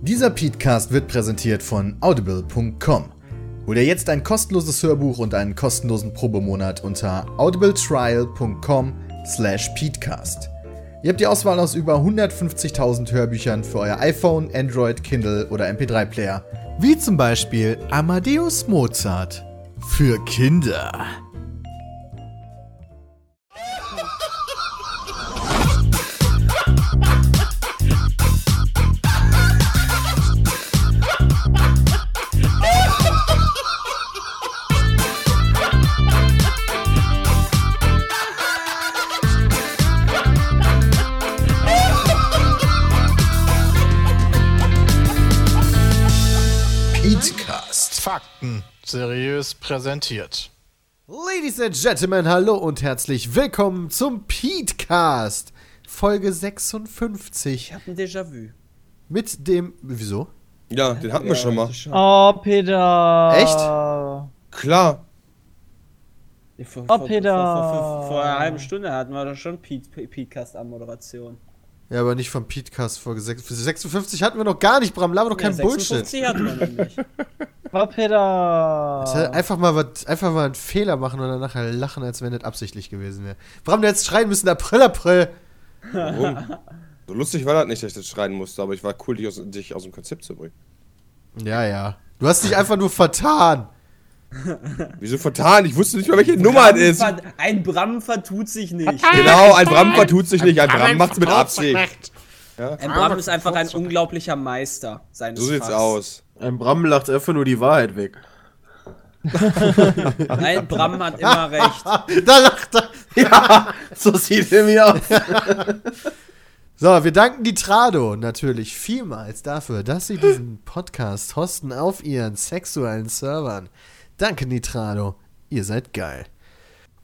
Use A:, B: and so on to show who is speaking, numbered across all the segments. A: Dieser Podcast wird präsentiert von audible.com. Hol dir jetzt ein kostenloses Hörbuch und einen kostenlosen Probemonat unter audibletrial.com slash peatcast. Ihr habt die Auswahl aus über 150.000 Hörbüchern für euer iPhone, Android, Kindle oder MP3-Player. Wie zum Beispiel Amadeus Mozart für Kinder. Peatcast.
B: Fakten seriös präsentiert.
A: Ladies and Gentlemen, hallo und herzlich willkommen zum Peatcast. Folge 56
C: Ich hab ein Déjà-vu.
A: mit dem. Wieso?
D: Ja, den hatten wir schon mal.
E: Oh, Peter.
A: Echt?
D: Klar.
C: Vor,
E: Oh,
C: vor,
E: Peter.
C: Vor, vor, vor, vor einer halben Stunde hatten wir doch schon Podcast an Moderation.
A: Ja, aber nicht vom Peatcast Folge 56. 56 hatten wir noch gar nicht, Bram. Laber doch kein Bullshit.
C: hatten wir noch nicht.
E: Oh,
A: Alter,
E: Peter.
A: Einfach mal, was, einfach mal einen Fehler machen und dann nachher lachen, als wenn das absichtlich gewesen wäre. Bram, du hättest schreien müssen: April, April.
D: Warum? so lustig war das nicht, dass ich das schreien musste, aber ich war cool, dich aus, dich aus dem Konzept zu bringen.
A: Ja, ja. Du hast dich einfach nur vertan.
D: Wieso vertan? Ich wusste nicht mal, welche Nummer es ist.
C: Ver- Ein Bram vertut sich nicht.
D: Genau, ein Bram vertut sich nicht. Ein Bram macht's mit Absicht.
C: Ein Bram ist einfach ein unglaublicher Meister seines
D: So sieht's
C: Fachs.
D: aus.
F: Ein Bram lacht einfach nur die Wahrheit weg.
C: Ein Bram hat immer recht.
A: Da lacht er.
F: Ja, so sieht er mir aus.
A: So, wir danken die Trado natürlich vielmals dafür, dass sie diesen Podcast hosten auf ihren sexuellen Servern. Danke, Nitrado. Ihr seid geil.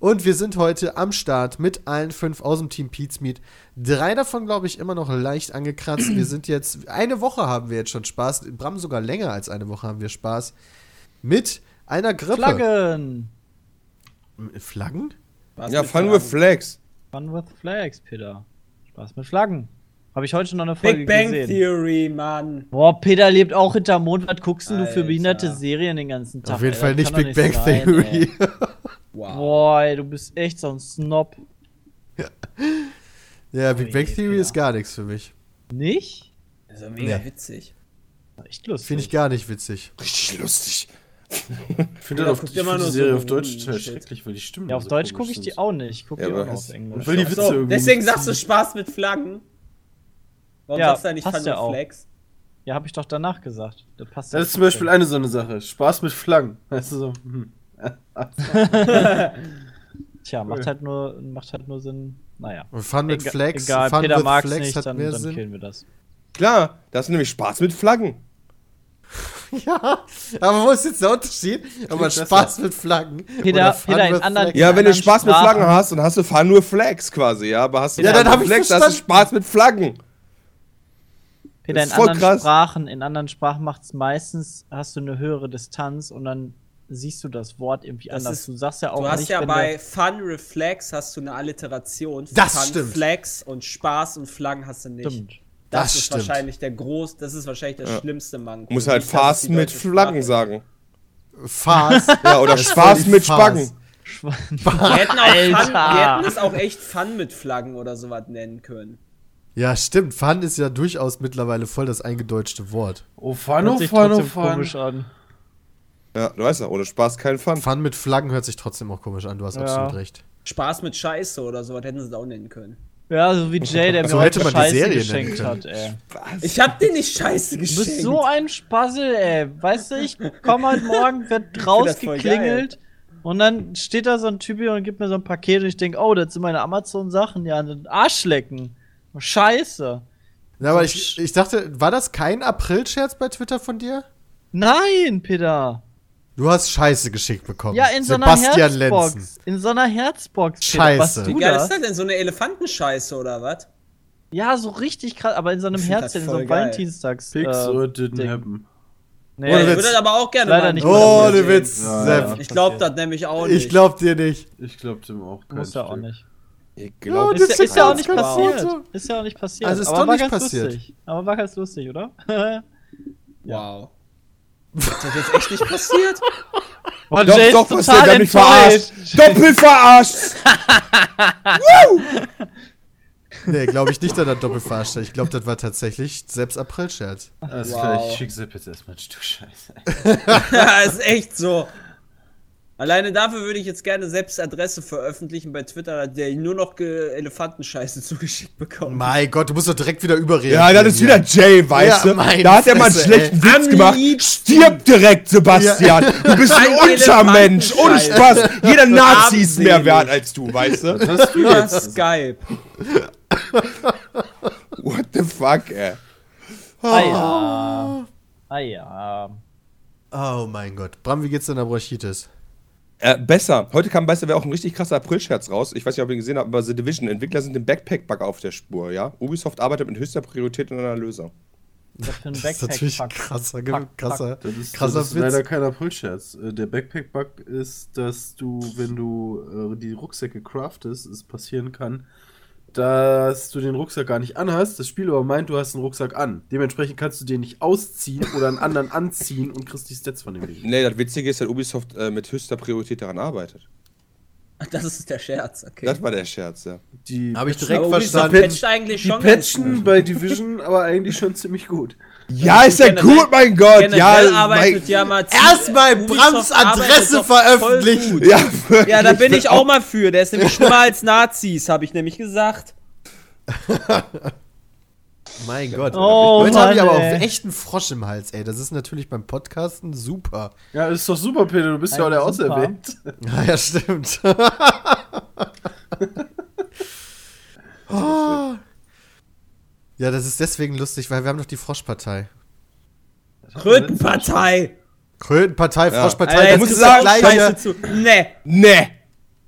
A: Und wir sind heute am Start mit allen fünf aus dem Team Pizmeet. Drei davon, glaube ich, immer noch leicht angekratzt. Wir sind jetzt, eine Woche haben wir jetzt schon Spaß. Bram sogar länger als eine Woche haben wir Spaß. Mit einer Grippe.
E: Flaggen.
A: Flaggen?
C: Was
D: Ja,
C: mit
D: Fun
C: Bram?
D: with Flags.
E: Fun with Flags, Peter. Spaß mit Flaggen. Habe ich heute schon noch eine Folge
C: Big Bang
E: gesehen.
C: Theory, Mann.
E: Boah, Peter lebt auch hinterm Mond. Was guckst denn du für
C: Alter.
E: behinderte Serien den ganzen Tag?
A: Auf jeden
E: ey?
A: Fall
E: Das
A: nicht
E: kann
A: Big
E: doch
A: Bang
E: sein,
A: Theory.
E: ey.
C: Wow.
E: Boah, ey, du bist echt so ein Snob.
A: ja, Big Bang
E: Ui,
A: Theory
E: ja.
A: ist gar nichts für mich.
E: Nicht?
C: Das ist ja mega
A: Nee.
C: witzig.
E: War Echt lustig.
A: Finde ich gar nicht witzig.
D: Richtig lustig.
F: Ich finde
C: Ja,
F: das auf-
C: guckt
F: ich
C: ja
F: finde
C: immer
F: die
C: nur
F: Serie
C: so
F: auf Deutsch
C: rum,
F: total
C: shit.
F: schrecklich, weil die Stimmen
E: ja, auf
F: so
E: Deutsch
F: komisch
E: gucke ich
F: sind.
E: die auch nicht. Ich gucke
D: Ja,
E: die
D: aber
E: auch nur
D: hast-
E: auf Englisch.
F: Und will die Witze
C: So,
F: irgendwie.
C: deswegen
F: nicht
C: sagst du
F: ziehen.
C: Spaß mit Flaggen. Warum
E: Ja,
C: sagst du eigentlich
E: passt
C: Fun
E: ja auch.
C: with Flags?
E: Ja, habe ich doch danach gesagt. Das passt
F: Das
E: ja
F: ist zum Beispiel eine so eine Sache. Spaß mit Flaggen. Weißt du so. Hm.
E: Tja, macht halt nur, macht halt nur Sinn. Naja.
A: Und Fun mit
E: Ega-
A: Flex,
E: Egal,
A: Fun
E: Peter
A: with
E: mag's
A: Flex
E: nicht,
A: hat
E: dann,
A: mehr
E: dann
A: Sinn.
E: killen wir das.
D: Klar, das ist nämlich Spaß mit Flaggen.
A: Ja, aber wo ist jetzt der Unterschied? Aber
F: besser.
A: Spaß mit Flaggen.
E: Peter,
A: oder Fun
E: Peter, in
A: with
E: anderen-
A: Flex.
D: Ja, wenn du
E: anderen
D: Spaß mit
E: Sprachen.
D: Flaggen hast, dann hast du Fun with Flags quasi, ja. Aber hast du
A: Ja,
D: Fun
A: dann hab
D: with
A: ich
D: Flags, dann hast du Spaß mit Flaggen.
E: Peter, in
D: ist voll
E: anderen
D: krass.
E: Sprachen, in anderen Sprachen macht's meistens, hast du eine höhere Distanz und dann siehst du das Wort irgendwie
C: Das
E: anders.
C: ist-
E: du sagst ja auch
C: Du hast
E: nicht,
C: ja
E: wenn
C: bei
E: du,
C: Fun Reflex hast du eine Alliteration.
A: Das
C: Fun
A: stimmt.
C: Flex und Spaß und Flaggen hast du nicht.
E: stimmt.
C: Das,
A: Das
C: ist
A: stimmt.
C: wahrscheinlich der groß, das ist wahrscheinlich der schlimmste Mangel.
D: Du musst halt
C: Nicht, dass es die
D: Fast mit
C: deutsche
D: Flaggen
C: Sprache
D: sagen.
A: Farce.
D: Ja, oder Spaß mit Spacken.
C: ist. Wir hätten, auch Fun, wir hätten
E: Alter.
C: es auch echt Fun mit Flaggen oder sowas nennen können.
A: Ja, stimmt. Fun ist ja durchaus mittlerweile voll das eingedeutschte Wort.
F: Oh,
E: Hört
F: Fano,
E: sich
F: Fano,
E: trotzdem
F: Fano.
E: komisch an.
D: Ja, du weißt ja, ohne Spaß kein Fun.
A: Fun mit Flaggen hört sich trotzdem auch komisch an. Du hast
E: Ja.
A: absolut recht.
C: Spaß mit Scheiße oder sowas hätten sie es auch nennen können.
E: Ja, so wie Jay, der
A: So Also
E: mir
A: hätte
E: heute
A: man die
E: Scheiße
A: Serie nennen
E: geschenkt
A: können.
E: hat, ey.
C: Ich hab dir nicht Scheiße
E: Du
C: geschenkt.
E: bist so ein Spassel, ey. Weißt du, ich komm halt morgen, werd
C: das voll
E: rausgeklingelt und dann steht da so ein Typ hier und gibt mir so ein Paket und ich denk, oh, das sind meine Amazon-Sachen, ja, ein Arschlecken. Scheiße.
A: Na, aber ich, ich dachte, war das kein April-Scherz bei Twitter von dir?
E: Nein, Peter.
A: Du hast Scheiße geschickt bekommen.
E: Ja, in so einer
A: Sebastian
E: Herzbox.
A: Lenzen.
E: In so einer Herzbox.
A: Scheiße.
E: Was
A: Wie
E: du
C: Wie geil ist
E: das?
C: das denn? So eine Elefantenscheiße oder was?
E: Ja, so richtig krass, aber in so einem
C: Ich find
E: Herz,
C: das halt
E: in so
C: voll
E: einem
C: geil.
E: Valentinstags.
F: Pix or
E: äh,
F: oh, didn't
E: Ding.
F: happen.
E: nee.
A: Ohne
C: ich
A: Witz.
C: würde das aber auch gerne
E: Leider
C: mal
E: nicht
C: mit
E: Oh,
C: dir
A: Ohne
C: sehen.
A: Witz,
F: Ja,
A: Sepp.
F: ja.
C: Ich glaub das nämlich auch nicht.
A: Ich glaub dir nicht.
F: Ich glaub dem auch kein
E: Muss ja auch
F: Stück.
E: nicht.
D: Ich
A: glaub,
E: Ist, ja- ist ja auch
A: ganz
E: nicht
A: genau
E: passiert.
A: so.
E: Ist ja auch nicht passiert.
A: Also ist
E: aber
A: doch
E: war
A: nicht
E: ganz
A: passiert.
E: lustig. Aber war ganz lustig, oder?
C: Wow. Ist das jetzt echt nicht passiert?
E: Boah,
D: Doch,
E: Jay ist
D: doch, was denn? Der hat mich verarscht. Doppel verarscht!
A: Nee, glaube ich nicht, dass das Doppelverarscht hat. Ich glaube, das war tatsächlich selbst April-Scherz.
F: Alles
C: Wow.
F: klar, ich schick Sepp jetzt erstmal ein Stück Scheiße.
C: Ja, ist echt so. Alleine dafür würde ich jetzt gerne selbst Adresse veröffentlichen bei Twitter, der nur noch Ge- Elefantenscheiße zugeschickt bekommt.
A: Mein Gott, du musst doch direkt wieder überreden.
D: Ja, das ist wieder Jay, weißt
A: Ja,
D: du?
A: meine
D: Da hat er mal einen
A: Fresse, ey.
D: schlechten Witz
C: Am
D: gemacht.
C: liebsten-
D: Stirb direkt, Sebastian. Du bist ein
C: Ein
D: Untermensch. Ohne
C: Elefantenscheiß.
D: Spaß. Jeder Nazi ist mehr
C: Armselig.
D: wert als du, weißt du?
F: Was hast du
C: Über
F: jetzt? Also,
C: Skype.
D: What the fuck, ey?
E: Ah ja. Ah ja.
A: Oh mein Gott. Bram, wie geht's denn der Bronchitis?
D: Äh, besser. Heute kam besser, wäre auch ein richtig krasser April-Scherz raus. Ich weiß nicht, ob ihr ihn gesehen habt, aber The Division. Entwickler sind dem Backpack-Bug auf der Spur, ja? Ubisoft arbeitet mit höchster Priorität an einer Lösung.
E: Das ist für ein
A: Das ist natürlich ein
E: Backpack-Pack.
A: krasser, Ge-
E: Pack,
A: krasser,
F: Das ist,
A: krasser
F: das ist leider
A: Witz.
F: kein April-Scherz. Äh, Der Backpack-Bug ist, dass du, wenn du äh, die Rucksäcke craftest, es passieren kann, dass du den Rucksack gar nicht anhast, das Spiel aber meint, du hast einen Rucksack an. Dementsprechend kannst du den nicht ausziehen oder einen anderen anziehen und kriegst die Stats von dem nicht.
D: Nee, das Witzige ist, dass Ubisoft äh, mit höchster Priorität daran arbeitet.
C: Das ist der Scherz, okay.
D: Das war der Scherz, ja.
F: Die,
A: Habe ich
C: Aber
A: direkt
C: Ubisoft
A: verstanden.
C: patcht eigentlich
F: die
C: schon
F: patchen bei Division aber eigentlich schon ziemlich gut.
D: Ja, ist ja
C: generell-
D: gut, mein Gott.
C: Generell
D: Ja,
C: arbeitet
D: mein,
C: ja mal
A: Erstmal
C: Ubisoft
A: Brams
C: arbeitet
A: Adresse
C: doch voll
A: veröffentlicht.
C: gut.
D: ja,
C: Ja, da bin ich auch mal für. Der ist nämlich schlimmer als Nazis, habe ich nämlich gesagt.
A: Mein Gott.
E: Oh
A: Heute habe ich
E: Mann,
A: aber auch
E: ey.
A: echt einen Frosch im Hals, ey. Das ist natürlich beim Podcasten super.
F: Ja, ist doch super, Peter, du bist ja auch der
E: Super.
F: Auserwählt.
A: Ja, ja stimmt. oh. Ja, das ist deswegen lustig, weil wir haben doch die Froschpartei.
C: Krötenpartei.
A: Krötenpartei, Froschpartei,
C: Alter,
A: das
C: jetzt
D: muss
A: ist
C: kriegst
D: ich
C: du
A: das
D: sagen,
C: auch
A: gleiche.
C: Scheiße zu. Nee,
D: Nee.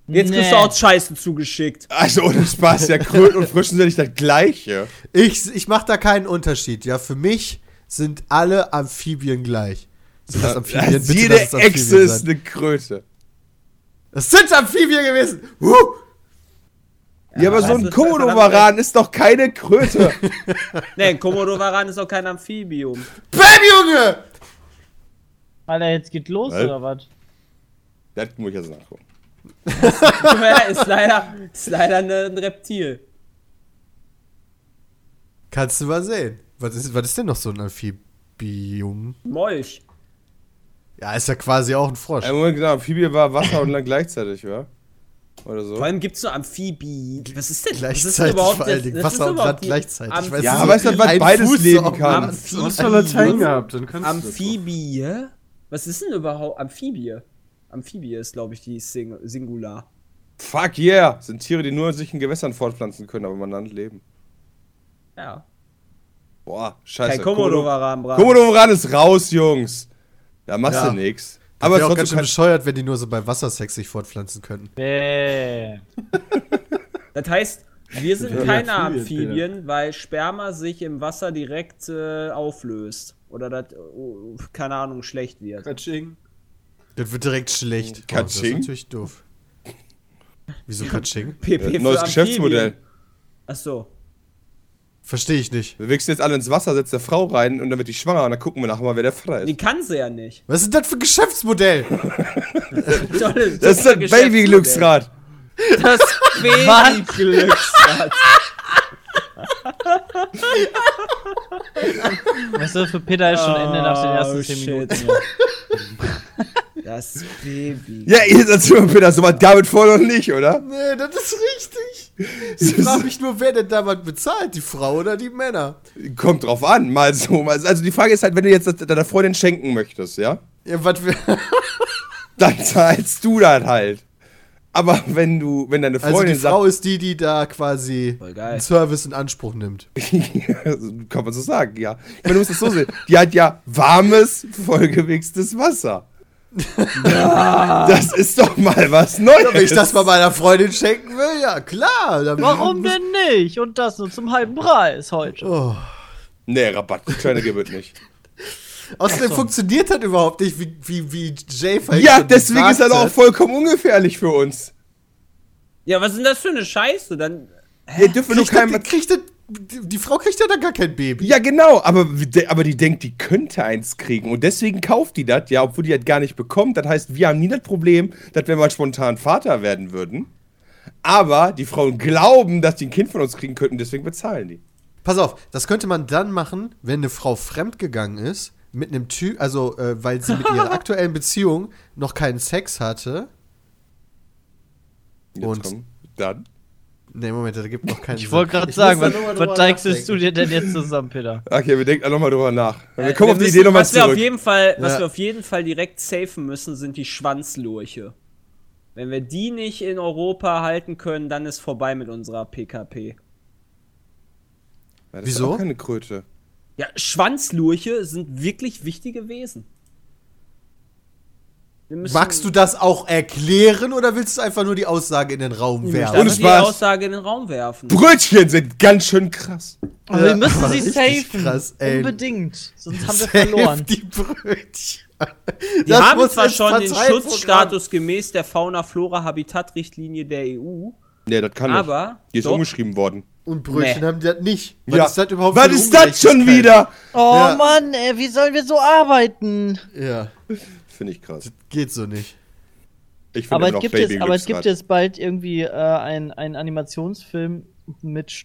C: jetzt kriegst du
E: Nee.
C: auch Scheiße zugeschickt.
D: Also ohne Spaß, ja, Kröten und Fröschen sind nicht das Gleiche.
A: Ich, ich mache da keinen Unterschied. Ja, für mich sind alle Amphibien gleich. Sind das Amphibien? Bitte,
D: jede
A: lass es Amphibien
D: Echse ist
A: sein.
D: eine Kröte.
A: Es sind Amphibien gewesen. Huh.
D: Ja, aber so
C: weißt
D: ein
C: du, verdammt,
D: Komodowaran ist doch keine Kröte.
C: Nee, ein Komodowaran ist auch kein Amphibium.
A: Bam, Junge!
E: Alter, jetzt geht los,
D: Was?
E: oder was?
D: das muss ich jetzt nachgucken.
C: Ja, ist leider, ist leider ne- ein Reptil.
A: Kannst du mal sehen. Was ist, was ist denn noch so ein Amphibium?
C: Molch.
A: Ja, ist ja quasi auch ein Frosch.
D: Äh, Moment, genau, Amphibie war Wasser und Land gleichzeitig, ja? Oder so.
C: Vor allem gibt's nur Amphibien. Was ist denn
A: Gleichzeitig
C: was ist denn überhaupt
A: vor allen
C: das-
A: Dingen.
C: das
A: Wasser
C: ist
A: und
C: überhaupt
A: Land
C: die
A: gleichzeitig. Ich
C: Amphi-
A: weiß
D: Ja,
A: nicht,
D: weißt du, was
A: ein
D: beides
A: Fuß
D: leben
A: auf dem
D: kann?
A: Amphi-
F: Du hast mal Latein gehabt, dann kannst du
C: Amphibie? Was ist denn überhaupt Amphibie? Amphibie ist, glaube ich, die Sing Singular.
D: Fuck yeah! Sind Tiere, die nur in sich in Gewässern fortpflanzen können, aber im Land leben.
C: Ja.
D: Boah, scheiße.
C: Kein Komodowaran, Bra.
D: Komodowaran ist raus, Jungs. Da machst
A: Ja.
D: du nix.
A: Aber
D: Aber
A: wäre auch ganz
D: trotzdem
A: schön
D: kann
A: bescheuert, wenn die nur so bei Wassersex sich fortpflanzen könnten.
E: Bäh.
C: Das heißt, wir sind
F: Ja,
C: keine
F: Amphibien,
C: Amphibien, weil Sperma sich im Wasser direkt äh, auflöst. Oder das, oh, keine Ahnung, schlecht wird.
F: Katsching.
A: Das wird direkt schlecht. Oh, das
D: Katsching?
A: ist natürlich doof. Wieso Katsching?
C: PP
D: neues Geschäftsmodell.
C: Achso.
A: Verstehe ich nicht.
D: Wir wichsen jetzt alle ins Wasser, setzt der Frau rein und dann wird die schwanger und dann gucken wir nachher mal, wer der Vater
C: Die
D: ist.
C: kann sie ja nicht.
A: Was ist denn das für ein Geschäftsmodell?
C: Tolles
D: Das ist ein
C: Geschäftsmodell.
D: Baby-Glücksrad.
C: Das Baby-Glücksrad.
E: Weißt du, für Peter ist schon Ende nach den ersten
C: Oh,
E: 10
C: shit.
E: Minuten. hier.
C: Das Baby.
D: Ja, ihr seid schon Peter, so was damit vor noch nicht, oder?
A: Nee, das ist richtig. Ich frage mich nur, wer denn damals bezahlt, die Frau oder die Männer?
D: Kommt drauf an, mal so. mal so. Also die Frage ist halt, wenn du jetzt das deiner Freundin schenken möchtest, ja?
A: Ja, was wir.
D: Dann zahlst du das halt. Aber wenn du, wenn deine
A: Also die
D: Freundin
A: Frau ist die, die da quasi
C: Voll geil.
A: einen Service in Anspruch nimmt.
D: sagt, kann man so sagen, ja. Ich meine, du musst das so sehen. Die hat ja warmes, vollgewichstes Wasser. Das ist doch mal was Neues.
A: Wenn ich das mal meiner Freundin schenken will, ja klar. Dann
E: Warum denn nicht? Und das nur zum halben Preis heute.
A: Oh.
D: Nee, Rabatt, kleine Gebührt nicht.
A: Außerdem funktioniert das überhaupt nicht, wie, wie, wie Jay vorhin
D: Ja,
A: schon
D: deswegen ist das
A: gesagt
D: auch
A: hat.
D: vollkommen ungefährlich für uns.
C: Ja, was ist denn das für eine Scheiße? Dann
D: Hier dürfen nur
A: Kriegt
D: kein
A: das, kriegt das Die, die Frau kriegt ja dann gar kein Baby.
D: Ja, genau, aber, wie de- aber die denkt, die könnte eins kriegen und deswegen kauft die das, ja, obwohl die das gar nicht bekommt. Das heißt, wir haben nie das Problem, dass wir mal spontan Vater werden würden. Aber die Frauen glauben, dass die ein Kind von uns kriegen könnten, deswegen bezahlen die.
A: Pass auf, das könnte man dann machen, wenn eine Frau fremdgegangen ist, mit einem Typ, also äh, weil sie mit ihrer aktuellen Beziehung noch keinen Sex hatte.
D: Jetzt
A: Und-
D: komm, dann.
A: Nee, Moment, da gibt noch keinen
E: Ich wollte gerade sagen, was, was deichselst du dir denn jetzt zusammen, Peter?
D: Okay, wir denken nochmal drüber nach. Wir
C: Äh,
D: kommen auf die
C: müssen-
D: Idee nochmal
C: was wir, auf
D: zurück.
C: jeden Fall, was
A: Ja.
C: wir auf jeden Fall direkt safen müssen, sind die Schwanzlurche. Wenn wir die nicht in Europa halten können, dann ist vorbei mit unserer PKP.
D: Ja, das
A: Wieso?
D: Ist auch keine Kröte.
C: Ja, Schwanzlurche sind wirklich wichtige Wesen. Wir müssen-
A: Magst du das auch erklären oder willst du einfach nur die Aussage in den Raum
C: Ich
A: werfen?
D: Ohne
C: darf die
D: Spaß.
C: Aussage in den Raum werfen?
D: Brötchen sind ganz schön krass.
E: Aber Also, wir müssen
A: aber
E: sie
A: richtig
E: safen.
A: krass, ey.
E: Unbedingt. Sonst haben wir
A: Safe
E: verloren.
A: Die Brötchen.
C: Die haben zwar schon den Schutzstatus gemäß der Fauna-Flora-Habitat-Richtlinie der EU,
D: Nee, das kann
C: aber
D: nicht. Die ist
C: doch,
D: umgeschrieben worden.
A: Und Brötchen
C: Nee.
A: haben die das nicht. Was ist das überhaupt
D: Was
A: für eine
D: ist das schon
A: Ungerechtigkeit?
D: wieder?
E: Oh
A: Ja.
E: Mann, ey, wie sollen wir so arbeiten?
A: Ja,
D: Finde ich krass.
A: geht so nicht.
D: Ich finde
E: Aber
D: immer
E: es,
D: noch
E: gibt
D: Baby
E: jetzt, aber es gibt
D: Glücksrad.
E: jetzt bald irgendwie äh, einen Animationsfilm mit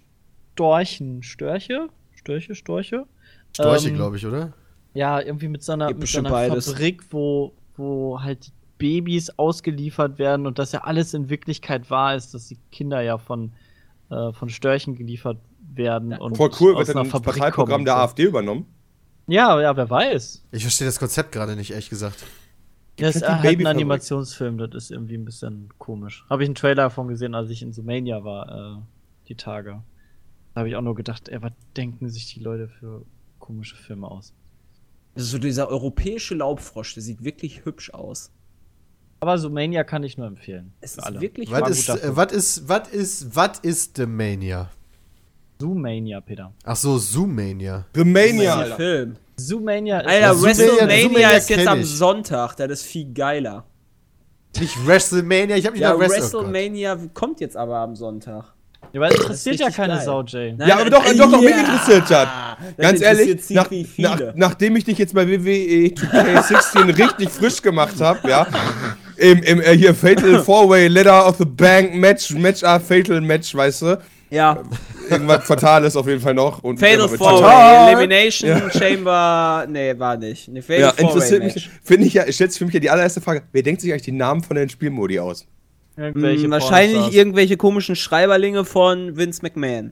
E: Storchen. Störche? Störche, Storche?
A: Storche,
E: Ähm,
A: glaube ich, oder?
E: Ja, irgendwie mit so einer,
C: Gibt
E: mit so
C: bestimmt
E: einer
C: beides.
E: Fabrik, wo, wo halt Babys ausgeliefert werden und dass ja alles in Wirklichkeit wahr ist, dass die Kinder ja von, äh, von Störchen geliefert werden. und
D: Voll cool,
E: aus
D: wird dann
E: einer
D: das
E: Fabrik
D: Parteiprogramm
E: kommen.
D: der AfD übernommen.
E: Ja, ja, wer weiß.
A: Ich verstehe das Konzept gerade nicht, ehrlich gesagt.
E: Das
D: Vielleicht
E: ist
D: die
E: halt ein
D: Babyfabrik.
E: Animationsfilm, das ist irgendwie ein bisschen komisch. Habe ich einen Trailer davon gesehen, als ich in Sumania war, äh, die Tage. Da habe ich auch nur gedacht, ey, was denken sich die Leute für komische Filme aus?
C: so dieser europäische Laubfrosch, der sieht wirklich hübsch aus.
E: Aber Sumania kann ich nur empfehlen.
C: Es
E: für
C: ist wirklich
E: War
A: Was
E: ein
A: ist,
E: guter
A: äh,
E: Film.
A: was ist, was ist, was ist The Mania?
E: Zoomania, Peter.
A: Ach so, Zoomania.
D: Rumania,
C: Alter.
D: Alter.
C: Film.
E: Zoomania ist.
C: Alter,
A: Ja,
C: WrestleMania
A: Zoomania
C: ist jetzt
A: kenn
C: am
A: ich.
C: Sonntag, das ist viel geiler.
A: Nicht WrestleMania, ich habe nicht
C: Ja,
A: nach Wrestle- oh Gott.
C: WrestleMania kommt jetzt aber am Sonntag.
E: ja, aber das interessiert ja
C: richtig
E: keine
C: geil.
E: Sau, Jay.
D: Ja, aber doch, doch, doch, mich interessiert das.
C: Das
D: Ganz
C: interessiert
D: ehrlich,
C: sie
D: nach,
C: wie viele.
D: nach, nachdem ich dich jetzt bei E WWE 2K16 richtig frisch gemacht habe, ja, im, im äh, hier Fatal Four-Way Letter of the Bank Match, Match A Fatal Match, weißt du,
C: ja,
D: irgendwas Fatales auf jeden Fall noch. Und
C: Fatal
D: Fatal.
C: Four Elimination Chamber, nee, war nicht. Nee, Fatal
D: Ja,
C: Four-Way
D: interessiert
C: Match.
D: mich, finde ich ja, stellt sich für mich ja die allererste Frage, wer denkt sich eigentlich die Namen von den Spielmodi aus?
E: Irgendwelche
C: Hm, wahrscheinlich
E: Pornostars.
C: irgendwelche komischen Schreiberlinge von Vince McMahon,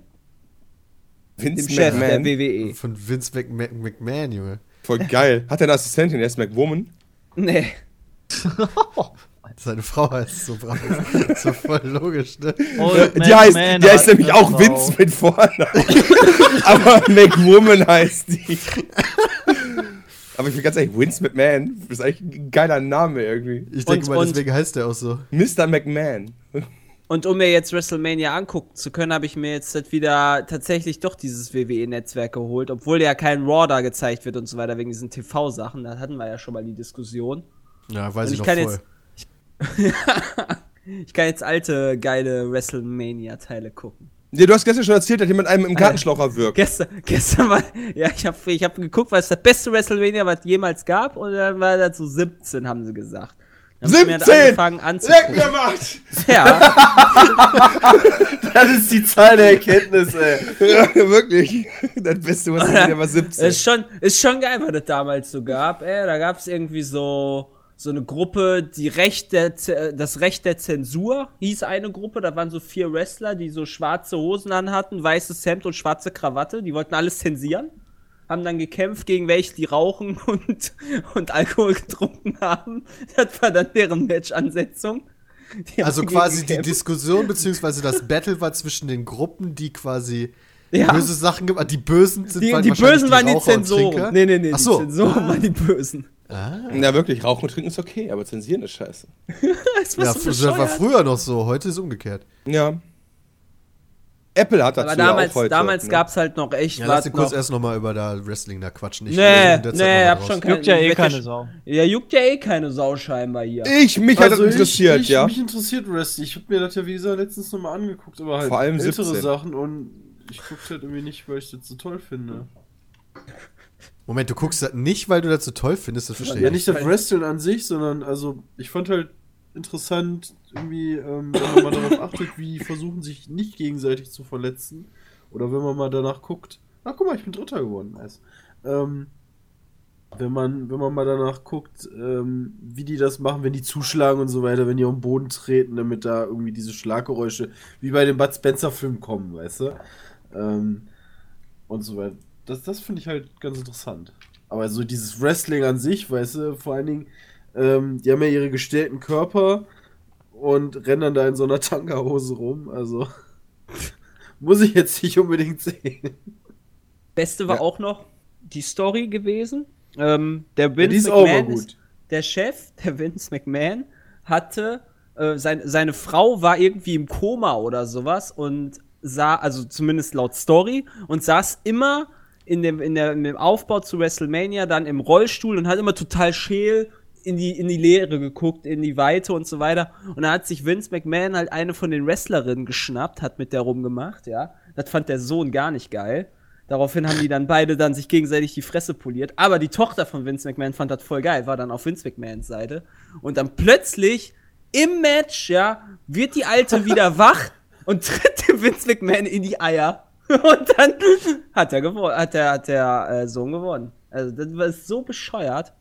D: Vince
C: dem Chef der E.
D: McMahon.
C: WWE.
A: Von Vince Mc Mc McMahon, Junge.
D: Voll geil. Hat er eine Assistentin, der ist McWoman.
C: Nee.
A: Seine Frau heißt so brav. so voll logisch, ne?
E: Old Man
D: Äh, die heißt,
E: Man
D: der
E: hat
D: ist nämlich
E: eine
D: auch
E: Frau.
D: Vince mit Vornamen. Aber McWoman heißt die. Aber ich bin ganz ehrlich, Vince McMahon ist eigentlich ein geiler Name irgendwie.
A: Ich denke
C: Und-
A: mal,
C: und-
A: deswegen heißt der auch so.
D: Mr. McMahon.
C: Und um mir jetzt WrestleMania angucken zu können, habe ich mir jetzt halt wieder tatsächlich doch dieses WWE-Netzwerk geholt, obwohl ja kein Raw da gezeigt wird und so weiter wegen diesen TV-Sachen. Da hatten wir ja schon mal die Diskussion.
A: Ja, weiß ich,
C: Und ich
A: noch
C: kann
A: voll.
C: jetzt- Ich kann jetzt alte, geile WrestleMania-Teile gucken.
D: Ja, du hast gestern schon erzählt, dass jemand einem im Gartenschlaucher wirkt.
C: Gestern, gestern war, ja, ich habe ich hab geguckt, was das beste WrestleMania, was jemals gab, und dann war das so 17, haben sie gesagt. Dann hab ich mir das
D: 17?
C: angefangen anzugucken.
D: gemacht!
C: Ja,
F: Das ist die Zahl der Erkenntnis, ey.
D: Ja, wirklich. Das Beste, was ich war
C: ist
D: 17.
C: schon, ist schon geil, was das damals so gab, ey. Da gab's irgendwie so, so eine Gruppe, die Recht der, Z- äh, das Recht der Zensur hieß eine Gruppe, da waren so vier Wrestler, die so schwarze Hosen anhatten, weißes Hemd und schwarze Krawatte, die wollten alles zensieren. haben dann gekämpft gegen welche, die rauchen und, und Alkohol getrunken haben. Das war dann deren Match-Ansetzung. Die haben
A: Also
C: gegen
A: quasi die
C: gekämpft.
A: Diskussion beziehungsweise das Battle war zwischen den Gruppen, die quasi
C: Ja.
A: böse Sachen gemacht Die Bösen sind
C: die,
A: waren
C: die
A: wahrscheinlich
C: Bösen waren die
A: Raucher und
C: Zensoren.
A: Trinker.
C: Nee, nee, nee,
A: Ach so.
C: die Zensoren waren die Bösen.
D: Ja, wirklich, rauchen und trinken ist okay, aber zensieren ist scheiße.
C: Das war
A: Ja,
C: so
A: das war
C: bescheuert.
A: früher noch so, heute ist umgekehrt.
D: Ja. Apple hat dazu
C: Aber
D: ja
C: damals,
D: auch heute.
C: damals
D: ne?
C: gab's halt noch echt
A: Ja,
C: was
A: lass den kurz
C: noch-
A: erst nochmal über da Wrestling da quatschen. Ich
C: Nee,
A: in der Zeit
C: nee,
A: halt noch
C: hab
A: raus.
C: schon keine
E: Juckt ja eh
C: wird
E: keine Sau.
C: Ja, juckt ja eh keine Sau scheinbar hier.
D: Ich, mich hat das interessiert,
F: Also ich,
D: ja.
F: Mich interessiert Wrestling. Ich habe mir das ja, wie gesagt, letztens nochmal angeguckt, aber halt
D: Vor allem
F: ältere
D: 17.
F: Sachen und ich guck's halt irgendwie nicht, weil ich das so toll finde.
A: Moment, du guckst das nicht, weil du das so toll findest, das verstehe
F: Ja,
A: ich.
F: nicht das Wrestling an sich, sondern also ich fand halt interessant, irgendwie, ähm, wenn man mal darauf achtet, wie die versuchen sich nicht gegenseitig zu verletzen. Oder wenn man mal danach guckt, ach guck mal, ich bin Dritter geworden, nice. Ähm, wenn man, wenn man mal danach guckt, ähm, wie die das machen, wenn die zuschlagen und so weiter, wenn die auf den Boden treten, damit da irgendwie diese Schlaggeräusche wie bei dem Bud Spencer-Film kommen, weißt du? Ähm, und so weiter. Das, das finde ich halt ganz interessant. Aber so dieses Wrestling an sich, weißt du, vor allen Dingen, ähm, die haben ja ihre gestellten Körper und rennen dann da in so einer Tanga-Hose rum. Also muss ich jetzt nicht unbedingt sehen.
C: Beste war auch noch die Story gewesen. Ähm, der Vince
F: die ist auch
C: McMahon
F: mal gut.
C: Ist, der Chef, der Vince McMahon, hatte äh, sein, seine Frau war irgendwie im Koma oder sowas und sah, also zumindest laut Story, und saß immer in dem, in, der, in dem Aufbau zu WrestleMania dann im Rollstuhl und hat immer total scheel in die, in die Leere geguckt, in die Weite und so weiter. Und dann hat sich Vince McMahon halt eine von den Wrestlerinnen geschnappt, hat mit der rumgemacht, ja. Das fand der Sohn gar nicht geil. Daraufhin haben die dann beide dann sich gegenseitig die Fresse poliert. Aber die Tochter von Vince McMahon fand das voll geil, war dann auf Vince McMahons Seite. Und dann plötzlich im Match, ja, wird die Alte wieder wach und tritt dem Vince McMahon in die Eier. Und dann hat er gewonnen, hat der, hat der äh, Sohn gewonnen. Also das war so bescheuert,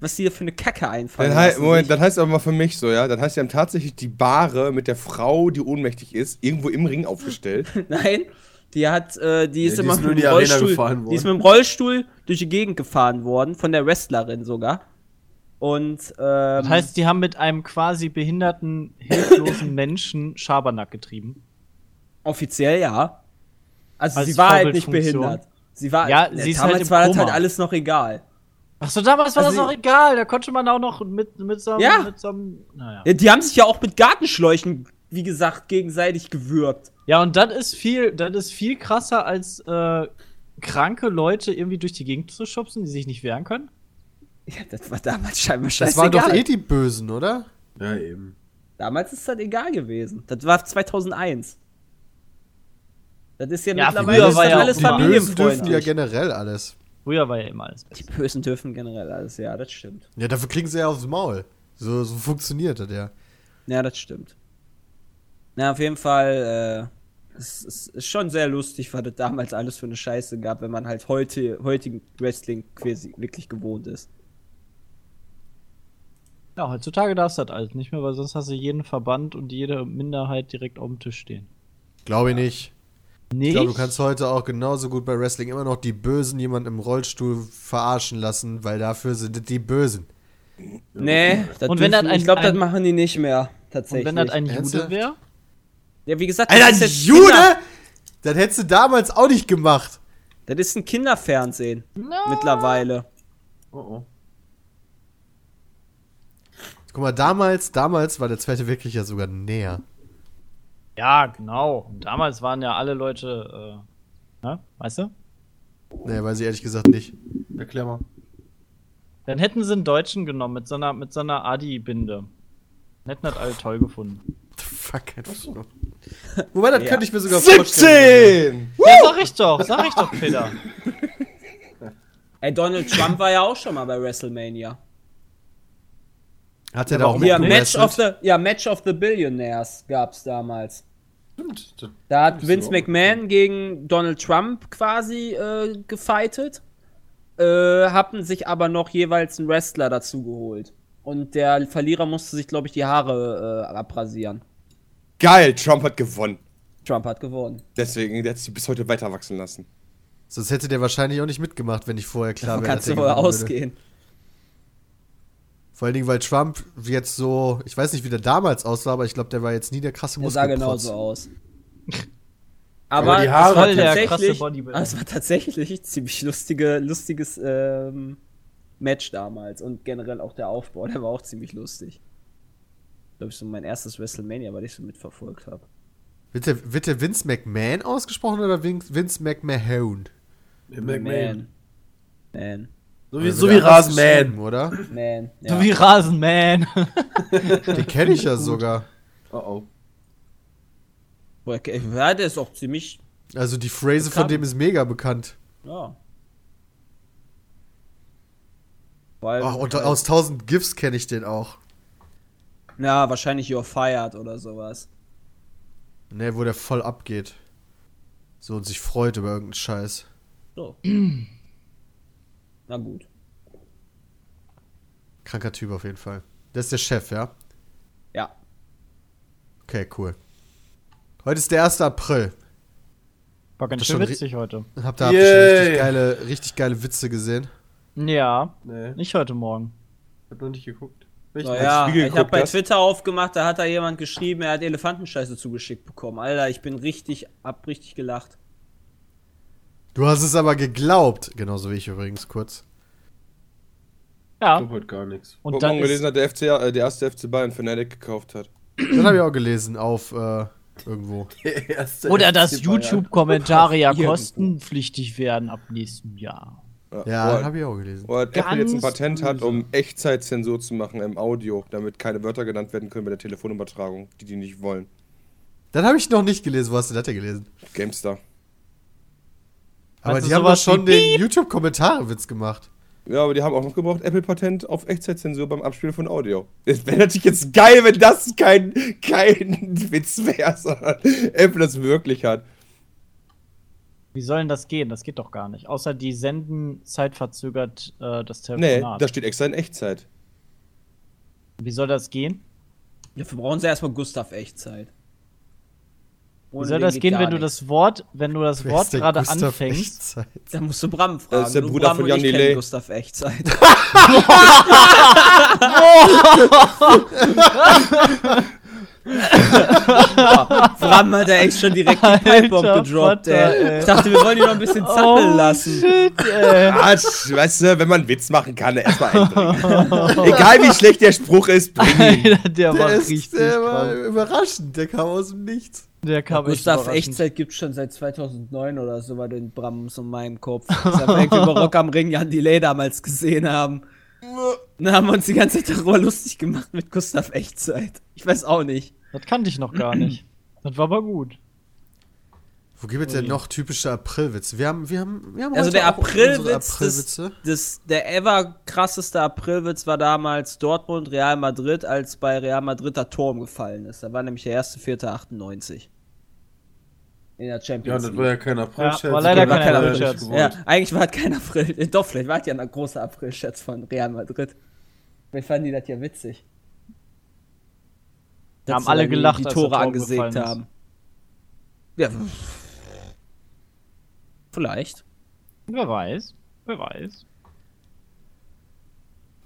C: was die hier für eine Kacke einfallen.
D: Dann hei
C: lassen
D: Moment,
C: sich.
D: dann heißt aber mal für mich so, ja. Dann heißt, sie haben tatsächlich die Bahre mit der Frau, die ohnmächtig ist, irgendwo im Ring aufgestellt.
C: Nein, die hat, äh, die ist
F: die
C: immer
F: ist nur in
C: mit
F: die
C: dem
F: Arena gefahren
C: Rollstuhl, die ist mit
F: worden.
C: dem Rollstuhl durch die Gegend gefahren worden von der Wrestlerin sogar. Und ähm,
E: Das heißt, die haben mit einem quasi behinderten, hilflosen Menschen Schabernack getrieben.
C: offiziell ja. Also
E: Als
C: sie war halt nicht
E: Vorbildfunktion.
C: behindert. Sie war,
E: Ja,
C: ne,
E: sie ist
C: damals
E: halt im
C: war das
E: Koma.
C: halt alles noch egal.
E: Achso, damals war
C: Also
E: das noch egal. Da konnte man auch noch mit, mit so einem.
C: Ja.
E: Mit so einem naja.
C: Ja, die haben sich ja auch mit Gartenschläuchen, wie gesagt, gegenseitig gewürgt.
E: ja, und das ist viel, das ist viel krasser als äh, kranke Leute irgendwie durch die Gegend zu schubsen, die sich nicht wehren können.
C: Ja, das war damals scheinbar
A: Das
C: scheißegal.
A: waren doch eh die Bösen, oder?
F: Ja, eben.
C: damals ist das egal gewesen. Das war 2001. Das ist ja,
E: Ja,
C: mittlerweile
E: früher
C: ist
E: war
C: das
E: ja auch
C: alles
E: die
A: Bösen
E: Bösen
A: dürfen die ja
C: familienfreundlich.
A: generell alles.
E: Früher war ja immer alles
C: Die
E: besser.
C: Bösen dürfen generell alles, ja, das stimmt.
A: Ja, dafür kriegen sie ja aufs Maul. So, so funktioniert das ja.
C: Ja, das stimmt. Na, auf jeden Fall, äh, es, es ist schon sehr lustig, was es damals alles für eine Scheiße gab, wenn man halt heute, heutigen Wrestling quasi wirklich gewohnt ist.
E: Ja, heutzutage darfst du das alles nicht mehr, weil sonst hast du jeden Verband und jede Minderheit direkt auf dem Tisch stehen.
A: Glaube ich nicht.
E: Nee.
A: Ich glaube, du kannst heute auch genauso gut bei Wrestling immer noch die Bösen jemanden im Rollstuhl verarschen lassen, weil dafür sind es die Bösen.
C: Nee, das
E: Und wenn das
C: dürfen-
E: ein-
C: ich glaube, das
E: ein-
C: machen die nicht mehr,
E: und
C: tatsächlich.
E: wenn das ein Jude
A: Ernsthaft?
E: wäre?
C: ja, wie gesagt, das
A: Alter,
C: ist jetzt
A: Jude!
C: Kinder-
A: Das hättest du damals auch nicht gemacht.
C: Das ist ein Kinderfernsehen mittlerweile.
F: Oh oh.
A: Guck mal, damals, damals war der Zweite Weltkrieg ja sogar näher.
E: Ja, genau. Und damals waren ja alle Leute, äh, ne? weißt du?
A: Nee, weiß ich ehrlich gesagt nicht.
F: Erklär mal.
E: Dann hätten sie einen Deutschen genommen mit so einer, mit so einer Adi-Binde. Dann Hätten das alle toll gefunden.
A: Fuck, einfach so. Wobei, das
C: Ja.
A: könnte ich mir sogar vorstellen.
D: 17!
E: Ja, sag ich doch, sag ich doch, Peter.
C: Ey, Donald Trump war ja auch schon mal bei WrestleMania.
A: Hat er da auch
C: Ja, Match
A: mitgewrestelt?
C: of the, ja, Match of the Billionaires gab's damals.
F: Stimmt. das-
C: Da hat
F: Ist
C: Vince
F: so.
C: McMahon gegen Donald Trump quasi äh, gefightet, äh, hatten sich aber noch jeweils einen Wrestler dazu geholt. Und der Verlierer musste sich, glaube ich, die Haare äh, abrasieren.
D: Geil, Trump hat gewonnen.
C: Trump hat gewonnen.
D: Deswegen, der hat sie bis heute weiter wachsen lassen.
A: Sonst hätte der wahrscheinlich auch nicht mitgemacht, wenn ich vorher klar
C: Davon
A: wäre.
C: kannst
A: dass
C: du
A: er
C: wohl
A: gewinnen würde.
C: ausgehen.
A: Vor allen Dingen, weil Trump jetzt so, ich weiß nicht, wie der damals aussah, aber ich glaube, der war jetzt nie der krasse
C: Der sah
A: Muskelprotz.
C: genauso aus.
F: Aber
C: Aber
F: die Haare
C: es, war
E: hat der krasse
C: tatsächlich,
E: Bodybuilder.
C: aber es war tatsächlich ziemlich lustige, lustiges ähm, Match damals und generell auch der Aufbau, der war auch ziemlich lustig. Glaube ich, so mein erstes WrestleMania, weil ich so mitverfolgt habe.
A: Wird der, wird der Vince McMahon ausgesprochen oder Vin- Vince McMahon?
C: Man. Man.
F: So
A: Oder
F: wie, so
A: wird er
F: wie
A: anders geschrieben,
F: Rasenman.
A: Oder?
C: Man. Ja.
E: So wie Rasenman.
A: Den kenne ich ja sogar.
F: Oh oh.
C: Okay, ja, der ist auch ziemlich
A: Also die Phrase von
C: Bekannt.
A: dem ist mega bekannt.
C: Ja. Vor allem,
A: Ach, und aus 1000 GIFs kenne ich den auch.
C: ja, wahrscheinlich you're fired oder sowas.
A: Ne, wo der voll abgeht. So und sich freut über irgendeinen Scheiß.
C: So. Na gut.
A: Kranker Typ auf jeden Fall. Das ist der Chef, ja?
C: Ja.
A: Okay, cool. Heute ist der 1. April.
E: War ganz
A: Das
E: schön
A: schon ri-
E: witzig heute.
A: Habt ihr habt ihr schon richtig
F: Yay.
A: geile, richtig geile Witze gesehen?
E: Ja,
F: Nee,
E: nicht heute Morgen.
F: ich hab noch nicht geguckt.
C: Naja,
D: Spiegel
C: ich habe
D: geguckt
C: bei
D: hast?
C: Twitter aufgemacht, da hat da jemand geschrieben, er hat Elefantenscheiße zugeschickt bekommen. Alter, ich bin richtig, hab richtig gelacht.
A: Du hast es aber geglaubt. Genauso wie ich übrigens kurz.
F: Ich
E: Ja,
F: glaub heute gar nichts.
E: und
D: Und
E: dann
D: morgen
E: ist,
D: gelesen hat, der, FC, äh, der erste FC Bayern Fnatic gekauft hat.
A: Das habe ich auch gelesen auf äh, irgendwo.
E: oder dass YouTube-Kommentare ja
C: Irgendwo.
E: kostenpflichtig werden ab nächstem Jahr.
A: Ja,
D: Wo
A: das
D: hat-
A: habe ich auch gelesen.
D: wo hat Apple jetzt ein
E: Ganz
D: Patent hat,
E: böse.
D: um Echtzeitzensur zu machen im Audio, damit keine Wörter genannt werden können bei der Telefonübertragung, die die nicht wollen.
A: Das habe ich noch nicht gelesen. Wo hast du das denn gelesen?
D: Gamestar.
A: Aber
E: du
A: die haben doch
E: sowas
A: schon
E: wie
A: den YouTube-Kommentare-Witz gemacht.
D: Ja, aber die haben auch noch gebraucht Apple-Patent auf Echtzeitzensur beim Abspielen von Audio. Es wäre natürlich jetzt geil, wenn das kein, kein Witz wäre, sondern Apple das wirklich hat.
E: Wie soll denn das gehen? Das geht doch gar nicht. Außer die senden zeitverzögert äh, das
D: Nee,
E: Telefonat.
D: da steht extra in Echtzeit.
E: Wie soll das gehen?
C: Dafür brauchen sie erstmal Gustav Echtzeit.
E: Wie
C: Ohne
E: soll
C: den
E: das
C: geht
E: gehen,
C: gar
E: wenn du
C: nichts.
E: das Wort, wenn du das
A: Wer
E: Wort
A: ist der
E: gerade
A: Gustav
E: anfängst?
A: Echtzeit?
C: Da musst du Bram fragen.
D: ist der
C: Nur
D: Bruder
C: Bram
D: von
C: und ich
D: Jan
C: kennen
D: Delay.
C: Gustav Echtzeit. Bram hat ja echt schon direkt die Pipebomb
E: Alter
C: gedroppt,
E: Vater,
C: ey.
E: ey.
C: Ich dachte, wir wollen ihn noch ein bisschen zappeln lassen.
E: Oh, Shit, ey.
D: Quatsch, weißt du, wenn man einen Witz machen kann, erstmal einbringen. Egal wie schlecht der Spruch ist, bring ihn.
E: Alter, der war
A: Der,
E: richtig
A: ist, der war
E: krass.
A: überraschend. Der kam aus dem Nichts.
E: Der kam echt
C: Gustav
E: überraschend.
C: Echtzeit gibt's schon seit 2009 oder so bei den Brams und meinem Kopf. Das haben wir irgendwie über Rock am Ring Jan Delay damals gesehen haben. Dann haben wir uns die ganze Zeit darüber lustig gemacht mit Gustav Echtzeit. Ich weiß auch nicht.
E: Das kannte ich noch gar nicht. Das war aber gut.
A: Wo gibt es denn noch typische Aprilwitze? Wir haben, wir haben, wir haben
C: Also
A: heute
C: der
A: auch unsere
C: Aprilwitz, des,
A: Aprilwitze.
C: des, der ever krasseste Aprilwitz war damals Dortmund, Real Madrid, als bei Real Madrid der Turm gefallen ist. Da war nämlich der 1.4.98. In der
F: Ja,
C: Champions
F: das war
C: League.
F: ja kein april
E: Ja, war leider
C: kein
E: April-Scherz.
C: Ja, eigentlich war es kein April. Doch, vielleicht war es ja ein großer April-Scherz von Real Madrid. Vielleicht fanden die das ja witzig.
E: Da
C: Dass
E: haben
C: sie
E: alle
C: dann die-
E: gelacht,
C: die
E: als
C: Tore
E: der Tor
C: angesägt
E: gefallen ist.
C: haben. Ja. Vielleicht.
E: Wer weiß. Wer weiß.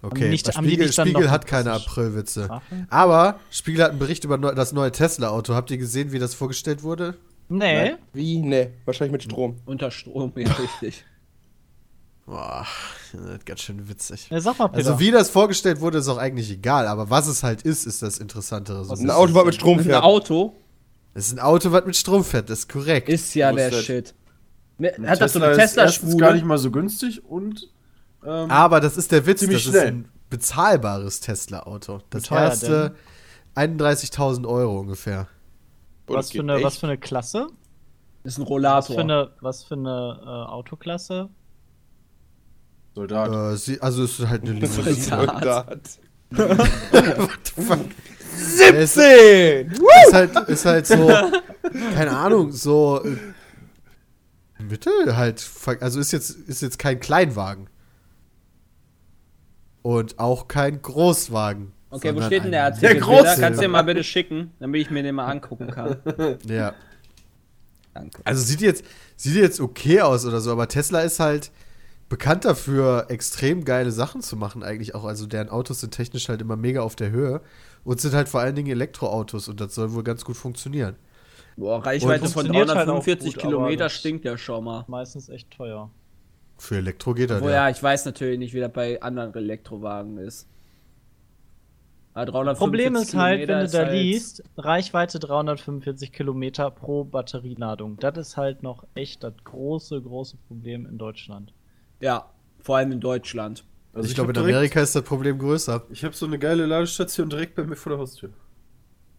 A: Okay,
E: nicht-
A: aber
E: haben die
A: Spiegel,
E: nicht dann
A: Spiegel
E: noch Ah.
A: hat keine
E: russisch?
A: Aprilwitze.
E: Ach.
A: Aber Spiegel hat einen Bericht über neu, das neue Tesla-Auto. Habt ihr gesehen, wie das vorgestellt wurde?
E: Nee.
D: Wie? Nee, wahrscheinlich mit Strom.
C: Unter Strom, ja, richtig.
A: Boah, das ist ganz schön witzig.
E: Ja, sag mal, Peter.
A: Also wie das vorgestellt wurde, ist auch eigentlich egal. Aber was es halt ist, ist das Interessantere. So ein
D: Ein
A: bisschen.
D: Auto, was mit Strom
C: Mit einem
D: fährt.
C: Auto
A: Es ist ein Auto, was mit Strom fährt. Das ist korrekt.
C: ist ja
D: Wo
C: der
D: ist das?
C: Shit. Mir- Hat das so
F: Tesla
C: eine
F: ist erstens gar
C: Tesla-Schwule?
F: nicht mal so günstig und ähm,
A: Aber das ist der Witz,
F: Ziemlich
A: das ist
F: schnell.
A: ein bezahlbares Tesla-Auto. Das
E: Wie teuer
A: erste 31.000 Euro ungefähr.
D: Und
E: was,
D: es
E: für
D: geht
E: eine, was
D: echt.
E: für eine Klasse?
C: Das ist ein
E: Was für
C: Rollator.
E: eine, was für eine äh, Autoklasse?
F: Soldat.
A: Äh, sie, also es ist halt eine
D: Das
A: Limousine.
D: ist ein Soldat.
A: Der ist,
D: 10!
A: ist, halt, ist halt so, keine Ahnung, so äh, Mittel halt. Also ist jetzt, ist jetzt kein Kleinwagen. Und auch kein Großwagen.
C: Okay, wo
A: sondern
C: steht denn der
A: ein
C: Artikel?
F: Der
C: Bilder?
F: große.
C: Kannst du dir mal bitte schicken, damit ich mir den mal angucken kann.
A: Ja.
C: Danke.
A: Also sieht jetzt, sieht jetzt okay aus oder so, aber Tesla ist halt bekannt dafür, extrem geile Sachen zu machen eigentlich auch. Also deren Autos sind technisch halt immer mega auf der Höhe und sind halt vor allen Dingen Elektroautos und das soll wohl ganz gut funktionieren.
C: Boah,
A: Und
C: Reichweite von
E: funktioniert halt auch
C: 345
E: gut, aber
C: Kilometer
E: das-
C: stinkt ja schon mal.
E: Meistens echt teuer.
A: Für Elektro geht das
C: Wo
A: ja.
C: ja, ich weiß natürlich nicht, wie das bei anderen Elektrowagen ist. Aber 345
E: Problem ist halt,
C: Kilometer
E: wenn du
C: ist
E: da
C: halt-
E: liest, Reichweite 345 Kilometer pro Batterieladung. Das ist halt noch echt das große, große Problem in Deutschland.
C: Ja, vor allem in Deutschland.
F: Also
A: ich glaube, in
F: hab direkt,
A: Amerika ist das Problem größer.
F: ich habe so eine geile Ladestation direkt bei mir vor der Haustür.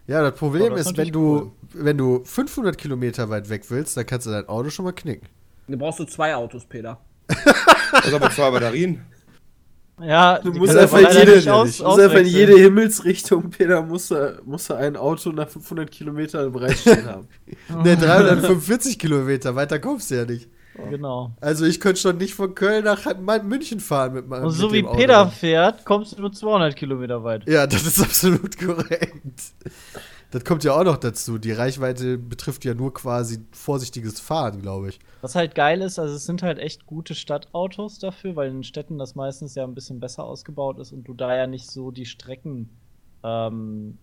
A: Ja, das Problem
E: Aber das
A: ist,
E: ist
A: wenn du,
E: natürlich
A: wenn du 500 Kilometer weit weg willst, dann kannst du dein Auto schon mal knicken.
C: Du brauchst so zwei Autos, Peter.
D: Also aber zwei Batterien.
E: Ja,
F: Du
E: die
F: musst
E: kann
F: einfach,
E: man
F: in
E: leider
F: jede,
E: nicht aus-
F: du musst einfach in
E: auswechseln.
F: jede Himmelsrichtung, Peter, muss er, muss er ein Auto nach 500 Kilometern bereitstehen haben.
A: Ne, 345 Kilometer, weiter kommst du ja nicht.
E: Genau.
A: Also ich könnte schon nicht von Köln nach Main- München fahren mit meinem
E: Und so
A: mit
E: wie
A: dem Auto.
E: Peter fährt, kommst du nur 200 Kilometer weit.
A: Ja, das ist absolut korrekt. Das kommt ja auch noch dazu. Die Reichweite betrifft ja nur quasi vorsichtiges Fahren, glaube ich.
E: Was halt geil ist, also es sind halt echt gute Stadtautos dafür, weil in den Städten das meistens ja ein bisschen besser ausgebaut ist und du da ja nicht so die Strecken ähm,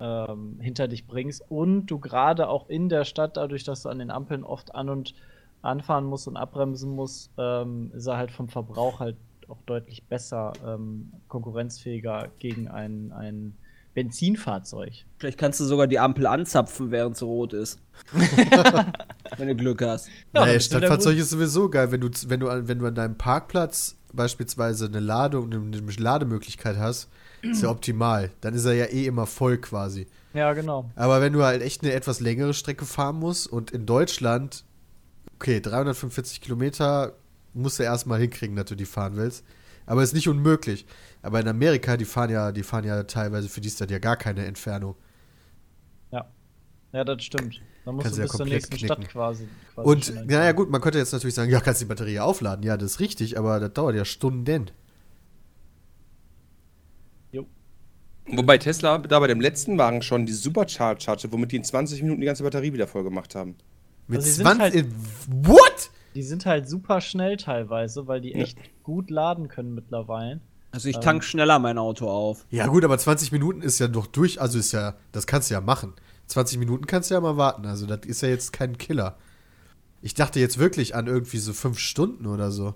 E: ähm, hinter dich bringst und du gerade auch in der Stadt, dadurch, dass du an den Ampeln oft an und anfahren musst und abbremsen musst, ähm, ist er halt vom Verbrauch halt auch deutlich besser ähm, konkurrenzfähiger gegen ein, ein Benzinfahrzeug.
C: Vielleicht kannst du sogar die Ampel anzapfen, während sie rot ist. Wenn du Glück hast.
E: Ja,
A: naja,
E: das ist wieder
A: Stadtfahrzeug
E: gut.
A: ist sowieso geil, wenn du, wenn du, an- wenn du an deinem Parkplatz beispielsweise eine Ladung, eine, eine Lademöglichkeit hast, ist ja optimal. Dann ist er ja eh immer voll quasi.
E: Ja, genau.
A: Aber wenn du halt echt eine etwas längere Strecke fahren musst und in Deutschland, okay, 345 Kilometer musst du erstmal hinkriegen, dass du die fahren willst. Aber ist nicht unmöglich. Aber in Amerika, die fahren ja, die fahren ja teilweise, für die ist das ja gar keine Entfernung.
E: Ja. Ja, das stimmt. Dann musst
A: Kannst
E: du
A: ja
E: bis zur
A: komplett
E: nächsten
A: knicken.
E: Stadt quasi. quasi
A: Und,
E: schnell
A: naja,
E: fahren.
A: gut, man könnte jetzt natürlich sagen, ja, kannst die Batterie aufladen. Ja, das ist richtig, aber das dauert ja Stunden.
E: Also
D: Wobei Tesla da bei dem letzten Wagen schon die Supercharge hatte, womit die in 20 Minuten die ganze Batterie wieder voll gemacht haben.
A: Mit
E: Also sie sind
A: 20.
E: halt-
A: in- what?
E: Die sind halt super schnell teilweise, weil die echt gut laden können mittlerweile.
C: Also
E: Ähm.
C: ich tank schneller mein Auto auf.
A: Ja, gut, aber 20 Minuten ist ja doch durch. Also ist ja, das kannst du ja machen. 20 Minuten kannst du ja mal warten. Also, das ist ja jetzt kein Killer. Ich dachte jetzt wirklich an irgendwie so 5 Stunden oder so.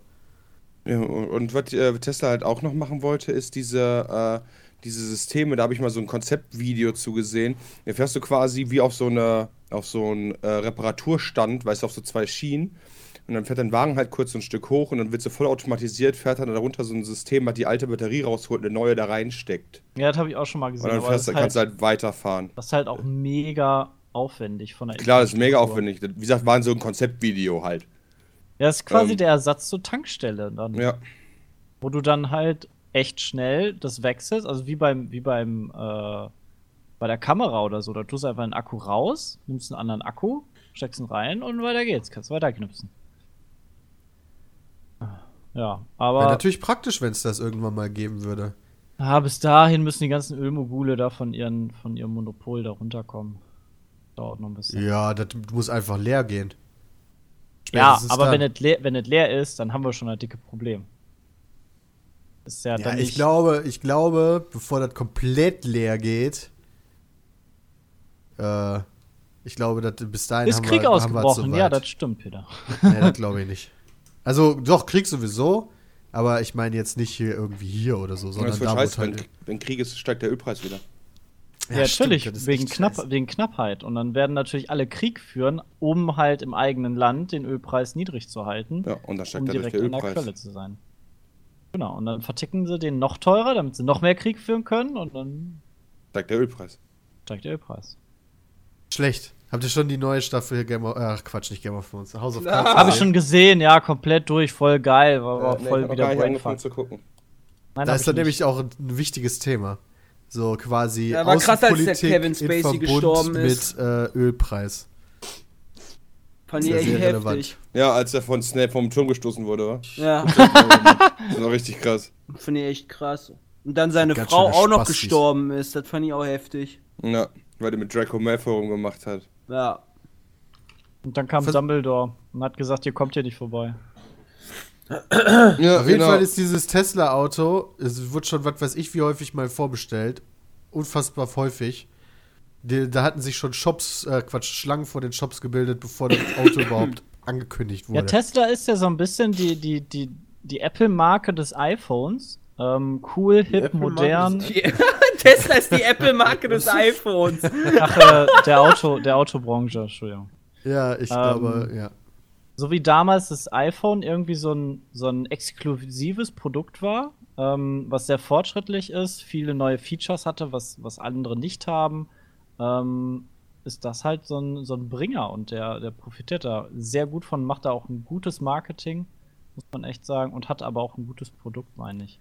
D: Ja, und was äh, Tesla halt auch noch machen wollte, ist diese, äh, diese Systeme, da habe ich mal so ein Konzeptvideo zu gesehen. Da fährst du quasi wie auf so eine, auf so einen äh, Reparaturstand, weißt du, auf so zwei Schienen. Und dann fährt dein Wagen halt kurz so ein Stück hoch und dann wird so voll automatisiert, fährt dann darunter so ein System, was die alte Batterie rausholt und eine neue da reinsteckt.
E: Ja, das habe ich auch schon mal
D: Und
E: gesehen.
D: dann
E: aber
D: fährst, du-
E: das, ist halt,
D: kannst du halt weiterfahren.
E: das ist halt auch mega aufwendig von der
D: Klar, das ist mega
E: Infrastruktur.
D: aufwendig. Wie gesagt, war so ein Konzeptvideo halt.
E: Ja, das ist quasi
D: Ähm.
E: der Ersatz zur Tankstelle dann. ne?
D: Ja.
E: Wo du dann halt echt schnell das wechselst, also wie beim, wie beim äh, bei der Kamera oder so. Da tust du einfach einen Akku raus, nimmst einen anderen Akku, steckst ihn rein und weiter geht's. Kannst weiterknipsen. Ja,
A: Wäre
E: aber
A: natürlich praktisch, wenn es das irgendwann mal geben würde.
E: Ah, bis dahin müssen die ganzen Ölmogule da von, ihren, von ihrem Monopol da runterkommen. Dauert noch ein bisschen.
A: Ja, das muss einfach leer gehen.
E: Ja,
A: Spätestens
E: aber
A: dann.
E: wenn es, leer, wenn es leer ist, dann haben wir schon ein dickes Problem. Ist ja,
A: Ja,
E: dann
A: ich
E: nicht-
A: glaube, ich glaube, bevor das komplett leer geht, äh, ich glaube, dass bis dahin
E: Ist
A: haben
E: Krieg
A: wir, Haben
E: ausgebrochen,
A: wir
E: ja,
A: das
E: das stimmt, Peter.
A: Nee, das glaube ich nicht. Also doch, Krieg sowieso, aber ich meine jetzt nicht hier irgendwie hier oder so,
D: Und das
A: sondern
D: ist voll
A: da wo es
D: scheiße, wenn,
A: halt.
D: wenn Krieg ist, steigt der Ölpreis wieder.
E: Ja, natürlich,
A: stimmt, das ist
E: wegen,
A: echt
E: Knapp,
A: scheiße.
E: wegen Knappheit. Und dann werden natürlich alle Krieg führen, um halt im eigenen Land den Ölpreis niedrig zu halten,
D: Ja, und dann steigt
E: um
D: dadurch
E: direkt
D: der
E: an der
D: Ölpreis.
E: Quelle zu sein. Genau, und dann verticken sie den noch teurer, damit sie noch mehr Krieg führen können und dann
D: Steigt der Ölpreis.
E: steigt der Ölpreis.
A: Schlecht. Habt ihr schon die neue Staffel Game of Ach Quatsch, nicht Game of Thrones. House of Cards.
E: Habe ich schon gesehen, ja, komplett durch, voll geil, war, war
D: Ah. Äh, nee, ich
E: voll
D: hab noch
E: wieder
D: gar nicht angefangen
E: Brainfuck.
D: zu gucken.
E: Nein,
A: Da
E: hab
A: ist
E: ich
A: dann
E: nicht.
A: nämlich auch ein wichtiges Thema. So quasi
C: Ja, war krass, als der
A: Außenpolitik
C: Kevin
A: in
C: Spacey
A: Verbund
C: gestorben ist.
A: mit äh, Ölpreis.
C: Fand ich
A: Sehr,
C: echt
A: sehr
C: heftig.
D: Ja, als er von Snape vom Turm gestoßen wurde, wa?
C: Ja,
D: Das war richtig krass.
C: fand ich echt krass. Und dann seine
A: Ganz
C: Frau
A: schöne
C: auch noch
A: Spastis.
C: gestorben ist. Das fand ich auch heftig.
D: Ja, weil er mit Draco Malfoy rumgemacht hat.
C: Ja.
E: Und dann kam
A: Vers-
E: Dumbledore und hat gesagt, ihr kommt hier nicht vorbei.
D: Ja, genau.
A: Auf jeden Fall ist dieses Tesla-Auto, es wird schon, was weiß ich, wie häufig mal vorbestellt. Unfassbar häufig. Die, da hatten sich schon Shops, äh, Quatsch, Schlangen vor den Shops gebildet, bevor das Auto überhaupt angekündigt
E: Ja,
A: wurde.
E: Tesla ist ja so ein bisschen die, die, die, die Apple-Marke des iPhones. Ähm, cool, hip,
F: Apple-Marke
E: modern.
F: des-
C: Die- Tesla ist die Apple-Marke des iPhones.
E: Ach, äh, der, Auto, der Autobranche, Entschuldigung.
A: ja, ich
E: Ähm,
A: glaube, ja.
E: So wie damals das iPhone irgendwie so ein, so ein exklusives Produkt war, ähm, was sehr fortschrittlich ist, viele neue Features hatte, was, was andere nicht haben, ähm, ist das halt so ein, so ein Bringer und der, der profitiert da sehr gut von, macht da auch ein gutes Marketing, muss man echt sagen, und hat aber auch ein gutes Produkt, meine ich.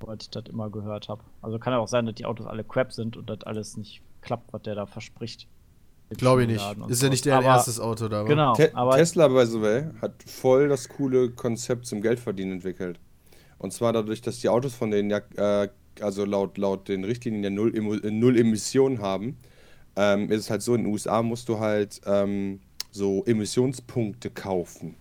E: Soweit ich das immer gehört habe. Also kann ja auch sein, dass die Autos alle crap sind und das alles nicht klappt, was der da verspricht.
A: Glaube ich nicht.
E: Und
A: Ist ja
E: so.
A: nicht deren
E: Aber-
A: erstes Auto da. aber-
E: Genau,
D: Te
E: aber
D: Tesla, by the way, hat voll das coole Konzept zum Geldverdienen entwickelt. Und zwar dadurch, dass die Autos von denen ja, äh, also laut, laut den Richtlinien ja null, Emo- äh, null Emissionen haben, ähm, ist es halt so, in den USA musst du halt ähm, so Emissionspunkte kaufen.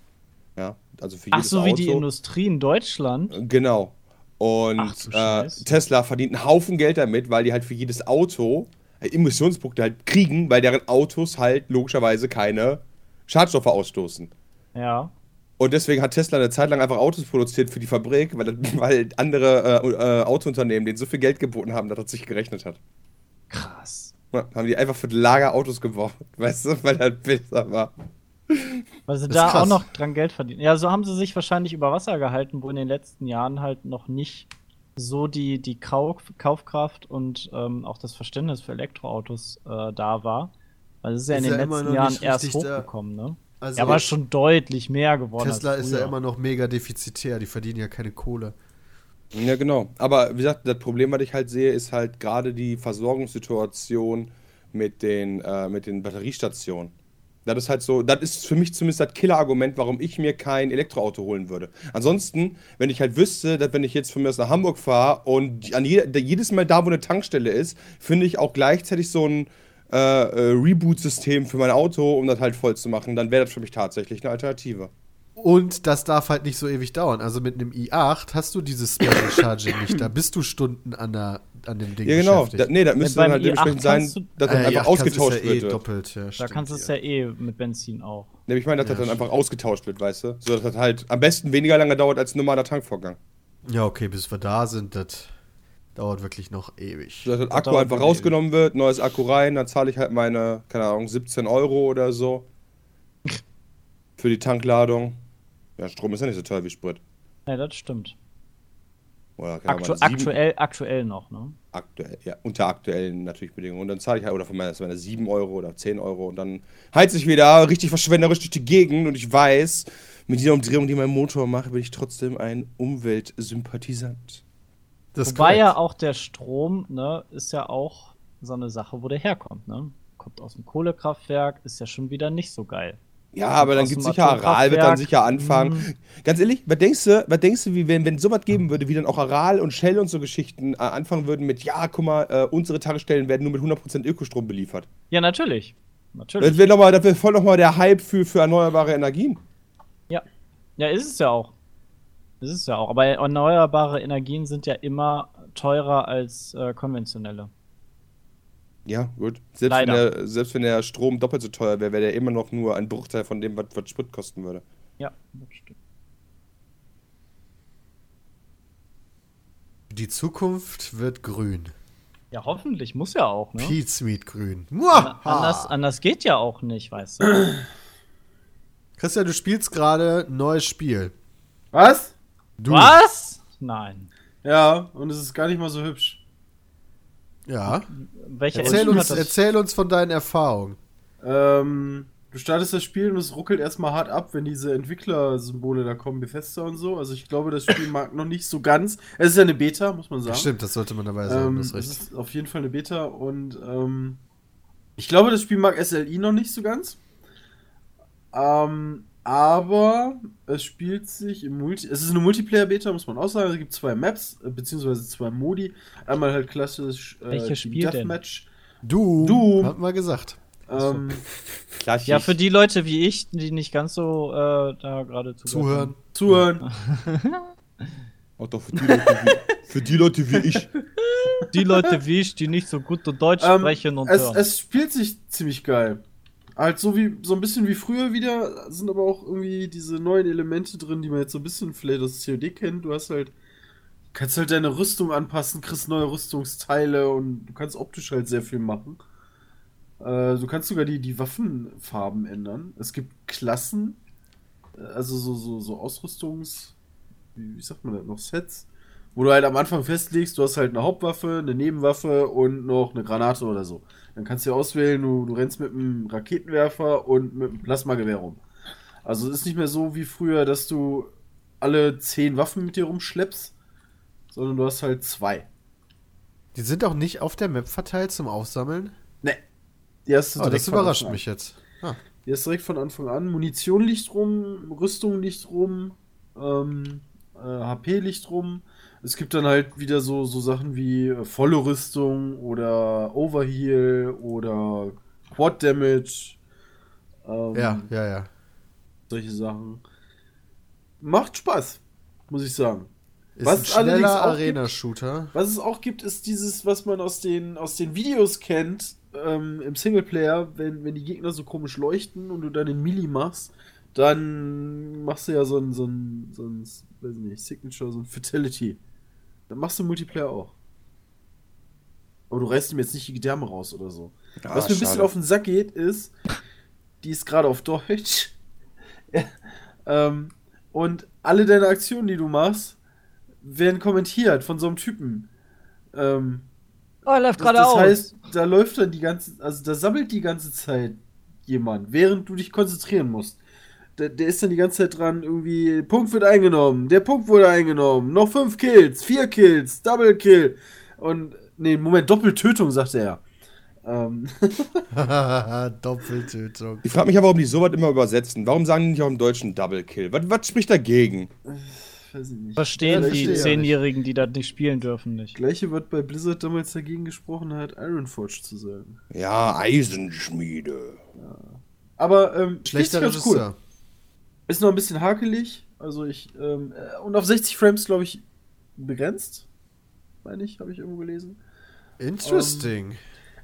D: Ja, also für
E: Ach
D: jedes
E: so,
D: Auto.
E: wie die Industrie in Deutschland.
D: Genau.
E: Ach
D: Und
E: du
D: äh,
E: Scheiße.
D: Tesla verdient einen Haufen Geld damit, weil die halt für jedes Auto äh, Emissionspunkte halt kriegen, weil deren Autos halt logischerweise keine Schadstoffe ausstoßen.
E: Ja.
D: Und deswegen hat Tesla eine Zeit lang einfach Autos produziert für die Fabrik, weil, weil andere äh, äh, Autounternehmen denen so viel Geld geboten haben, dass das sich gerechnet hat.
E: Krass.
D: Ja, haben die einfach für das Lager Autos gebaut, weißt du, weil das besser war.
E: Weil sie
A: Das ist
E: da
A: krass.
E: auch noch dran Geld verdienen. Ja, so haben sie sich wahrscheinlich über Wasser gehalten, wo in den letzten Jahren halt noch nicht so die, die Kauf Kaufkraft und ähm, auch das Verständnis für Elektroautos äh, da war. Weil es ist ja in
A: Ist
E: den
A: ja immer
E: letzten
A: noch
E: Jahren
A: nicht
E: erst
A: richtig da.
E: hochgekommen, ne?
A: Also
E: ja, aber schon deutlich mehr geworden.
A: Tesla
E: als
A: ist ja
E: früher.
A: immer noch mega defizitär. Die verdienen ja keine Kohle.
D: Ja, genau. Aber wie gesagt, das Problem, was ich halt sehe, ist halt gerade die Versorgungssituation mit den, äh, mit den Batteriestationen. Das ist halt so, das ist für mich zumindest das Killer-Argument, warum ich mir kein Elektroauto holen würde. Ansonsten, wenn ich halt wüsste, dass wenn ich jetzt von mir aus nach Hamburg fahre und an je, jedes Mal da, wo eine Tankstelle ist, finde ich auch gleichzeitig so ein äh, äh, Reboot-System für mein Auto, um das halt voll zu machen, dann wäre das für mich tatsächlich eine Alternative.
A: Und das darf halt nicht so ewig dauern. Also mit einem i8 hast du dieses Special Charging nicht. Da bist du Stunden an, der, an dem Ding
D: Ja, genau. Da,
A: beschäftigt.
D: nee, das müsste
E: beim
D: dann halt
E: i8
D: dementsprechend sein,
E: kannst du-
D: dass das
A: Äh, i8
D: einfach
A: E kannst- ist
D: ausgetauscht
A: ja eh
D: wird.
A: doppelt, ja,
E: Da
A: stimmt,
E: kannst du es
A: ja.
E: ja eh mit Benzin auch.
D: Ne, ich meine, dass das dann einfach ausgetauscht wird, weißt du? So dass das halt am besten weniger lange dauert als ein normaler Tankvorgang.
A: Ja, okay, bis wir da sind, das dauert wirklich noch ewig.
D: So dass das Akku
E: dauert
D: einfach
E: wohl
D: rausgenommen wird, neues Akku rein, dann zahle ich halt meine, keine Ahnung, 17 Euro oder so. Für die Tankladung. Ja, Strom ist ja nicht so teuer wie Sprit.
E: Ja, das stimmt.
D: Oder, keine Ahnung,
E: Aktu
D: meine sieben-
E: aktuell, aktuell noch, ne?
D: aktuell, ja, unter aktuellen natürlich Bedingungen. Und dann zahle ich halt, oder von meiner, meiner 7 Euro oder 10 Euro und dann heiz ich wieder richtig verschwenderisch durch die Gegend und ich weiß, mit dieser Umdrehung, die mein Motor macht, bin ich trotzdem ein Umweltsympathisant.
A: Das ist
E: Wobei ja
A: korrekt.
E: auch der Strom, ne, ist ja auch so eine Sache, wo der herkommt, ne? Kommt aus dem Kohlekraftwerk, ist ja schon wieder nicht so geil.
D: Ja, aber dann
E: Aus dem
D: gibt es sicher Aral, wird dann
E: Atomkraftwerk.
D: sicher anfangen.
E: Mhm.
D: Ganz ehrlich, was denkst du, was denkst du, wie wenn, wenn sowas geben würde, wie dann auch Aral und Shell und so Geschichten äh, anfangen würden mit, ja, guck mal, äh, unsere Tankstellen werden nur mit 100% Ökostrom beliefert.
E: Ja, natürlich. Natürlich.
D: Das wäre nochmal, das wäre voll nochmal der Hype für, für erneuerbare Energien.
E: Ja. Ja, ist es ja auch. Ist es ja auch. Aber erneuerbare Energien sind ja immer teurer als äh, konventionelle.
D: Ja, gut. Selbst wenn,
E: Leider.
D: der, selbst wenn der Strom doppelt so teuer wäre, wäre der immer noch nur ein Bruchteil von dem, was, was Sprit kosten würde.
E: Ja, das stimmt.
A: Die Zukunft wird grün.
E: Ja, hoffentlich, muss ja auch, ne?
A: Pizmeat grün.
E: Na, Anders, anders geht ja auch nicht, weißt du.
A: Christian, du spielst gerade ein neues Spiel.
F: Was?
A: Du.
E: Was? Nein.
F: Ja, und es ist gar nicht mal so hübsch.
A: Ja.
E: Welche
A: Erzähl
E: Engine
A: uns,
E: hat das-
A: erzähl uns von deinen Erfahrungen.
F: Ähm, du startest das Spiel und es ruckelt erstmal hart ab, wenn diese Entwicklersymbole da kommen, Bethesda und so. Also ich glaube, das Spiel mag noch nicht so ganz. Es ist ja eine Beta, muss man sagen.
A: Stimmt, das sollte man dabei sagen.
F: Ähm,
A: Also, das ist
F: es
A: richtig.
F: ist auf jeden Fall eine Beta und ähm, ich glaube, das Spiel mag SLI noch nicht so ganz. Ähm, aber es spielt sich im Multi. Es ist eine Multiplayer-Beta, muss man auch sagen. Es gibt zwei Maps, äh, beziehungsweise zwei Modi. Einmal halt klassisch äh,
E: Welches
F: Team
E: Spiel denn?
F: Deathmatch.
A: Du,
F: Du.
A: hat mal gesagt.
F: Ähm,
D: Klar,
E: Ja, für die Leute wie ich, die nicht ganz so äh, da gerade
A: Zuhören.
F: Zuhören.
D: Auch Oh, doch für die Leute wie, für die Leute wie ich.
E: sind. Die Leute wie ich, die nicht so gut Deutsch
F: Ähm,
E: sprechen und
F: es,
E: hören.
F: es spielt sich ziemlich geil. Halt so wie so ein bisschen wie früher wieder, sind aber auch irgendwie diese neuen Elemente drin, die man jetzt so ein bisschen vielleicht aus COD kennt. Du hast halt, kannst halt deine Rüstung anpassen, kriegst neue Rüstungsteile und du kannst optisch halt sehr viel machen. Äh, du kannst sogar die, die Waffenfarben ändern. Es gibt Klassen, äh, also so, so, so Ausrüstungs, wie, wie sagt man das noch, Sets, Wo du halt am Anfang festlegst, du hast halt eine Hauptwaffe, eine Nebenwaffe und noch eine Granate oder so. Dann kannst du ja auswählen, du, du rennst mit einem Raketenwerfer und mit einem Plasmagewehr rum. Also es ist nicht mehr so wie früher, dass du alle zehn Waffen mit dir rumschleppst, sondern du hast halt zwei.
A: Die sind auch nicht auf der Map verteilt zum Aufsammeln.
F: Ne. Die hast du
A: Oh,
F: direkt
A: das
F: von
A: überrascht
F: Anfang
A: mich jetzt. Ah,
F: an. Die hast du direkt von Anfang an. Munition liegt rum, Rüstung liegt rum, ähm, äh, HP liegt rum. Es gibt dann halt wieder so, so Sachen wie äh, volle Rüstung oder Overheal oder Quad Damage. Ähm,
A: ja, ja, ja.
F: Solche Sachen. Macht Spaß, muss ich sagen.
A: Ist
F: Was
A: ein
F: allerdings
A: schneller
F: auch gibt-
A: Arena-Shooter.
F: Was es auch gibt, ist dieses, was man aus den, aus den Videos kennt, ähm, im Singleplayer, wenn, wenn die Gegner so komisch leuchten und du dann den Melee machst, dann machst du ja so ein, so ein, so ein weiß nicht, Signature, so ein Fatality. Dann machst du Multiplayer auch. Aber du reißt ihm jetzt nicht die Gedärme raus oder so.
D: Ah,
F: Was mir ein bisschen
D: schade.
F: auf den Sack geht, ist, die ist gerade auf Deutsch. ähm, und alle deine Aktionen, die du machst, werden kommentiert von so einem Typen. Ähm,
E: Oh, läuft
F: das
E: geradeaus.
F: das heißt, da läuft dann die ganze, also da sammelt die ganze Zeit jemand, während du dich konzentrieren musst. Der, der ist dann die ganze Zeit dran, irgendwie, Punkt wird eingenommen, der Punkt wurde eingenommen, noch fünf Kills, vier Kills, Double Kill. Und, nee, Moment, Doppeltötung, sagt er. Ähm,
A: Hahaha, Doppeltötung.
D: Ich frage mich aber, warum die sowas immer übersetzen. Warum sagen die nicht auch im Deutschen Double Kill? Was, was spricht dagegen?
F: weiß ich nicht. Genau.
E: Verstehen
A: Ja, das
E: die
A: verstehe ich auch
E: Zehnjährigen, die das nicht spielen dürfen, nicht.
F: Gleiche, was bei Blizzard damals dagegen gesprochen hat, Ironforge zu sagen.
D: Ja, Eisenschmiede.
F: Aber ähm,
A: Schlechter
F: ist ganz cool.
A: Regisseur.
F: Ist noch ein bisschen hakelig. Also ich, ähm, äh, und auf 60 Frames, glaube ich, begrenzt. Meine ich, habe ich irgendwo gelesen. Ähm,
A: Interesting.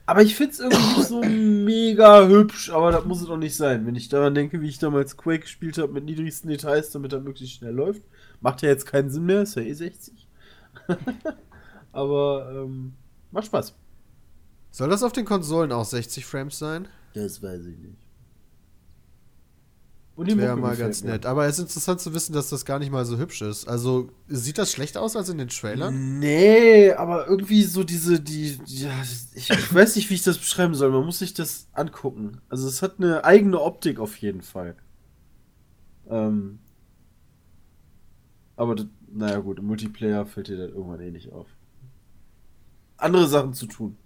F: Aber ich finde es irgendwie nicht so mega hübsch, aber das muss es auch nicht sein. Wenn ich daran denke, wie ich damals Quake gespielt habe mit niedrigsten Details, damit er möglichst schnell läuft. Macht ja jetzt keinen Sinn mehr, ist ja eh 60. aber ähm, macht Spaß.
A: Soll das auf den Konsolen auch 60 Frames sein?
F: Das weiß ich nicht. Und die
A: Wäre
F: Mucke
A: mal
F: gefällt
A: ganz
F: mir.
A: nett. Aber es ist interessant zu wissen, dass das gar nicht mal so hübsch ist. Also, sieht das schlecht aus als in den
F: Mhm.
A: Trailern?
F: Nee, aber irgendwie so diese, die, die- ja, ich, ich weiß nicht, wie ich das beschreiben soll. Man muss sich das angucken. Also es hat eine eigene Optik auf jeden Fall. Ähm, aber das, naja gut, im Multiplayer fällt dir das irgendwann eh nicht auf. Andere Sachen zu tun.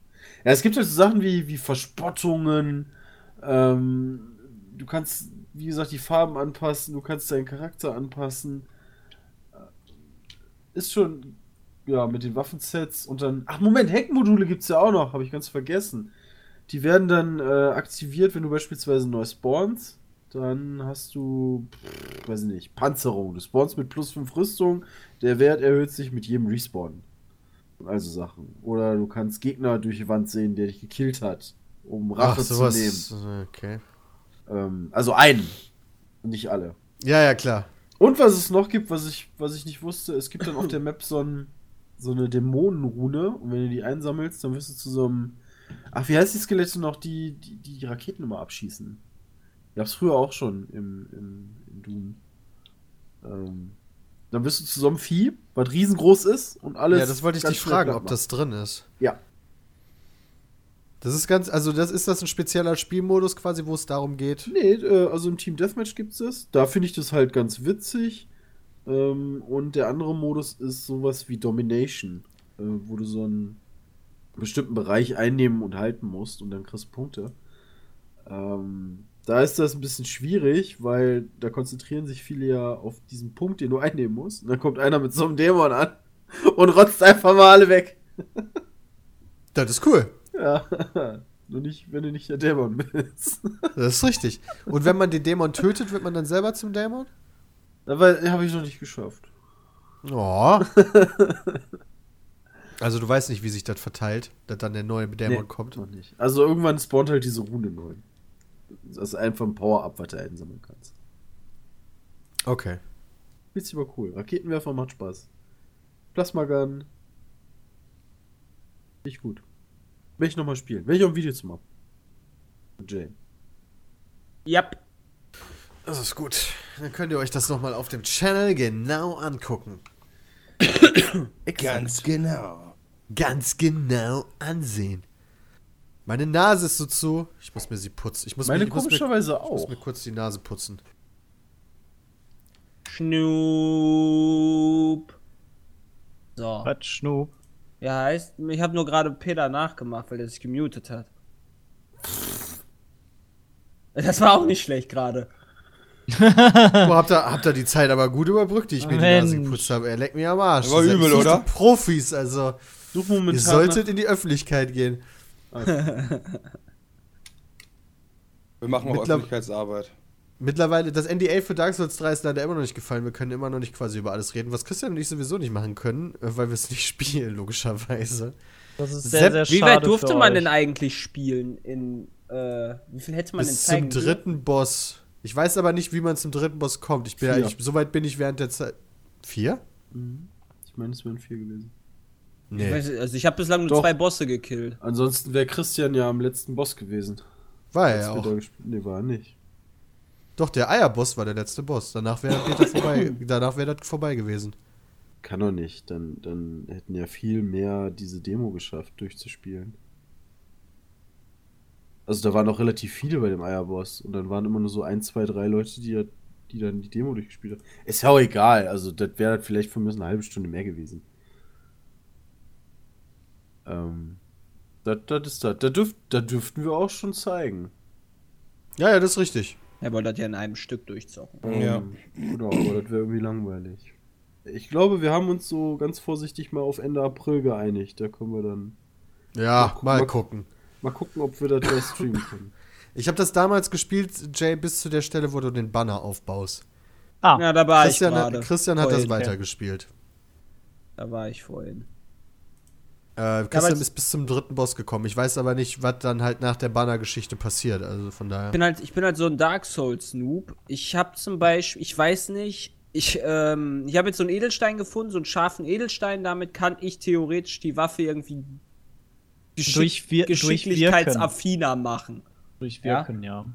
F: Ja, es gibt halt so Sachen wie, wie Verspottungen. Ähm, du kannst, wie gesagt, die Farben anpassen. Du kannst deinen Charakter anpassen. Äh, Ist schon ja, mit den Waffensets und dann. Ach, Moment, Heckmodule gibt's ja auch noch, habe ich ganz vergessen. Die werden dann äh, aktiviert, wenn du beispielsweise neu spawnst. Dann hast du, pff, weiß ich nicht, Panzerung. Du spawnst mit plus 5 Rüstung, der Wert erhöht sich mit jedem Respawn. Und Also Sachen. Oder du kannst Gegner durch die Wand sehen, der dich gekillt hat, um Rache zu nehmen.
A: Okay.
F: Ähm, also einen. Nicht alle.
A: Ja, ja, klar.
F: Und was es noch gibt, was ich, was ich nicht wusste, es gibt dann auf der Map so, ein, so eine Dämonenrune und wenn du die einsammelst, dann wirst du zu so einem. Ach, wie heißt die Skelette noch, die die, die, die Raketen immer abschießen? Gab's früher auch schon im, im, im Doom. Ähm, dann wirst du zu so einem Vieh, was riesengroß ist und alles.
A: ja, das wollte ich
F: ganz
A: dich
F: schnell
A: fragen,
F: platt
A: ob das drin ist.
F: macht. Ja,
A: Das ist ganz, also das ist das ein spezieller Spielmodus quasi, wo es darum geht.
F: Nee, äh, also im Team Deathmatch gibt's das. Da finde ich das halt ganz witzig. Ähm, und der andere Modus ist sowas wie Domination, äh, wo du so einen bestimmten Bereich einnehmen und halten musst und dann kriegst du Punkte. Ähm, da ist das ein bisschen schwierig, weil da konzentrieren sich viele ja auf diesen Punkt, den du einnehmen musst. Und dann kommt einer mit so einem Dämon an und rotzt einfach mal alle weg.
A: Das ist cool.
F: Ja. Nur nicht, wenn du nicht der Dämon bist.
A: Das ist richtig. Und wenn man den Dämon tötet, wird man dann selber zum Dämon?
F: Aber habe ich noch nicht geschafft.
A: Oh. Also du weißt nicht, wie sich das verteilt, dass dann der neue Dämon
F: Nee,
A: kommt.
F: Noch nicht. Also irgendwann spawnt halt diese Rune neu. Das ist einfach ein Power-Up, was du einsammeln kannst.
A: Okay.
F: Ist aber cool. Raketenwerfer macht Spaß. Plasmagun. Nicht gut. Will ich nochmal spielen. Will ich auch ein Video zu machen. Mit Jane.
C: Yep.
A: Das ist gut. Dann könnt ihr euch das nochmal auf dem Channel genau angucken.
D: Ganz genau.
A: Ganz genau ansehen. Meine Nase ist so zu. Ich muss mir sie putzen. Ich muss
F: Meine
A: mir, ich muss mir, ich
F: komischerweise
A: muss
F: auch.
A: mir kurz die Nase putzen.
C: Schnup. So.
E: Was, Schnup?
C: Ja, heißt, ich habe nur gerade Peter nachgemacht, weil der sich gemutet hat. Das war auch nicht schlecht gerade.
A: Boah, habt ihr, habt ihr die Zeit aber gut überbrückt, die ich mir die Nase
E: Mensch.
A: geputzt habe. Er leckt mir am Arsch.
D: Aber
A: Ihr seid
D: übel,
A: viel
D: oder?
A: zu Profis, also.
F: Such
A: Ihr
F: momentan.
A: solltet in die Öffentlichkeit gehen.
D: Wir machen auch
A: Mittler-
D: Öffentlichkeitsarbeit.
A: Mittlerweile, das NDA für Dark Souls 3 ist leider immer noch nicht gefallen. Wir können immer noch nicht quasi über alles reden, was Christian und ich sowieso nicht machen können, äh, weil wir es nicht spielen, logischerweise.
E: Das ist
A: Sepp,
E: sehr, sehr schade.
C: Wie weit durfte
E: für
C: man
E: euch.
C: denn eigentlich spielen? In äh, wie viel hätte man
A: Bis
C: denn
A: zum
C: zeigen dürfen?
A: dritten Boss. Ich weiß aber nicht, wie man zum dritten Boss kommt. Ich bin ja,
F: Vier.
A: ich, so weit bin ich während der Zeit. Vier?
F: Mhm. Ich meine, es wären vier gewesen.
C: Ich
A: Nee.
C: weiß- Also ich habe bislang nur
F: Doch.
C: zwei Bosse gekillt.
F: Ansonsten wäre Christian ja am letzten Boss gewesen.
A: War er
F: als
A: ja
F: wir
A: auch.
F: da gespielt- Nee, war er nicht.
A: Doch, der Eierboss war der letzte Boss. Danach wäre Peter vorbei. Danach wäre das vorbei gewesen.
F: Kann doch nicht. Dann, dann hätten ja viel mehr diese Demo geschafft, durchzuspielen. Also da waren noch relativ viele bei dem Eierboss und dann waren immer nur so ein, zwei, drei Leute, die, da- die dann die Demo durchgespielt haben. Ist ja auch egal. Also das wäre dann vielleicht von mir aus eine halbe Stunde mehr gewesen. Ähm, das, das ist das. Da, dürf, da dürften wir auch schon zeigen.
A: Ja, ja, das ist richtig.
C: Er wollte das ja in einem Stück durchzocken.
D: Ja.
F: Genau, aber das wäre irgendwie langweilig. Ich glaube, wir haben uns so ganz vorsichtig mal auf Ende April geeinigt. Da können wir dann
A: Ja,
F: guck-
A: mal
F: mal-
A: gucken.
F: Mal gucken, ob wir das da streamen können.
A: Ich habe das damals gespielt, Jay, bis zu der Stelle, wo du den Banner aufbaust.
E: Ah,
C: Ja, da war
A: Christian,
C: ich
A: hat-
C: gerade.
A: Christian hat das
C: Vorhin.
A: weitergespielt.
C: Da war ich vorhin.
A: Äh, Christian
C: aber-
A: ist bis zum dritten Boss gekommen. Ich weiß aber nicht, was dann halt nach der Banner-Geschichte passiert. Also von daher.
C: Ich bin halt, ich bin halt so ein Dark Souls Noob. Ich habe zum Beispiel, ich weiß nicht, ich, ähm, ich habe jetzt so einen Edelstein gefunden, so einen scharfen Edelstein. Damit kann ich theoretisch die Waffe irgendwie
E: Durchwir- durchwirken.
C: geschicklichkeitsaffiner machen.
E: durchwirken, ja.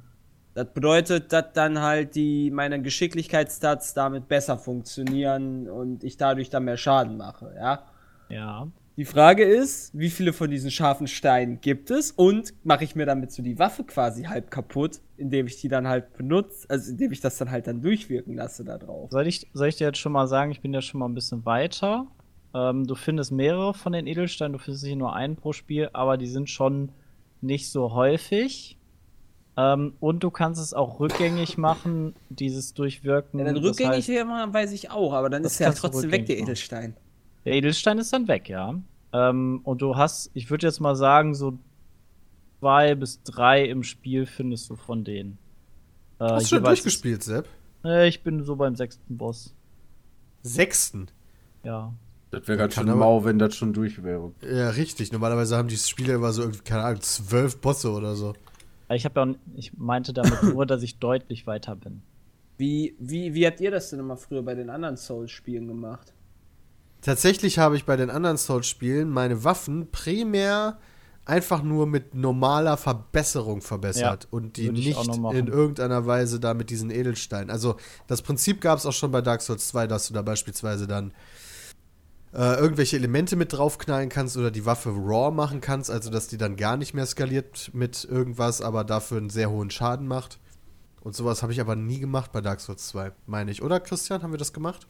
C: Das bedeutet, dass dann halt die meine Geschicklichkeitsstats damit besser funktionieren und ich dadurch dann mehr Schaden mache, ja.
E: Ja.
C: Die Frage ist, wie viele von diesen scharfen Steinen gibt es und mache ich mir damit so die Waffe quasi halb kaputt, indem ich die dann halt benutze, also indem ich das dann halt dann durchwirken lasse da drauf.
E: Soll ich, soll ich dir jetzt schon mal sagen, ich bin ja schon mal ein bisschen weiter. Ähm, du findest mehrere von den Edelsteinen, du findest nicht nur einen pro Spiel, aber die sind schon nicht so häufig. Ähm, und du kannst es auch rückgängig machen, dieses Durchwirken.
C: Ja, dann
E: Das
C: rückgängig
E: heißt,
C: hier machen, weiß ich auch, aber dann
E: Das
C: ist ja
E: kannst du
C: trotzdem weg der
E: rückgängig machen.
C: Edelstein.
E: der Edelstein ist dann weg, ja. Ähm, und du hast, ich würde jetzt mal sagen, so zwei bis drei im Spiel findest du von denen. Äh,
A: Hast du schon
E: jeweils-
A: durchgespielt, Sepp?
E: Äh, ich bin so beim sechsten Boss.
A: Sechsten.
E: Ja.
F: Das wäre ganz
A: Kann
F: schön
A: aber-
F: mau, wenn das schon durch wäre.
A: Ja, richtig. Normalerweise haben die Spieler immer so irgendwie, keine Ahnung, zwölf Bosse oder so.
E: Ich habe ja, ich meinte damit nur, dass ich deutlich weiter bin.
C: Wie, wie, wie habt ihr das denn immer früher bei den anderen Souls-Spielen gemacht?
A: Tatsächlich habe ich bei den anderen Souls-Spielen meine Waffen primär einfach nur mit normaler Verbesserung verbessert
E: Ja,
A: und die
E: würde ich auch
A: nicht
E: noch machen.
A: in irgendeiner Weise da mit diesen Edelsteinen. Also das Prinzip gab es auch schon bei Dark Souls 2, dass du da beispielsweise dann äh, irgendwelche Elemente mit draufknallen kannst oder die Waffe raw machen kannst, also dass die dann gar nicht mehr skaliert mit irgendwas, aber dafür einen sehr hohen Schaden macht. Und sowas habe ich aber nie gemacht bei Dark Souls 2, meine ich. Oder Christian, haben wir das gemacht?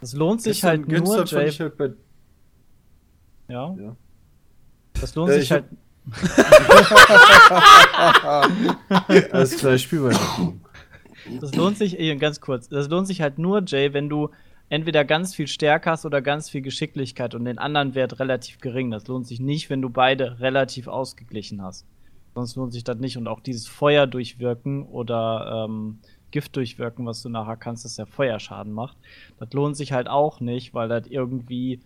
E: Das lohnt sich
F: Gestern-
E: halt nur,
F: gestern fand
E: Jay.
F: ich halt bei
E: ja.
F: Ja.
E: Das lohnt
F: Äh,
E: sich
F: ich
E: halt.
F: alles klar, ich spiel mal.
E: Das lohnt sich, eh, ganz kurz, das lohnt sich halt nur, Jay, wenn du entweder ganz viel Stärke hast oder ganz viel Geschicklichkeit und den anderen Wert relativ gering. Das lohnt sich nicht, wenn du beide relativ ausgeglichen hast. Sonst lohnt sich das nicht. Und auch dieses Feuer durchwirken oder ähm, Gift durchwirken, was du nachher kannst, dass der Feuerschaden macht. Das lohnt sich halt auch nicht, weil das irgendwie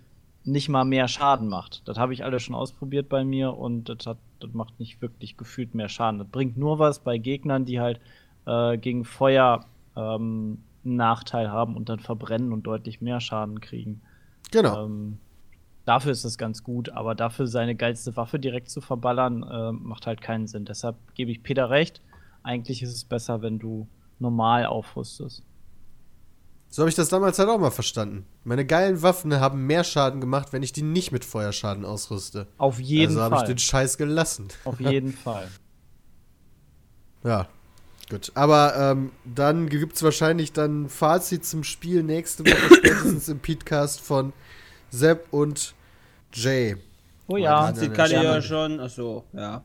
E: nicht mal mehr Schaden macht. Das habe ich alle schon ausprobiert bei mir und das, hat, das macht nicht wirklich gefühlt mehr Schaden. Das bringt nur was bei Gegnern, die halt äh, gegen Feuer ähm, einen Nachteil haben und dann verbrennen und deutlich mehr Schaden kriegen.
A: Genau.
E: Ähm, dafür ist das ganz gut, aber dafür seine geilste Waffe direkt zu verballern, äh, macht halt keinen Sinn. Deshalb gebe ich Peter recht. Eigentlich ist es besser, wenn du normal aufrüstest.
A: So habe ich das damals halt auch mal verstanden. Meine geilen Waffen haben mehr Schaden gemacht, wenn ich die nicht mit Feuerschaden ausrüste.
E: Auf jeden
A: also habe ich
E: Fall.
A: den Scheiß gelassen.
E: Auf jeden Fall.
A: Ja. Gut. Aber ähm, dann gibt es wahrscheinlich dann ein Fazit zum Spiel nächste Woche spätestens im Podcast von Sepp und Jay.
E: Oh ja.
A: Wahnsinn.
C: Fazit kann ich
A: Ja,
C: ja
A: Mann.
C: schon, achso, ja.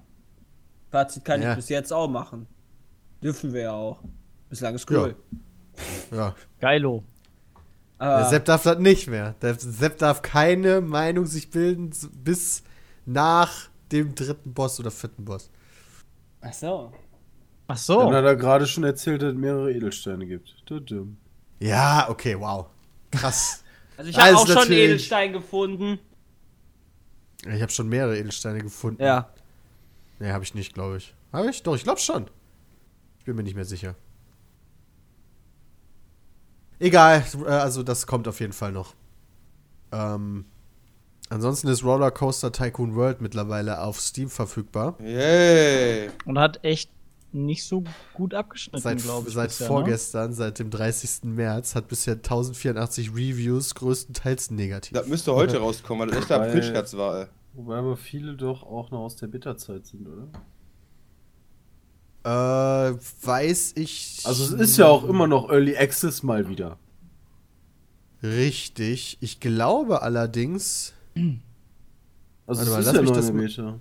C: Fazit kann
A: Ja.
C: ich bis jetzt auch machen. Dürfen wir ja auch. Bislang ist cool.
A: Ja.
E: Geilo.
A: Der
E: Ah.
C: Aber
A: Sepp darf das nicht mehr. Der Sepp darf keine Meinung sich bilden s- bis nach dem dritten Boss oder vierten Boss.
C: achso.
E: Ach
F: Dann
E: so.
F: hat er gerade schon erzählt, dass es mehrere Edelsteine gibt. Tudum.
A: Ja, okay, wow. Krass.
C: Also ich
A: Ah,
C: habe
A: ist
C: auch schon einen
A: natürlich-
C: Edelstein gefunden.
A: ich habe schon mehrere Edelsteine gefunden.
C: Ja.
A: Nee, habe ich nicht, glaube ich. Habe ich? Doch, ich glaube schon. Ich bin mir nicht mehr sicher. Egal, äh, also das kommt auf jeden Fall noch. Ähm, ansonsten ist Rollercoaster Tycoon World mittlerweile auf Steam verfügbar.
D: Yay.
E: Und hat echt nicht so gut abgeschnitten,
A: Seit,
E: glaube ich.
A: seit
F: ne?
E: bisher, ne?
A: vorgestern, seit dem 30. März, hat bisher 1084 Reviews, größtenteils negativ.
D: Das müsste heute rauskommen, weil das echt am
F: Weil-
D: Kühlschatz war, ey.
F: Wobei aber viele doch auch noch aus der Bitterzeit sind, oder?
A: Äh, weiß ich.
F: Also es ist ja auch immer noch Early Access mal wieder.
A: Richtig. Ich glaube allerdings.
F: Also
A: Warte mal,
F: es
A: lass
F: ist ja
A: mich
F: noch
A: das
F: eine
A: mal-
F: Beta.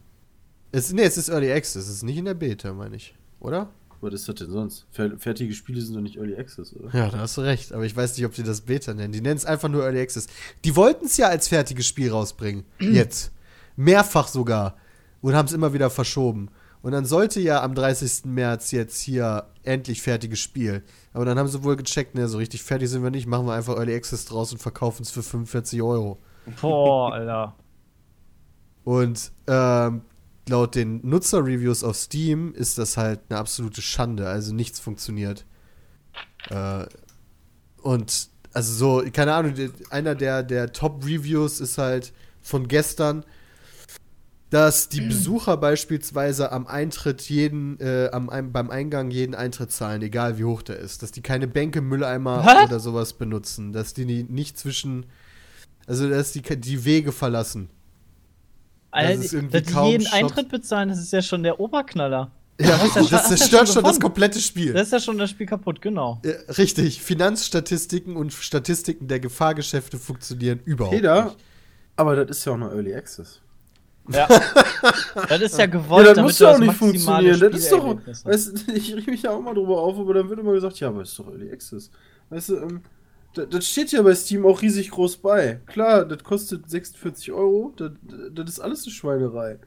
A: Es, nee, es ist Early Access, es ist nicht in der Beta, meine ich. Oder?
F: Was ist das denn sonst? Fer- Fertige Spiele sind doch nicht Early Access, oder?
A: Ja, da hast du recht. Aber ich weiß nicht, ob die das Beta nennen. Die nennen es einfach nur Early Access. Die wollten es ja als fertiges Spiel rausbringen. Jetzt. Mehrfach sogar. Und haben es immer wieder verschoben. Und dann sollte ja am 30. März jetzt hier endlich fertiges Spiel. Aber dann haben sie wohl gecheckt, ne, so richtig fertig sind wir nicht, machen wir einfach Early Access draus und verkaufen es für 45 Euro.
E: Ne? Boah, Alter.
A: Und ähm, laut den Nutzer-Reviews auf Steam ist das halt eine absolute Schande. Also nichts funktioniert. Äh, und also so, keine Ahnung, die- einer der, der Top-Reviews ist halt von gestern, dass die Besucher beispielsweise am Eintritt jeden, äh, am, Ein- beim Eingang jeden Eintritt zahlen, egal wie hoch der ist. Dass die keine Bänke, Mülleimer
E: Hä?
A: oder sowas benutzen. Dass die nie- nicht zwischen, also dass die ke- die Wege verlassen.
E: Alter,
A: ist irgendwie
E: dass die
A: kaum
E: jeden
A: Shop-
E: Eintritt bezahlen, das ist ja schon der Oberknaller.
A: Ja,
E: Hast du
A: das,
E: schon- hast du
A: zerstört schon
E: schon
A: das
E: gewonnen?
A: komplette Spiel.
E: Das ist ja schon das Spiel kaputt, genau.
A: Äh, richtig, Finanzstatistiken und Statistiken der Gefahrgeschäfte funktionieren überhaupt.
F: Peter, aber das ist ja auch noch Early Access.
E: Ja. das ist ja gewollt,
F: Ja, das
E: damit
F: muss
E: du
F: ja auch
A: also
E: das
F: nicht
E: maximale
F: funktionieren. Das ist doch,
E: Spielergebnis hast.
F: weißt, du, ich rieche mich ja auch mal drüber auf, aber dann wird immer gesagt, ja, aber ist doch Early Access. Weißt du, ähm, das, das steht ja bei Steam auch riesig groß bei. Klar, das kostet 46 Euro, das, das ist alles eine Schweinerei.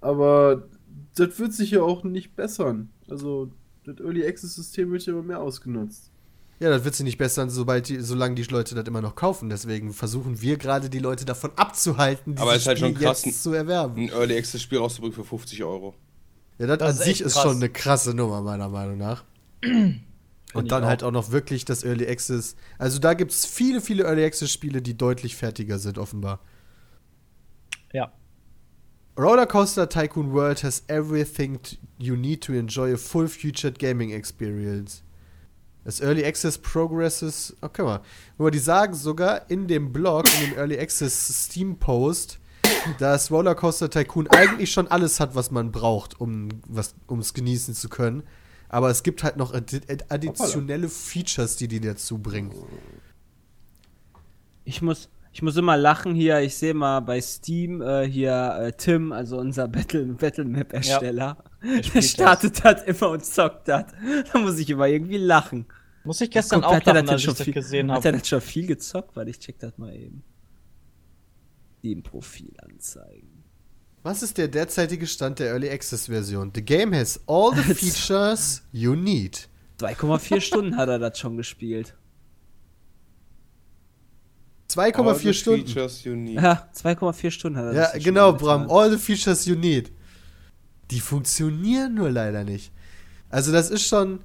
F: Aber das wird sich ja auch nicht bessern. Also, das Early Access-System wird ja immer mehr ausgenutzt.
A: Ja, das wird sie nicht bessern, sobald die, solange die Leute das immer noch kaufen. Deswegen versuchen wir gerade die Leute davon abzuhalten, dieses
D: Aber ist halt schon
A: Spiel
D: krass,
A: jetzt zu erwerben.
D: Ein Early Access Spiel rauszubringen für 50 Euro.
A: Ja, das,
E: Das
A: an
E: ist
A: sich
E: echt
A: ist
E: krass.
A: schon eine krasse Nummer, meiner Meinung nach. Und dann halt auch noch wirklich das Early Access. Also da gibt es viele, viele Early Access-Spiele, die deutlich fertiger sind, offenbar.
E: Ja.
A: Rollercoaster Tycoon World has everything t- you need to enjoy a full featured gaming experience. Das Early Access progresses. Oh, guck mal. Aber die sagen sogar in dem Blog, in dem Early Access Steam Post, dass Rollercoaster Tycoon eigentlich schon alles hat, was man braucht, um es genießen zu können. Aber es gibt halt noch addi add- additionelle Features, die die dazu bringen.
C: Ich muss, ich muss immer lachen hier. Ich sehe mal bei Steam äh, hier äh, Tim, also unser Battle, Battle Map Ersteller. Der
E: spielt
C: startet das immer und zockt das. Da muss ich immer irgendwie lachen.
E: Muss ich gestern
C: Guck,
E: auch
C: hat er
E: daran,
C: das jetzt
E: dass ich
C: schon
E: das
C: viel,
E: gesehen
C: Hat er
E: habe.
C: das schon viel gezockt? Warte, ich check das mal eben. Steam Profil anzeigen.
A: Was ist der derzeitige Stand der Early Access Version? The game has all the features you need.
C: 2,4 Stunden hat er das schon gespielt.
A: 2,4 Stunden.
D: Features you need.
C: Ja, 2,4 Stunden hat er
A: Ja,
C: das schon
A: genau,
C: getan.
A: Bram. All the features you need. Die funktionieren nur leider nicht. Also, das ist schon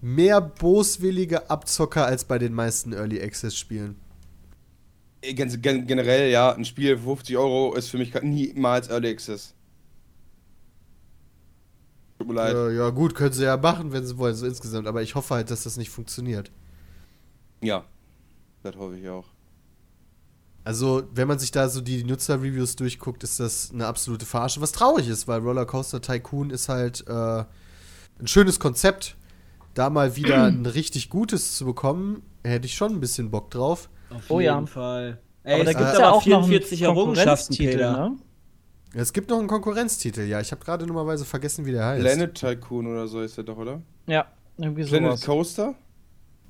A: mehr boswillige Abzocker als bei den meisten Early Access Spielen.
D: Äh, Ganz, gen- generell, ja, ein Spiel für 50 Euro ist für mich ka- niemals Early Access. Tut mir leid.
A: Äh, ja, gut, können sie ja machen, wenn sie wollen, so insgesamt. Aber ich hoffe halt, dass das nicht funktioniert.
D: Ja. Das hoffe ich auch.
A: Also, wenn man sich da so die Nutzer-Reviews durchguckt, ist das eine absolute Verarsche. Was traurig ist, weil Rollercoaster Tycoon ist halt äh, ein schönes Konzept. Da mal wieder ein richtig gutes zu bekommen, hätte ich schon ein bisschen Bock drauf.
C: Auf
E: Oh
C: jeden
E: ja.
C: Fall. Ey,
E: da
C: es
E: gibt's
C: gibt aber
E: noch einen
C: 44 Errungenschaften,
E: Konkurrenztitel,
C: Peter.
E: ne?
A: Es gibt noch einen Konkurrenztitel, ja. Ich habe gerade nummerweise vergessen, wie der heißt.
D: Planet Tycoon oder so ist der doch, oder?
C: ne?
E: Ja, irgendwie
D: Planet
E: sowas.
D: Coaster?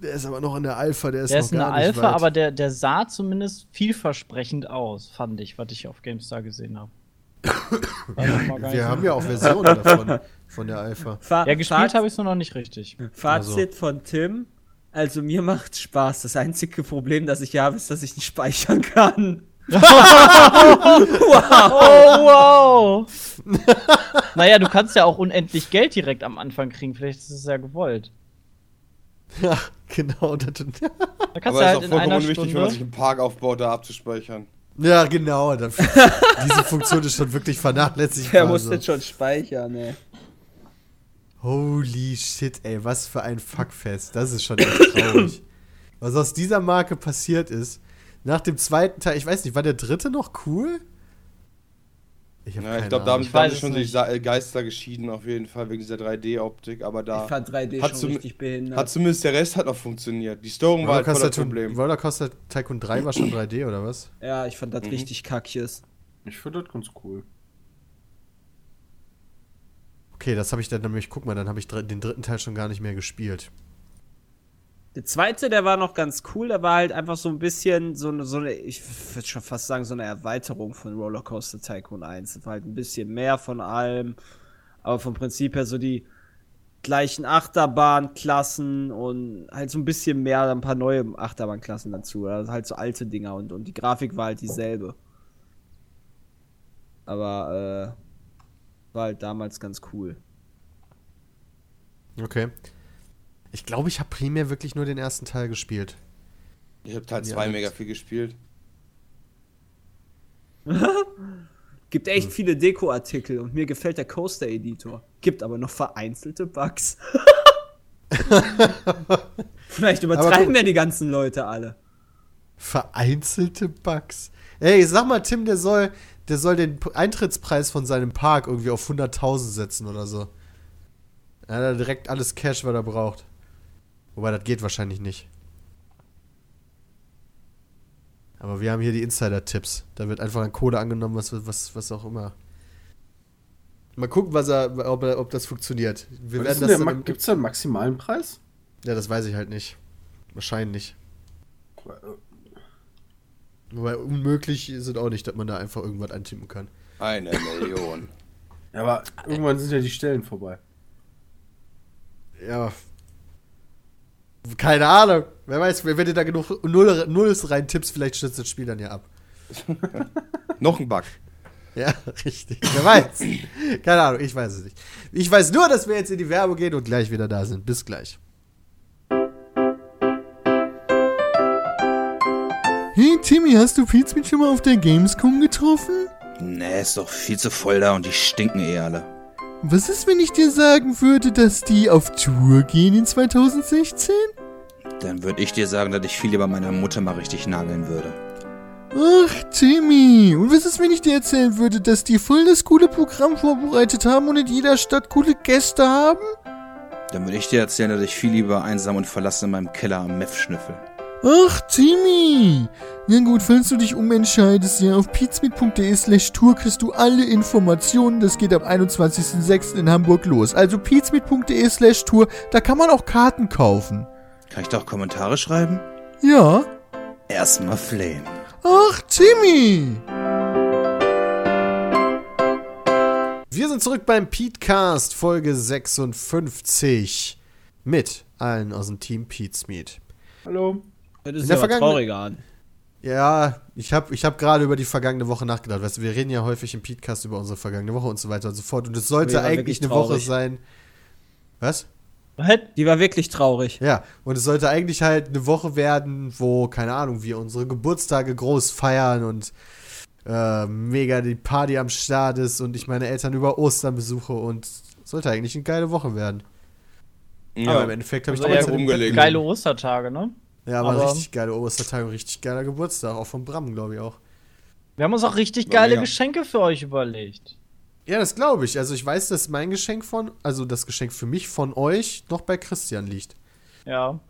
A: Der ist aber noch in der Alpha, der ist
E: der
A: noch
E: ist eine
A: gar nicht
E: Alpha,
A: weit.
E: aber der, der sah zumindest vielversprechend aus, fand ich, was ich auf GameStar gesehen habe.
A: Wir haben ja auch Versionen davon, von der Alpha.
C: Fa
E: ja, gespielt
C: Faz-
E: habe ich es nur noch nicht richtig.
C: Fazit von Tim. Also mir macht Spaß. Das einzige Problem, das ich habe, ist, dass ich nicht speichern kann.
E: Oh, wow! naja, du kannst ja auch unendlich Geld direkt am Anfang kriegen. Vielleicht ist es ja gewollt.
A: Ja, genau. Das,
E: Da kannst
D: Aber
E: du
D: ist
E: halt
D: auch
E: in
D: vollkommen
E: einer
D: unwichtig, wenn man sich
E: Stunde.
D: einen Park aufbaut, da abzuspeichern.
A: ja, genau. Das, diese Funktion ist schon wirklich also. vernachlässigt.
C: Der muss jetzt schon speichern, ey.
A: Holy shit, ey, was für ein Fuckfest. Das ist schon echt traurig. Was aus dieser Marke passiert ist, nach dem zweiten Teil, ich weiß nicht, war der dritte noch cool? Ich hab
D: Ja, ich
A: keine
D: glaube, da
A: Ahnung.
D: haben,
E: Ich
D: da haben
E: weiß
D: sich
E: es
D: schon
E: nicht.
D: die Sa- äh, Geister geschieden, auf jeden Fall, wegen dieser 3D-Optik. Aber da
C: Ich fand 3D
D: Hat
C: schon
D: zum-
C: richtig behindert.
D: hat zumindest der Rest hat noch funktioniert. Die Steuerung war halt voll
A: Rollercoaster,
D: das
A: Tycoon-
D: Problem.
A: Rollercoaster Tycoon 3 war schon 3D, oder was?
C: ja, ich fand das richtig kackjes.
F: Ich finde das ganz cool.
A: Okay, das habe ich dann nämlich, guck mal, dann habe ich dr- den dritten Teil schon gar nicht mehr gespielt.
C: Der zweite, der war noch ganz cool. Der war halt einfach so ein bisschen so eine, so eine ich würde schon fast sagen, so eine Erweiterung von Rollercoaster Tycoon 1. Das war halt ein bisschen mehr von allem. Aber vom Prinzip her so die gleichen Achterbahnklassen und halt so ein bisschen mehr, ein paar neue Achterbahnklassen dazu. Also halt so alte Dinger und, und die Grafik war halt dieselbe. Aber äh, war halt damals ganz cool.
A: Okay. Ich glaube, ich habe primär wirklich nur den ersten Teil gespielt.
D: Ich habe Teil
A: Ja,
D: 2
A: das-
D: mega viel gespielt.
C: Gibt
A: Hm.
C: echt viele Dekoartikel und mir gefällt der Coaster Editor. Gibt aber noch vereinzelte Bugs. Vielleicht
A: Aber
C: übertreiben
A: gut.
C: wir die ganzen Leute alle.
A: Vereinzelte Bugs. Ey, sag mal, Tim, der soll, der soll den P- Eintrittspreis von seinem Park irgendwie auf 100.000 setzen oder so. Dann hat er direkt alles Cash, was er braucht. Wobei, das geht wahrscheinlich nicht. Aber wir haben hier die Insider-Tipps. Da wird einfach an Kohle angenommen, was, was, was auch immer. Mal gucken, was er, ob, er, ob das funktioniert. Wir
F: Was
A: werden das
F: ist denn der
A: dann
F: Ma-
A: im-
F: Gibt's da einen maximalen Preis?
A: Ja, das weiß ich halt nicht. Wahrscheinlich. Wobei unmöglich sind auch nicht, dass man da einfach irgendwas eintippen kann.
D: Eine Million.
F: Ja, aber
A: Äh,
F: irgendwann sind ja die Stellen vorbei.
A: Ja. Keine Ahnung. Wer weiß, wenn du da genug Null, Nulls reintippst, vielleicht stürzt das Spiel dann ja ab.
D: noch ein Bug.
A: Ja, richtig. Wer weiß. Keine Ahnung, ich weiß es nicht. Ich weiß nur, dass wir jetzt in die Werbung gehen und gleich wieder da sind. Bis gleich. Hey Timmy, hast du Pizmit schon mal auf der Gamescom getroffen?
G: Nee, ist doch viel zu voll da und die stinken eh alle.
A: Was ist, wenn ich dir sagen würde, dass die auf Tour gehen in 2016?
G: Dann würde ich dir sagen, dass ich viel lieber meiner Mutter mal richtig nageln würde.
A: Ach, Timmy. Und was ist, wenn ich dir erzählen würde, dass die voll das coole Programm vorbereitet haben und in jeder Stadt coole Gäste haben?
G: Dann würde ich dir erzählen, dass ich viel lieber einsam und verlassen in meinem Keller am Meth schnüffel.
A: Ach, Timmy. Na gut, falls du dich umentscheidest, ja, auf pizmit.de slash Tour kriegst du alle Informationen. Das geht am 21.06. in Hamburg los. Also pizmit.de slash Tour, da kann man auch Karten kaufen.
G: Kann ich da auch Kommentare schreiben?
A: Ja.
G: Erstmal flehen.
A: Ach, Timmy! Wir sind zurück beim Petecast, Folge 56. Mit allen aus dem Team Pete's Meet.
F: Hallo?
C: Das ist
A: In der
C: ja
A: Vergangenheit-
C: trauriger an.
A: Ja, ich habe ich hab gerade über die vergangene Woche nachgedacht. Weißt du, wir reden ja häufig im Petecast über unsere vergangene Woche und so weiter und so fort. Und es sollte
C: Wäre
A: eigentlich
C: wirklich
A: eine
C: traurig.
A: Woche sein. Was?
E: Was?
C: Die war wirklich traurig.
A: Ja, und es sollte eigentlich halt eine Woche werden, wo, keine Ahnung, wir unsere Geburtstage groß feiern und äh, mega die Party am Start ist und ich meine Eltern über Ostern besuche und sollte eigentlich eine geile Woche werden. Aber im Endeffekt habe ich
E: Also
A: die
E: ja,
A: ganze Zeit im Bett
D: rumgelegen.
A: gelegen.
E: Geile Ostertage, ne?
A: Ja, aber,
E: Aber-
A: richtig geile Ostertage, richtig geiler Geburtstag. Auch von Bram, glaube ich auch.
E: Wir haben uns auch richtig
D: War
E: geile
D: mega.
E: Geschenke für euch überlegt.
A: Ja, das glaube ich. Also ich weiß, dass mein Geschenk von, also das Geschenk für mich von euch noch bei Christian liegt.
E: Ja.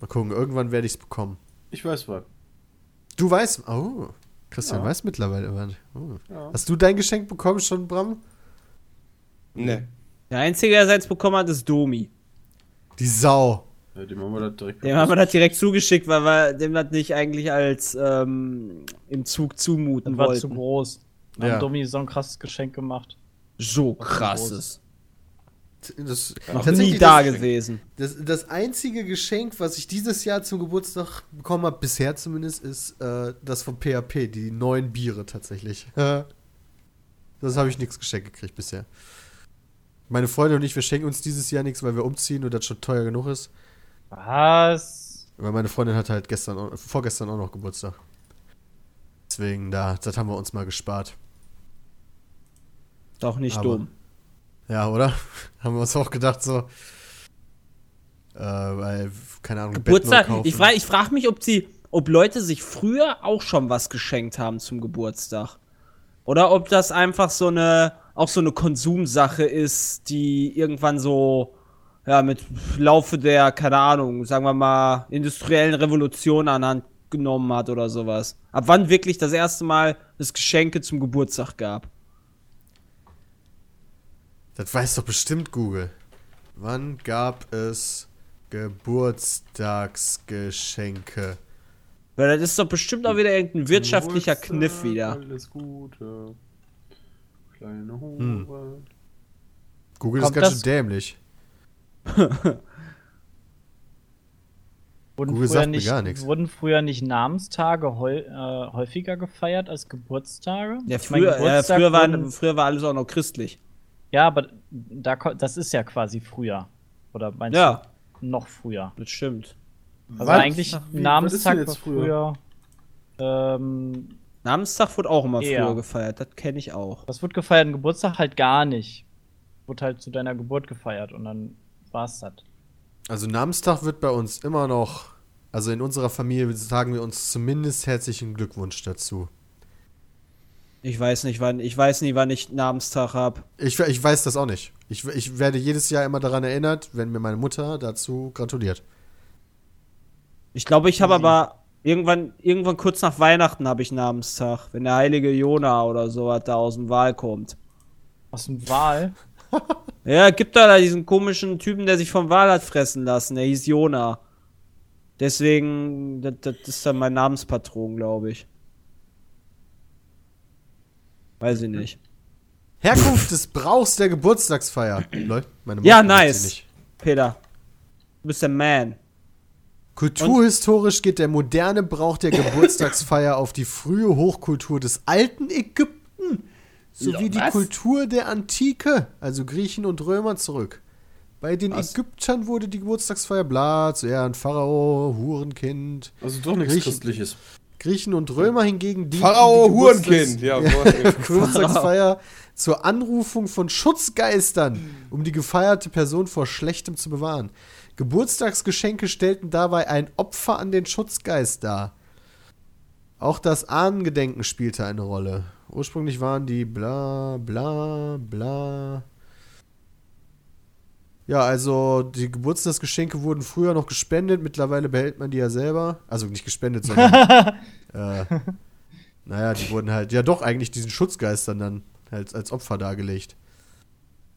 A: Mal gucken, irgendwann werde ich es bekommen.
F: Ich weiß was.
A: Du weißt, oh, Christian weiß mittlerweile. wann. Oh. Hast du dein Geschenk bekommen schon, Bram?
D: Ne.
C: Der Einzige, der seins bekommen hat, ist Domi.
A: Die Sau.
F: Ja, dem haben wir das direkt
C: Dem haben wir das direkt zugeschickt, weil wir dem das nicht eigentlich als ähm, im Zug
E: Das
C: zumuten
E: war zu
C: wollten.
E: groß. Wir
A: Ja.
E: haben Domi so ein krasses Geschenk gemacht.
C: So krasses.
A: Das,
C: Noch
A: tatsächlich
C: nie da
A: das,
C: gewesen.
A: das, das einzige Geschenk, was ich dieses Jahr zum Geburtstag bekommen habe, bisher zumindest, ist äh, das von PHP, die neuen Biere tatsächlich. das habe ich nichts geschenkt gekriegt bisher. Meine Freunde und ich, wir schenken uns dieses Jahr nichts, weil wir umziehen und das schon teuer genug ist.
E: Was?
A: Weil meine Freundin hatte halt gestern, auch- vorgestern auch noch Geburtstag. Deswegen, da, das haben wir uns mal gespart.
C: Doch nicht
A: Aber-
C: dumm.
A: Ja, oder? Haben wir uns auch gedacht so. Äh, weil, keine Ahnung,
C: Geburtstag.
A: Bett neu kaufen.
C: Ich frage ich frag mich, ob sie, ob Leute sich früher auch schon was geschenkt haben zum Geburtstag. Oder ob das einfach so eine, auch so eine Konsumsache ist, die irgendwann so, ja, mit Laufe der, keine Ahnung, sagen wir mal, industriellen Revolution anhand genommen hat oder sowas. Ab wann wirklich das erste Mal es Geschenke zum Geburtstag gab.
A: Das weiß doch bestimmt Google. Wann gab es Geburtstagsgeschenke?
C: Weil das ist doch bestimmt auch wieder irgendein wirtschaftlicher
F: Geburtstag,
C: Kniff wieder.
F: Alles Gute. Kleine Hure.
A: Google ist
E: Kommt
A: ganz
E: das-
A: schön dämlich.
E: Wurden
A: Google
E: früher
A: sagt mir
E: nicht,
A: gar nichts.
E: Wurden früher nicht Namenstage heu, äh, häufiger gefeiert als Geburtstage?
C: Ja,
E: Ich mein,
C: früher, ja,
E: Geburtstag
C: früher, war,
E: wurden-
C: früher war alles auch noch christlich.
E: Ja, aber da, ko- das ist ja quasi früher. Oder meinst
C: Ja,
E: du noch früher?
C: das stimmt.
E: Also
F: Was?
E: eigentlich
F: Wie- was ist denn
E: Namenstag
F: jetzt
E: war früher. ähm,
C: Namenstag wurde auch immer
E: Ja.
C: früher gefeiert, das kenne ich auch.
E: was wird gefeiert? Ein Geburtstag halt gar nicht. Wurde halt zu deiner Geburt gefeiert und dann war's das.
A: Also Namenstag wird bei uns immer noch, also in unserer Familie sagen wir uns zumindest herzlichen Glückwunsch dazu.
C: Ich weiß nicht wann, ich weiß nie, wann ich Namenstag habe.
A: Ich, we- ich weiß das auch nicht. Ich, we- ich werde jedes Jahr immer daran erinnert, wenn mir meine Mutter dazu gratuliert.
C: Ich glaube, ich habe aber irgendwann, irgendwann kurz nach Weihnachten habe ich Namenstag, wenn der heilige Jona oder sowas da aus dem Wahl kommt.
E: Aus dem Wahl.
C: Ja, gibt da, da diesen komischen Typen, der sich vom Wahl hat fressen lassen, der hieß Jona. Deswegen, das, das ist dann mein Namenspatron, glaube ich. Weiß ich nicht.
A: Hm, Herkunft des Brauchs der Geburtstagsfeier. Leute, meine
C: Ja,
A: Mutter weiß
C: nice.
A: sie nicht.
C: Peter, du bist der Man.
A: Kulturhistorisch geht der moderne Brauch der Geburtstagsfeier auf die frühe Hochkultur des alten Ägypten sowie die Kultur der Antike, also Griechen und Römer, zurück. Bei den Ägyptern wurde die Geburtstagsfeier bla zu Ehren Pharao, Hurenkind.
F: Also doch nichts
A: Griechen-
F: Christliches.
A: Griechen und Römer hingegen dienten
D: Pharao
A: die Geburtstags-
D: Hurenkind. Ja, ja.
A: Geburtstagsfeier zur Anrufung von Schutzgeistern, um die gefeierte Person vor Schlechtem zu bewahren. Geburtstagsgeschenke stellten dabei ein Opfer an den Schutzgeist dar. Auch das Ahnengedenken spielte eine Rolle. Ursprünglich waren die bla bla bla. Ja, also die Geburtstagsgeschenke wurden früher noch gespendet, mittlerweile behält man die ja selber. Also nicht gespendet, sondern äh, naja, die wurden halt, ja doch, eigentlich diesen Schutzgeistern dann als, als Opfer dargelegt.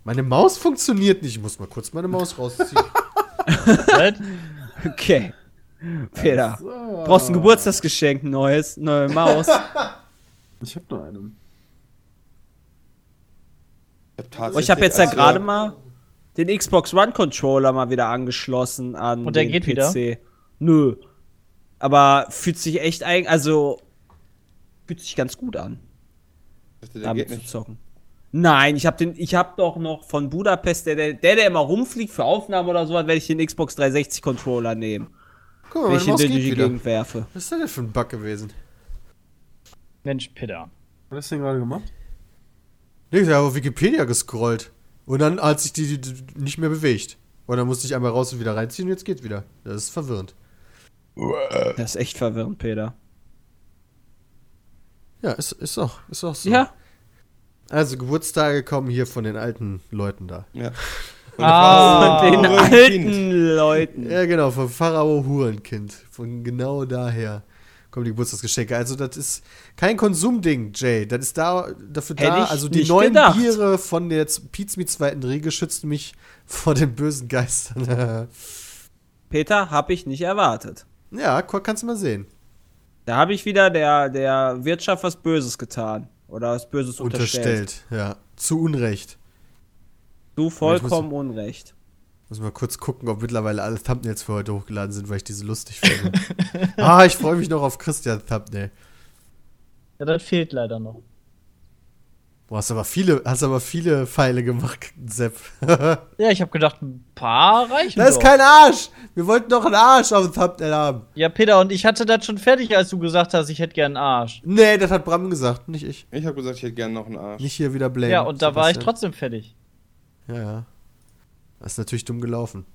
A: Meine Maus funktioniert nicht. Ich muss mal kurz meine Maus rausziehen.
E: Was?
C: Okay. Peter,
A: Also,
C: brauchst ein Geburtstagsgeschenk, ein neues, neue Maus.
F: Ich hab nur einen.
C: Oh, ich habe jetzt
D: äh,
A: Also,
C: ja gerade mal den Xbox One Controller mal wieder angeschlossen an
E: Und der
C: den
E: geht
C: PC.
E: wieder?
C: Nö. Aber fühlt sich echt eigentlich, also fühlt sich ganz gut an, damit zu zocken. Nein, ich habe den, ich habe doch noch von Budapest, der, der, der immer rumfliegt für Aufnahmen oder sowas, werde ich den Xbox 360 Controller nehmen,
A: Guck mal,
C: wenn ich
A: meine Oh,
C: ihn
A: Maus
C: durch die
A: geht wieder.
C: Gegend werfe.
A: Was ist denn das für ein Bug gewesen?
E: Mensch, Pitter.
F: Was hast du denn gerade gemacht?
A: Nee, ich habe auf Wikipedia gescrollt. Und dann hat sich die, die, die nicht mehr bewegt. Und dann musste ich einmal raus und wieder reinziehen und jetzt geht wieder. Das ist verwirrend.
C: Das ist echt verwirrend, Peter.
A: Ja, ist, ist auch, ist auch so.
C: Ja,
A: Also Geburtstage kommen hier von den alten Leuten da.
D: Ja.
E: Ah.
C: von den
D: Hurenkind.
C: alten Leuten.
A: Ja, genau, vom Pharao Hurenkind. Von genau daher kommen die Geburtstagsgeschenke. Also, das ist kein Konsumding, Jay. Das ist da, dafür
C: Hätte
A: da.
C: ich
A: Also, die
C: nicht
A: neuen
C: gedacht.
A: Biere von der Z- Pizmi zweiten Riege schützen mich vor den bösen Geistern.
C: Peter, hab ich nicht erwartet.
A: ja, ko- kannst du mal sehen.
C: Da habe ich wieder der, der Wirtschaft was Böses getan. Oder was Böses unterstellt.
A: Unterstellt. Ja, zu Unrecht.
C: Du vollkommen
A: Ich
C: unrecht.
A: Muss mal kurz gucken, ob mittlerweile alle Thumbnails für heute hochgeladen sind, weil ich diese lustig finde. ah, ich freue mich noch auf Christian Thumbnail.
E: Ja, das fehlt leider noch.
A: Boah, hast aber viele, hast aber viele Pfeile gemacht, Sepp.
E: Ja, ich habe gedacht, ein paar reichen
A: Da ist
E: doch.
A: kein Arsch! Wir wollten doch einen Arsch auf dem Thumbnail haben.
E: Ja, Peter, und ich hatte das schon fertig, als du gesagt hast, ich hätte gern einen Arsch.
A: Nee, das hat Bram gesagt, nicht ich.
D: Ich habe gesagt, ich hätte gerne noch einen Arsch.
A: Nicht hier wieder Blame.
E: ja, und da war ich
A: Sebastian.
E: trotzdem fertig.
A: Ja, ja. Das ist natürlich dumm gelaufen.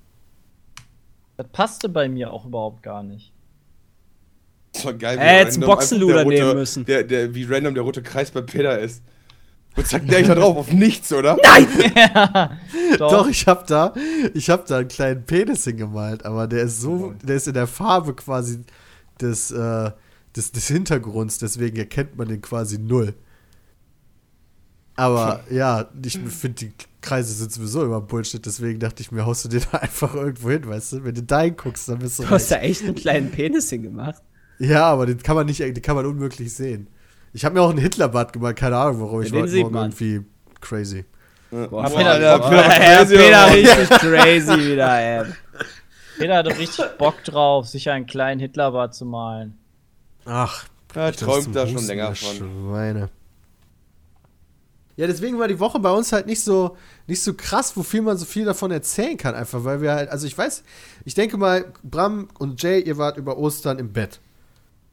E: Das passte bei mir auch überhaupt gar nicht.
D: Das war geil,
C: Äh,
D: random
C: hättest einen Boxenluder
D: einfach der
C: nehmen
D: rote-
C: müssen.
D: Der, der, wie random der rote Kreis bei Peter ist. Und zack, der ich da drauf, auf nichts, oder?
E: Doch,
A: Doch, ich hab da, ich hab da einen kleinen Penis hingemalt, aber der ist so, der ist in der Farbe quasi des, äh, des, des Hintergrunds, deswegen erkennt man den quasi null. Aber ja, ich finde, die Kreise sind sowieso immer Bullshit, deswegen dachte ich mir, haust du den einfach irgendwo hin, weißt du? Wenn du da hinguckst, dann bist du.
C: Du hast
A: recht.
C: da echt einen kleinen Penis hingemacht.
A: Ja, aber den kann man nicht, den kann man unmöglich sehen. Ich habe mir auch einen Hitlerbart gemacht, keine Ahnung, warum ich
C: den
A: war heute
C: sieht
A: morgen
C: man.
A: irgendwie crazy.
D: Boah,
E: Peter,
D: Alter,
E: boah.
D: Peter,
C: Herr
D: crazy,
C: Peter
D: aber-
C: richtig crazy wieder, ey.
E: Peter hatte richtig Bock drauf, sich einen kleinen Hitlerbart zu malen.
A: Ach,
D: Ja,
A: Ich glaub, das
D: träumt da
A: zum
D: schon
A: Husten,
D: länger
A: das
D: von.
A: Schweine. Ja, deswegen war die Woche bei uns halt nicht so, nicht so krass, wo viel man so viel davon erzählen kann, einfach, weil wir halt, also ich weiß, ich denke mal, Bram und Jay, ihr wart über Ostern im Bett.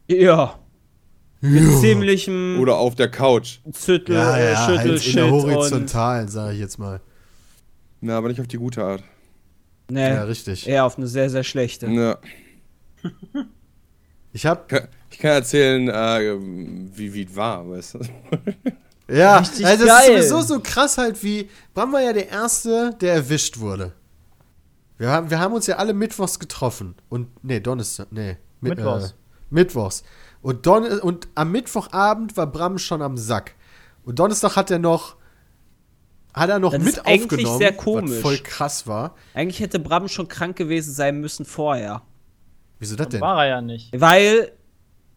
C: Ja. Mit ziemlichem
D: Oder auf der Couch.
C: Züttel, äh, Schüttel,
A: halt in der
C: Schütt und.
A: horizontalen, sage ich jetzt mal.
D: Na, aber nicht auf die gute Art.
C: Nee,
A: Ja, richtig.
C: eher auf eine sehr, sehr schlechte.
D: Ja.
A: Ich hab,
D: Ich kann erzählen, äh, wie wie es war, weißt du?
A: ja, also
E: Richtig
A: das
E: geil.
A: ist sowieso so krass halt wie, Bram war ja der Erste, der erwischt wurde. Wir haben, wir haben uns ja alle mittwochs getroffen. Und, nee, Donnerstag, nee. Mi-
E: Mittwochs.
A: Äh, mittwochs. Und, Don und am Mittwochabend war Bram schon am Sack. Und Donnerstag hat er noch, hat er noch
C: Das ist
A: mit
C: eigentlich
A: aufgenommen,
C: sehr komisch.
A: was voll krass war.
C: Eigentlich hätte Bram schon krank gewesen sein müssen vorher.
A: Wieso das denn?
E: War er ja nicht.
C: Weil,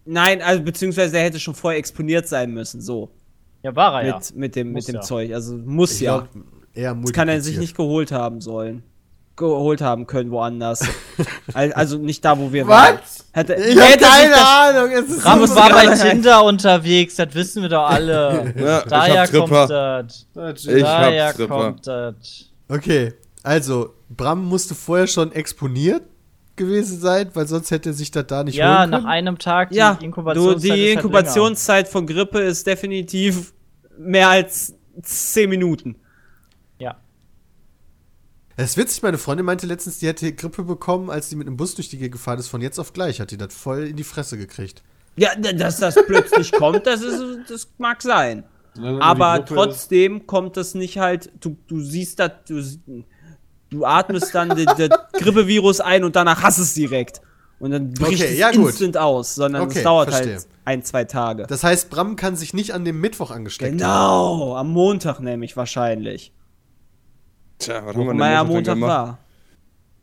C: nein, also beziehungsweise er hätte schon vorher exponiert sein müssen, so.
E: Ja, war er Ah ja.
C: mit, mit dem,
E: Muss
C: mit dem
E: ja.
C: Zeug. Also muss
A: Ich
C: ja.
A: glaub, eher
C: das kann er sich nicht geholt haben sollen. Geholt haben können woanders. Al- also nicht da, wo wir waren. Hätte,
A: Ich hab
C: hätte sich
A: keine
C: das-
A: Ahnung. Es ist
E: Ramos
C: muss
E: war bei
C: gerade sein.
E: Tinder unterwegs, das wissen wir doch alle.
D: Ja, ich
E: Daher
D: hab
E: kommt
D: Tripper.
E: das.
F: Ah, Jay.
D: Ich hab
E: Daher
D: Tripper.
E: kommt das.
A: Okay, also, Bram musste vorher schon exponiert gewesen sein, weil sonst hätte er sich das da nicht
E: Ja,
A: holen
E: nach
A: können.
E: einem Tag
C: Ja, du,
E: ist
C: die
E: halt
C: Inkubationszeit von Grippe ist definitiv mehr als 10 Minuten.
E: länger. Ja.
A: Es ist witzig, meine Freundin meinte letztens, die hätte Grippe bekommen, als sie mit einem Bus durch die Gegend gefahren ist. Von jetzt auf gleich hat die das voll in die Fresse gekriegt.
C: Ja, d- dass das plötzlich kommt, das, ist, das mag sein.
F: Solange man die
C: Aber
F: Gruppe-
C: trotzdem kommt das nicht halt, du, du siehst das, du, sie- du atmest dann das Grippevirus ein und danach hast es direkt. Und dann bricht
A: Okay,
C: es
A: ja, gut.
C: instant aus, sondern
A: Okay,
C: es dauert
A: verstehe.
C: halt ein, zwei Tage.
A: Das heißt, Bram kann sich nicht an dem Mittwoch angesteckt
C: genau, am Montag nämlich wahrscheinlich.
D: Tja, was haben wir
C: Wo
D: denn
C: man ja am
D: Montag
C: Montag
D: gemacht?
C: war.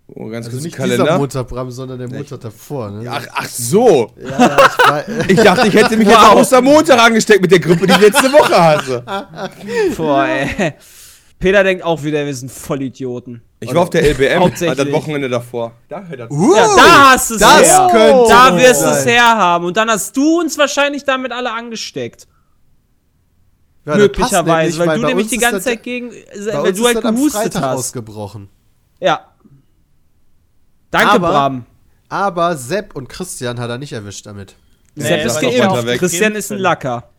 D: Oh, ganz
A: Also
D: kurz
A: nicht
D: im
A: dieser
D: Kalender.
A: Montag, Bram, sondern der Montag davor. Ne?
D: Ach, ach so.
A: ich, war, äh,
D: Ich dachte, ich hätte mich jetzt aus am Montag angesteckt mit der Grippe, die ich letzte Woche hatte.
C: Boah, ey. äh, Peter denkt auch wieder, wir sind Vollidioten.
D: Ich war auf der LBM, hat
C: Hauptsächlich.
D: also das Wochenende davor. Da hört das.
A: uh,
C: Oh, Ja, da hast du es
A: das
C: her.
A: könnte
C: Da wirst du
A: sein.
C: es herhaben. Und dann hast du uns wahrscheinlich damit alle angesteckt.
A: ja, das passt
C: möglicherweise, weil,
A: bei
C: du nämlich
A: uns
C: die
A: ist
C: ganze
A: das-
C: Zeit gegen,
A: bei
C: weil
A: uns
C: du
A: ist
C: halt
A: das am
C: gehustet
A: Freitag
C: hast.
A: ausgebrochen.
C: Ja. Danke,
A: Aber-
C: Bram.
A: Aber Sepp und Christian hat er nicht erwischt damit.
C: Sepp ist
D: sag doch weiter
C: geimpft.
D: weg.
C: Christian ist ein Lacker.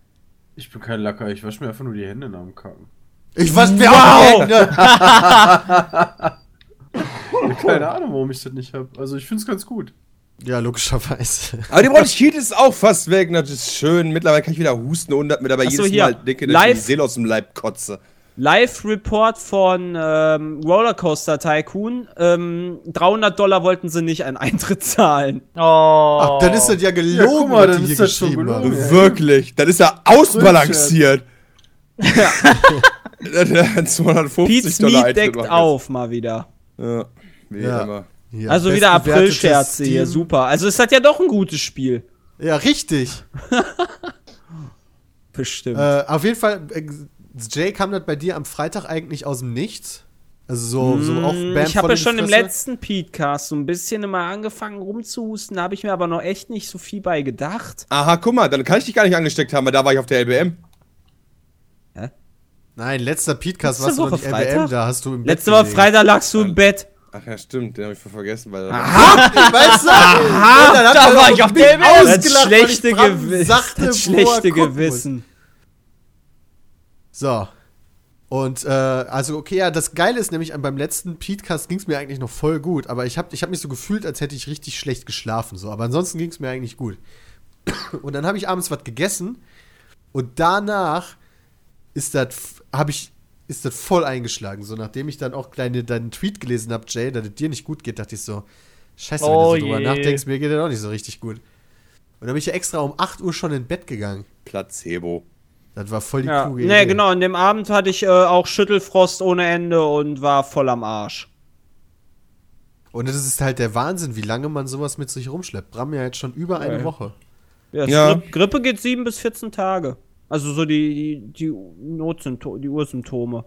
F: Ich bin kein Lacker, ich wasche mir einfach nur die Hände nach dem Kacken.
A: Ich wasch mir auch die Hände.
F: Ja, keine Ahnung, warum ich das nicht habe. Also ich finde es ganz gut.
A: Ja, logischerweise.
D: Aber die Bronchitis ist auch fast weg. Das ist schön. Mittlerweile kann ich wieder husten und das mir dabei
C: Ach so,
D: jedes
C: hier.
D: Mal denke, dass ich mir die
C: Live.
D: Seele aus dem Leib kotze.
C: Live-Report von ähm, Rollercoaster Tycoon. Ähm, 300 Dollar wollten sie nicht an Eintritt zahlen.
E: Oh.
A: Ach, dann ist das ja gelogen,
F: Ja, guck mal,
A: was die
F: dann
A: hier
F: ist das schon
A: geschrieben haben.
F: gelogen. Ja.
D: Wirklich. Das ist ja ausbalanciert. Das hat 250
C: Pete's
D: Dollar
C: Meat
D: Eintritt
C: deckt
D: gemacht.
C: auf mal wieder.
D: Ja, wie
A: Ja.
D: immer.
A: Ja,
C: also wieder
A: bestbewertetes
C: April-Scherze hier,
A: Steam-
C: super. Also es hat ja doch ein gutes Spiel.
A: Ja, richtig.
C: Bestimmt.
A: Äh, auf jeden Fall, äh, Jay kam das bei dir am Freitag eigentlich aus dem Nichts. Also so, so auch
C: Mm,
A: Bam
C: ich habe
A: voll
C: ja
A: in die
C: schon im
A: Fresse.
C: letzten Podcast so ein bisschen immer angefangen rumzuhusten, da habe ich mir aber noch echt nicht so viel bei gedacht.
D: Aha, guck mal, dann kann ich dich gar nicht angesteckt haben, weil da war ich auf der LBM.
A: Nein, letzter Podcast
C: Letzte
A: warst du
C: Woche
A: noch nicht LBM,
C: Freitag?
A: da hast du im
C: Letzte
A: Bett
C: Woche Freitag lagst du im Bett.
A: Oh,
D: Ach ja, stimmt, den habe ich voll vergessen. Weil
A: Weißt du? Aha, dann hat
C: da
A: er
C: war
A: auch
C: ich auf
A: mich
C: der Welt.
A: ausgelacht,
C: Das
A: weil ich
C: schlechte
A: Bram
C: Gewissen.
A: sagte,
C: das
A: wo er
C: schlechte
A: gucken muss.
C: Gewissen.
A: So. Und äh, also okay, ja, das Geile ist nämlich, beim letzten Podcast ging es mir eigentlich noch voll gut, aber ich habe ich hab mich so gefühlt, als hätte ich richtig schlecht geschlafen. So. Aber ansonsten ging es mir eigentlich gut. Und dann habe ich abends was gegessen und danach ist das habe ich ist das voll eingeschlagen. So nachdem ich dann auch deine, deinen Tweet gelesen habe, Jay, dass es dir nicht gut geht, dachte ich so, scheiße, wenn
E: Oh
A: du so drüber
E: je.
A: nachdenkst, mir geht das auch nicht so richtig gut. Und dann bin ich ja extra um 8 Uhr schon in Bett gegangen.
D: Placebo.
A: Das war voll die
C: Ja.
A: kluge
C: Nee,
A: Idee.
C: genau, an dem Abend hatte ich äh, auch Schüttelfrost ohne Ende und war voll am Arsch.
A: Und das ist halt der Wahnsinn, wie lange man sowas mit sich rumschleppt. Bram ja jetzt schon über eine
C: Ja.
A: Woche.
C: Ja, es-
D: Ja.
C: Grippe, Grippe geht 7 bis 14 Tage. Also so die, die, die Notsymptome, die Ursymptome.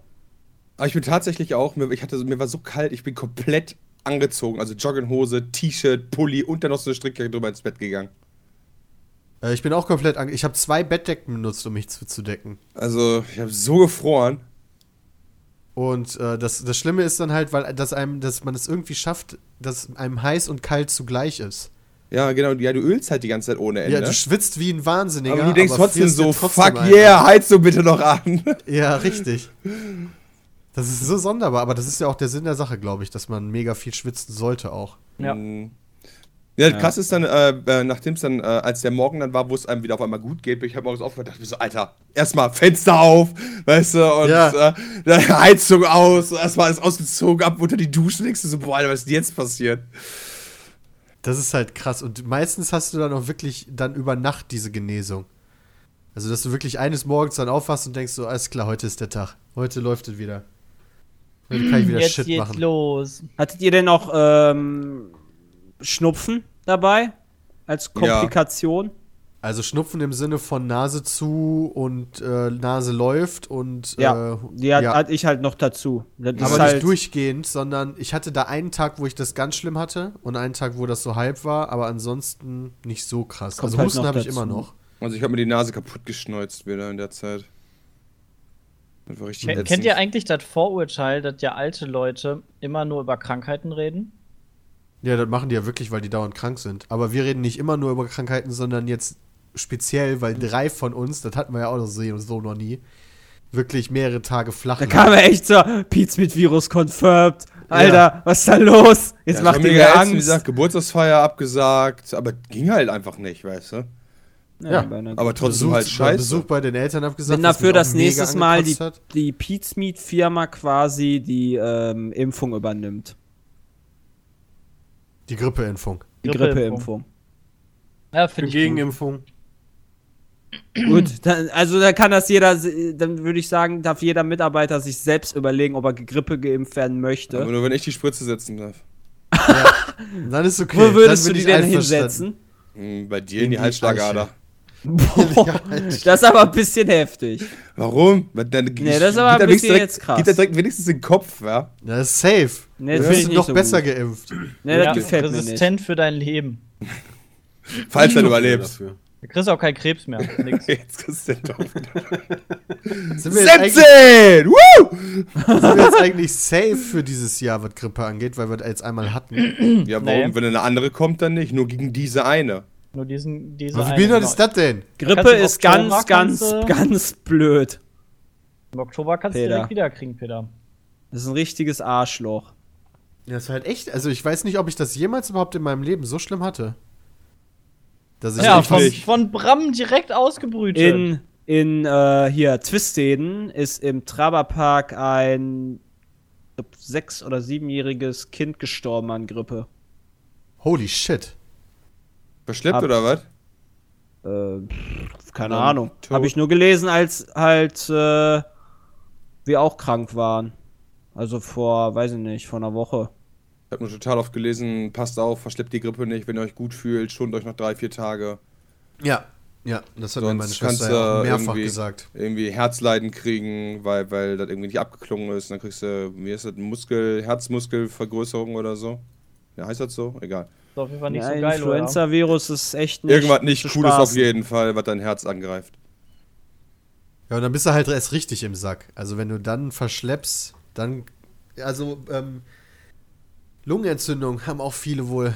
D: Aber ich bin tatsächlich auch, mir- ich hatte, so- mir war so kalt, ich bin komplett angezogen. Also Jogginghose, T-Shirt, Pulli und dann noch so eine Strickjacke drüber ins Bett gegangen.
A: Äh, ich bin auch komplett ange Ich habe zwei Bettdecken benutzt, um mich zu, zu decken.
D: Also, ich habe so gefroren.
A: Und äh, das, das Schlimme ist dann halt, weil dass einem, dass man es irgendwie schafft, dass einem heiß und kalt zugleich ist.
D: Ja, genau, ja, du ölst halt die ganze Zeit ohne Ende.
A: Ja, du schwitzt wie ein Wahnsinniger.
D: aber du denkst trotzdem
A: frierst
D: so,
A: dir
D: fuck
A: ein. ne?
D: yeah, heiz du bitte noch an.
A: Ja, richtig. Das ist so sonderbar, aber das ist ja auch der Sinn der Sache, glaube ich, dass man mega viel schwitzen sollte auch.
E: Ja.
A: Hm.
D: Ja, das krass ist dann, äh, äh, nachdem es dann, äh, als der Morgen dann war, wo es einem wieder auf einmal gut geht, bin ich halt morgens aufgewacht und dachte mir so, Alter, erstmal Fenster auf, weißt du, und
A: Ja.
D: äh, dann Heizung aus, erstmal alles ausgezogen, ab unter die Dusche, denkst du so, boah, Alter, was ist denn jetzt passiert?
A: Das ist halt krass. Und meistens hast du dann auch wirklich dann über Nacht diese Genesung. Also, dass du wirklich eines Morgens dann aufwachst und denkst so, alles klar, heute ist der Tag. Heute läuft es wieder. Heute kann ich wieder
E: Jetzt
A: Shit
E: geht's
A: machen.
D: Hm.
E: los.
C: Hattet ihr denn noch ähm, Schnupfen dabei? Als Komplikation?
A: Also Schnupfen im Sinne von Nase zu und äh, Nase läuft und
C: Ja,
A: äh,
C: die hat, hatte ich halt noch dazu. Das
A: Aber
C: ist
A: nicht
C: halt,
A: durchgehend, sondern ich hatte da einen Tag, wo ich das ganz schlimm hatte und einen Tag, wo das so halb war, aber ansonsten nicht so krass.
C: Kommt
A: also
C: halt
A: Husten
C: noch
A: habe ich
C: dazu.
A: immer noch.
D: Also ich habe mir die Nase kaputt geschneuzt wieder in der Zeit. Das war richtig
E: Ken- Kennt ihr eigentlich das Vorurteil, dass ja alte Leute immer nur über Krankheiten reden?
A: Ja, das machen die ja wirklich, weil die dauernd krank sind. Aber wir reden nicht immer nur über Krankheiten, sondern jetzt speziell, weil drei von uns, das hatten wir ja auch noch so, so noch nie, wirklich mehrere Tage flach.
C: da
A: lagen.
C: kam er echt so, Pete mit Virus confirmed. Alter, was ist da los? Jetzt
D: Ja,
C: macht
D: macht
C: ihr
D: mega
C: mir
D: Angst. Wie
C: Angst.
D: gesagt, Geburtstagsfeier abgesagt, aber ging halt einfach nicht, weißt du?
A: Ja,
C: bei einer-
D: Aber trotzdem
A: Besuch,
D: halt scheiße.
A: Besuch bei den Eltern abgesagt.
C: wenn
A: was
C: dafür
A: mich auch
C: das
A: mega
C: nächstes Mal die,
A: angekotzt hat.
C: die Meat Firma quasi die ähm, Impfung übernimmt.
A: Die Grippeimpfung.
C: Die
E: Grippeimpfung.
C: Grippeimpfung.
E: Ja, finde ich. Gut.
F: Gegenimpfung.
C: Gut, dann, also da kann das jeder, dann würde ich sagen, darf jeder Mitarbeiter sich selbst überlegen, ob er Grippe geimpft werden möchte.
D: Aber nur wenn ich die Spritze setzen darf.
A: Dann ist okay.
C: Wo würdest
A: dann bin
C: du die
A: ich
C: denn
A: einverstanden.
C: hinsetzen?
D: Hm, bei dir in, die
A: die
D: Halsschlagader.
A: Eichel.
C: Boah, das ist aber ein bisschen heftig.
D: Warum? Weil Dann,
C: Nee, das ist aber ein
D: geht er wenigstens
C: bisschen
D: direkt,
C: jetzt krass.
D: Geht er direkt wenigstens in den Kopf, ja?
A: Na, das ist safe.
C: Nee,
A: Dann
C: das find
A: bist
C: ich
A: du
C: nicht
A: noch
C: so
A: besser
C: gut.
A: geimpft.
C: Ne,
E: Ja,
C: das gefällt mir nicht.
E: resistent für dein Leben.
D: Falls er überlebt.
F: Dafür.
E: Du kriegst auch keinen Krebs mehr. Nix.
D: Jetzt kriegst du den Topf.
A: Sind wir, jetzt eigentlich,
D: 17! Woo!
A: sind wir jetzt eigentlich safe für dieses Jahr, was Grippe angeht, weil wir das jetzt einmal hatten.
C: Hm.
D: Ja,
E: Nee.
D: warum? Wenn eine andere kommt, dann nicht. Nur gegen diese eine.
E: Nur diesen, diese
A: Aber wie
E: eine,
A: behindert
E: genau.
A: ist das denn?
C: Grippe
E: Kannst du im
C: ist
E: Oktober
C: ganz, ganz,
E: kannst du-
C: ganz blöd.
E: Im Oktober kannst du
C: Peter.
E: direkt wieder kriegen, Peter.
C: Das ist ein richtiges Arschloch.
A: Das ist halt echt, also ich weiß nicht, ob ich das jemals überhaupt in meinem Leben so schlimm hatte. Dass ich
E: Ja,
A: echt-
E: von,
D: nicht.
E: von Bram direkt ausgebrütet.
C: In, in äh, hier, Twisteden ist im Traberpark ein ich glaub, sechs- oder siebenjähriges Kind gestorben an Grippe.
A: holy shit.
D: Verschleppt
C: Ab-
D: oder was?
C: Äh, pff, keine
D: Dann
C: Ahnung.
D: tot.
C: Habe ich nur gelesen, als halt äh, wir auch krank waren. Also vor, weiß ich nicht, vor einer Woche.
D: Ich habe nur total oft gelesen, passt auf, verschleppt die Grippe nicht, wenn ihr euch gut fühlt, schont euch noch drei, vier Tage.
A: Ja, ja, das hat mir
D: Sonst
A: meine
D: kannst
A: Schwester
D: du
A: ja auch mehrfach
D: irgendwie-
A: gesagt.
D: Irgendwie Herzleiden kriegen, weil, weil das irgendwie nicht abgeklungen ist. Und dann kriegst du, wie ist das, Muskel, Herzmuskelvergrößerung oder so. Ja, heißt das so? Egal.
E: Ist auf jeden Fall nicht
C: Ja,
E: so geil, oder?
C: Influenza-Virus ist echt nicht.
D: Irgendwas nicht
C: zu
D: Cooles auf
C: spaßen.
D: jeden Fall, was dein Herz angreift.
A: Ja, und dann bist du halt erst richtig im Sack. Also wenn du dann verschleppst, dann. Also, ähm, Lungenentzündung haben auch viele wohl.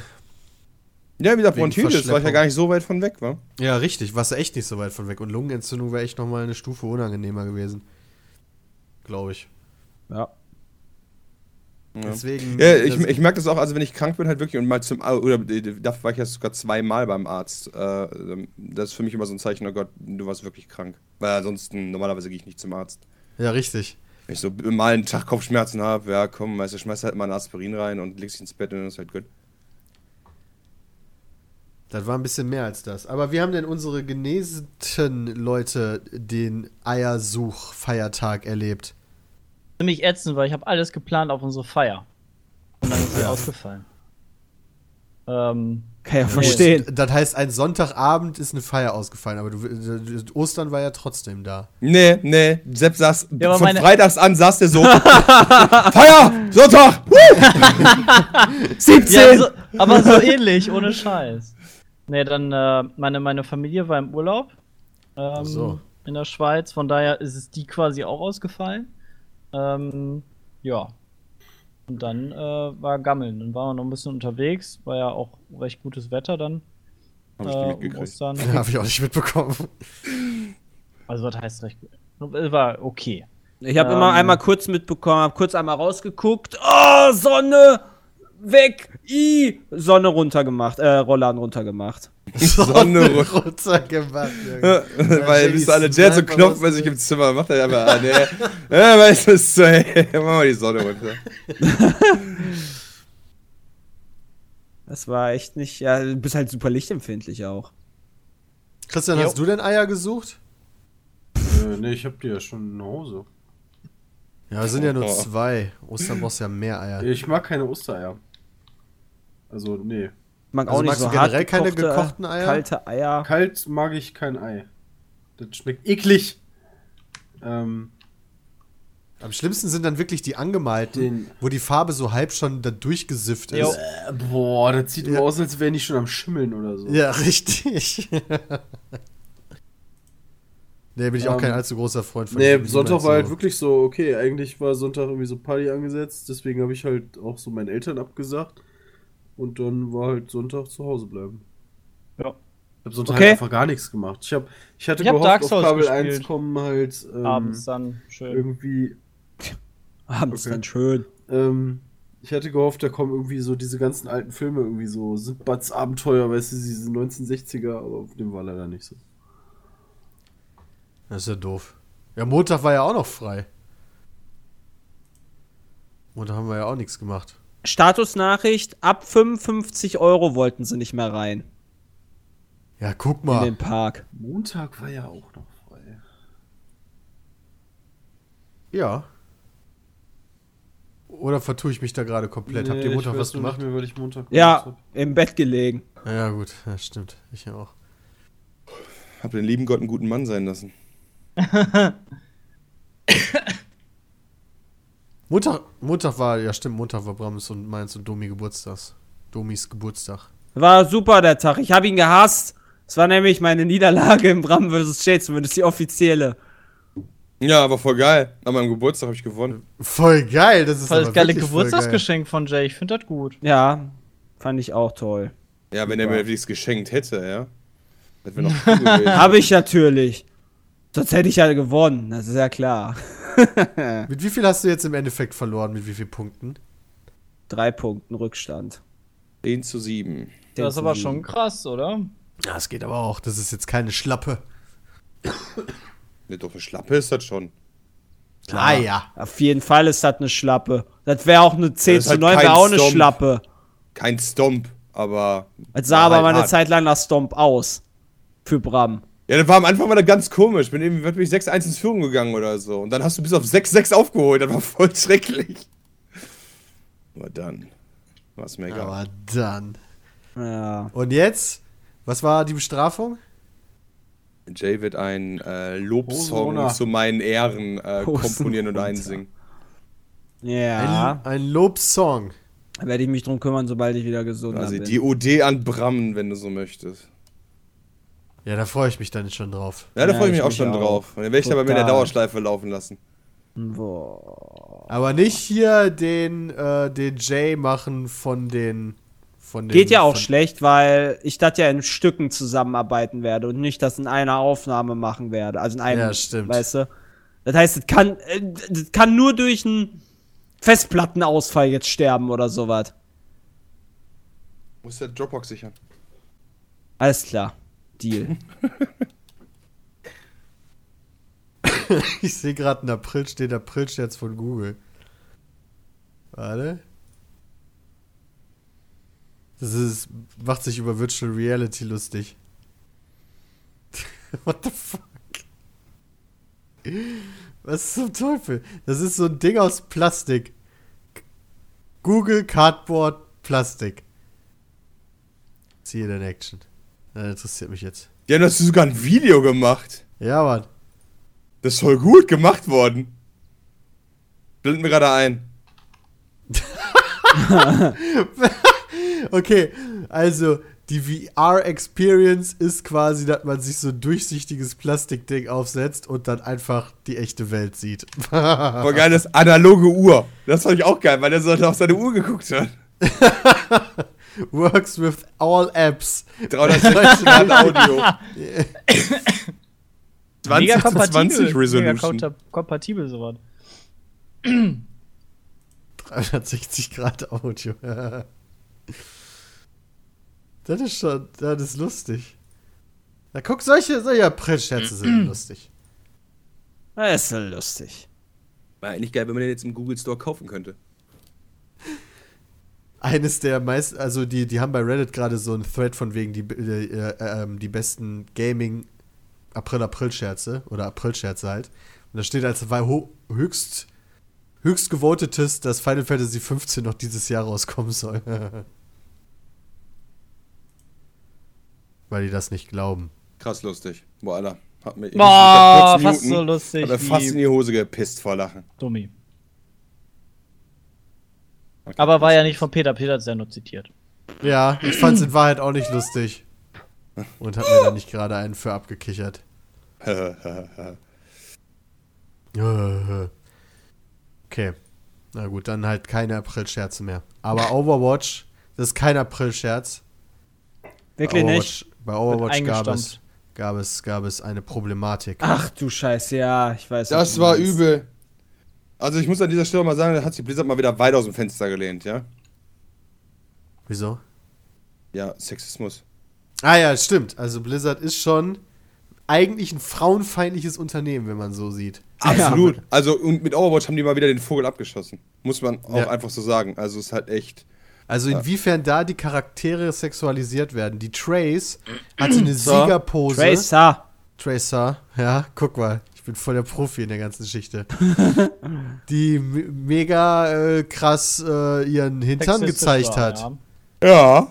D: Ja, wieder
A: Wegen
D: Bronchitis, war ich
A: Verschleppung.
D: ja
A: Mhm.
D: gar nicht so weit von weg, war.
A: Ja, richtig, warst du echt nicht so weit von weg. Und Lungenentzündung wäre echt nochmal eine Stufe unangenehmer gewesen. Glaube ich.
C: Ja.
A: Deswegen.
D: Ja, ich,
A: das-
D: ich merke das auch, also wenn ich krank bin, halt wirklich und mal zum Au- oder äh, da war ich ja sogar zweimal beim Arzt. Äh, das ist für mich immer so ein Zeichen, oh Gott, du warst wirklich krank. Weil ansonsten, normalerweise gehe ich nicht zum Arzt.
A: ja, richtig.
D: Wenn ich so mal einen Tag Kopfschmerzen habe, ja komm, weißt du, schmeiß halt mal ein Aspirin rein und legst dich ins Bett und dann ist halt gut.
A: Das war ein bisschen mehr als das. Aber wie haben denn unsere geneseten Leute den Eiersuch-Feiertag erlebt?
E: Ziemlich ätzend, weil ich habe alles geplant auf unsere Feier. Und dann ist sie ausgefallen. Ähm,
C: Kann ja verstehen.
A: Das heißt, ein Sonntagabend ist eine Feier ausgefallen, aber du, äh, Ostern war ja trotzdem da.
D: Nee, nee, Sepp saß,
E: Ja, aber
D: von
E: meine-
D: freitags an saß der so, Feier, Sonntag, Woo! 17!
E: ja, so, aber so ähnlich, ohne Scheiß. Nee, dann, äh, meine, meine Familie war im Urlaub. Ähm,
A: so.
E: In der Schweiz, von daher ist es die quasi auch ausgefallen. Ähm, ja. Und dann äh, war Gammeln. Dann waren wir noch ein bisschen unterwegs. War ja auch recht gutes Wetter dann.
D: Hab ich
E: äh,
D: nicht
E: um
D: mitgekriegt.
E: Ostern.
A: Habe ich auch nicht mitbekommen.
E: Also, was heißt recht gut? War okay.
C: Ich habe immer
E: Ähm.
C: einmal kurz mitbekommen, habe kurz einmal rausgeguckt. Oh, Sonne! Weg! I! Sonne runtergemacht, äh, Rollladen runtergemacht.
D: Sonne runter.
A: runtergemacht. Junge.
D: Oh, ne, Weil
A: Jenny
D: bist du alle
A: ist
D: Jets und
A: einfach
D: Knopf bei sich im Zimmer. Macht er einfach an. Ey. Ja, weißt du, so, ey, mach mal die Sonne runter.
C: Das war echt nicht. Ja, du bist halt super lichtempfindlich auch.
A: Christian, hast du denn Eier gesucht?
F: Äh, nee, ich hab die ja schon nach Hause.
A: Ja, es sind ja nur
D: Oh.
A: zwei. Ostern brauchst ja mehr Eier.
F: Ich mag keine Ostereier. Also, nee.
C: Ich mag
A: Also
C: auch nicht
A: magst
C: so
A: du
C: hart
A: generell keine
C: gekochte,
A: gekochten Eier?
C: Kalte Eier.
F: Kalt mag ich kein Ei. Das schmeckt eklig. Ähm,
A: Am schlimmsten sind dann wirklich die angemalten,
F: Den-
A: wo die Farbe so halb schon da durchgesifft ist.
E: Jo.
F: äh, boah, das sieht immer
A: Ja.
F: aus, als wären die schon am Schimmeln oder so.
A: Ja, richtig. nee, bin ich auch
F: Ähm,
A: kein allzu großer Freund von.
F: Nee,
A: Niemals
F: Sonntag
A: so.
F: war halt wirklich so, okay, eigentlich war Sonntag irgendwie so Party angesetzt, deswegen habe ich halt auch so meinen Eltern abgesagt und dann war halt Sonntag zu Hause bleiben.
E: Ja.
F: Ich habe Sonntag
E: Okay.
F: halt einfach gar nichts gemacht. Ich, hab, ich hatte
E: Ich hab
F: gehofft,
E: Dark Souls
F: auf Kabel
E: gespielt.
F: 1 kommen halt ähm,
E: Abends dann schön.
F: irgendwie,
C: Abends
F: Okay.
C: dann schön.
F: ähm, ich hatte gehofft, da kommen irgendwie so diese ganzen alten Filme, irgendwie so Sindbads Abenteuer, weißt du, diese 1960er, aber auf dem war leider nicht so.
A: Das ist ja doof. Ja, Montag war ja auch noch frei. Montag haben wir ja auch nichts gemacht.
C: Statusnachricht: ab 55 Euro wollten sie nicht mehr rein
A: Ja, guck
C: in
A: mal.
C: den Park.
F: Montag war ja auch noch frei.
A: Ja. Oder vertue ich mich da gerade komplett? Habt ihr
F: Nee,
A: Montag
F: ich
A: was
F: weiß nur
A: gemacht?
F: Nicht mehr, weil ich Montag gemacht
C: Ja,
F: hab.
C: im Bett gelegen.
A: Ja, gut, ja, stimmt. Ich auch.
D: Hab den lieben Gott einen guten Mann sein lassen.
A: Montag, Montag war, ja stimmt, Montag war Brams und meins und Domi Geburtstags. Domis Geburtstag.
C: War super der Tag. Ich habe ihn gehasst. Es war nämlich meine Niederlage im Bram vs. Shadesman. Das ist die offizielle.
D: Ja, aber voll geil. An meinem Geburtstag habe ich gewonnen.
A: Voll geil, das ist
E: Voll das
A: aber
E: geile
A: wirklich voll
E: Geburtstagsgeschenk von Jay. Ich finde das gut.
C: Ja, fand ich auch toll.
D: Ja, wenn er mir nichts geschenkt hätte, ja. Das wäre noch cool gewesen.
C: Habe ich natürlich. Sonst hätte ich ja gewonnen. Das ist ja klar.
A: Geil. Mit wie viel hast du jetzt im Endeffekt verloren? Mit wie vielen Punkten?
C: drei Punkten Rückstand.
D: 10 zu 7.
E: Das ist aber schon krass, oder?
A: Ja, es geht aber auch. Das ist jetzt keine Schlappe.
D: Eine doofe Schlappe ist das schon.
A: Klar. Ah ja.
C: Auf jeden Fall ist das eine Schlappe. Das wäre auch eine 10
D: Das ist
C: zu
D: halt
C: 9,
D: kein
C: wäre auch eine
D: Stomp.
C: Schlappe.
D: Kein Stomp, aber.
C: Das sah
D: war
C: aber
D: halt
C: mal eine
D: hart.
C: Zeit lang nach Stomp aus. Für Bram.
D: Ja, das war am Anfang war das ganz komisch. Bin irgendwie wirklich 6-1 ins Führung gegangen oder so. Und dann hast du bis auf 6-6 aufgeholt. Das war voll schrecklich. Aber dann. War's mega.
A: Aber dann.
C: Ja.
A: Und jetzt? Was war die Bestrafung?
D: Jay wird einen äh, Lobsong
F: Hosen runter.
D: zu meinen Ehren äh,
C: Hosen
D: komponieren und
C: runter.
D: einsingen.
C: Ja.
A: Ein, ein Lobsong.
C: Da werde ich mich drum kümmern, sobald ich wieder gesund
D: Quasi
C: bin.
D: die OD an Brammen, wenn du so möchtest.
A: Ja, da freue ich mich dann schon drauf.
D: Ja, da
C: Ja,
D: freue ich mich
C: ich
D: auch
C: mich
D: schon
C: auch.
D: drauf. Und dann werde ich aber mit der
C: Total.
D: Dauerschleife laufen lassen.
C: Boah.
A: Aber nicht hier den, äh, den Jay machen von den. Von den
C: Geht ja auch
A: von,
C: schlecht, weil ich das ja in Stücken zusammenarbeiten werde und nicht das in einer Aufnahme machen werde. Also in einem,
A: Ja, stimmt.
C: weißt du? Das heißt, das kann, äh, das kann nur durch einen Festplattenausfall jetzt sterben oder sowas.
D: Muss der Dropbox sichern.
C: Alles klar. Deal.
A: Ich sehe gerade einen April, steht April-Scherz von Google. Warte. Das ist, macht sich über Virtual Reality lustig. What the fuck? Was zum Teufel? Das ist so ein Ding aus Plastik. Google, Cardboard, Plastik. See it in action. Das interessiert mich jetzt.
D: Ja, dann hast du sogar ein Video gemacht.
A: Ja, Mann.
D: Das ist voll gut gemacht worden. Blenden mir gerade ein.
A: Okay, also die VR-Experience ist quasi, dass man sich so ein durchsichtiges Plastikding aufsetzt und dann einfach die echte Welt sieht.
D: Voll geil, das analoge Uhr. Das fand ich auch geil, weil der so auf seine Uhr geguckt hat.
A: Works with all apps.
D: 360 Grad Audio. 20
E: Mega
D: zu
E: kompatibel,
D: 20
E: mega
D: Resolution.
E: konta- kompatibel sowas.
A: 360 Grad Audio. das ist schon, das ist lustig. Na guck, solche, solche Prillscherze sind lustig.
C: Das ist ja lustig.
D: War eigentlich geil, wenn man den jetzt im Google Store kaufen könnte.
A: Eines der meisten, also die, die haben bei Reddit gerade so einen Thread von wegen die, äh, äh, ähm, die besten Gaming April-April-Scherze oder April-Scherze halt. Und da steht als wei- ho- höchst, höchst gewotetes, dass Final Fantasy 15 noch dieses Jahr rauskommen soll. Weil die das nicht glauben.
D: Krass lustig. Boah, Alter. Hat mir
E: Boah,
D: ich hab kurz
E: fast
D: Minuten-
E: so lustig
D: Hat mir
E: wie-
D: fast in die Hose gepisst vor Lachen.
E: Dummi. Aber war ja nicht von Peter. Peter hat es ja nur zitiert.
A: Ja, ich fand's in Wahrheit auch nicht lustig. Und hab mir da nicht gerade einen für abgekichert. Okay. Na gut, dann halt keine April-Scherze mehr. Aber Overwatch, das ist kein April-Scherz.
C: Wirklich
A: bei
C: nicht.
A: Overwatch, Bei Overwatch gab es,
E: eingestampft.
A: gab, es, gab es eine Problematik.
C: Ach du Scheiße, ja, ich weiß. was
D: Das
C: du
D: war
C: meinst.
D: übel. Also ich muss an dieser Stelle mal sagen, da hat sich Blizzard mal wieder weit aus dem Fenster gelehnt, ja?
A: Wieso?
D: Ja, Sexismus.
A: Ah ja, stimmt. Also Blizzard ist schon eigentlich ein frauenfeindliches Unternehmen, wenn man so sieht.
D: Absolut. Also und mit Overwatch haben die mal wieder den Vogel abgeschossen. Muss man auch
A: Ja.
D: einfach so sagen. Also es hat echt.
A: Also inwiefern da die Charaktere sexualisiert werden. Die Trace hatte eine Siegerpose.
C: Tracer.
A: Tracer, ja, guck mal. Ich bin voll der Profi in der ganzen Geschichte. die me- mega äh, krass äh, ihren Hintern
E: Sexistisch
A: gezeigt
E: war,
A: hat.
E: ja.
D: Ja.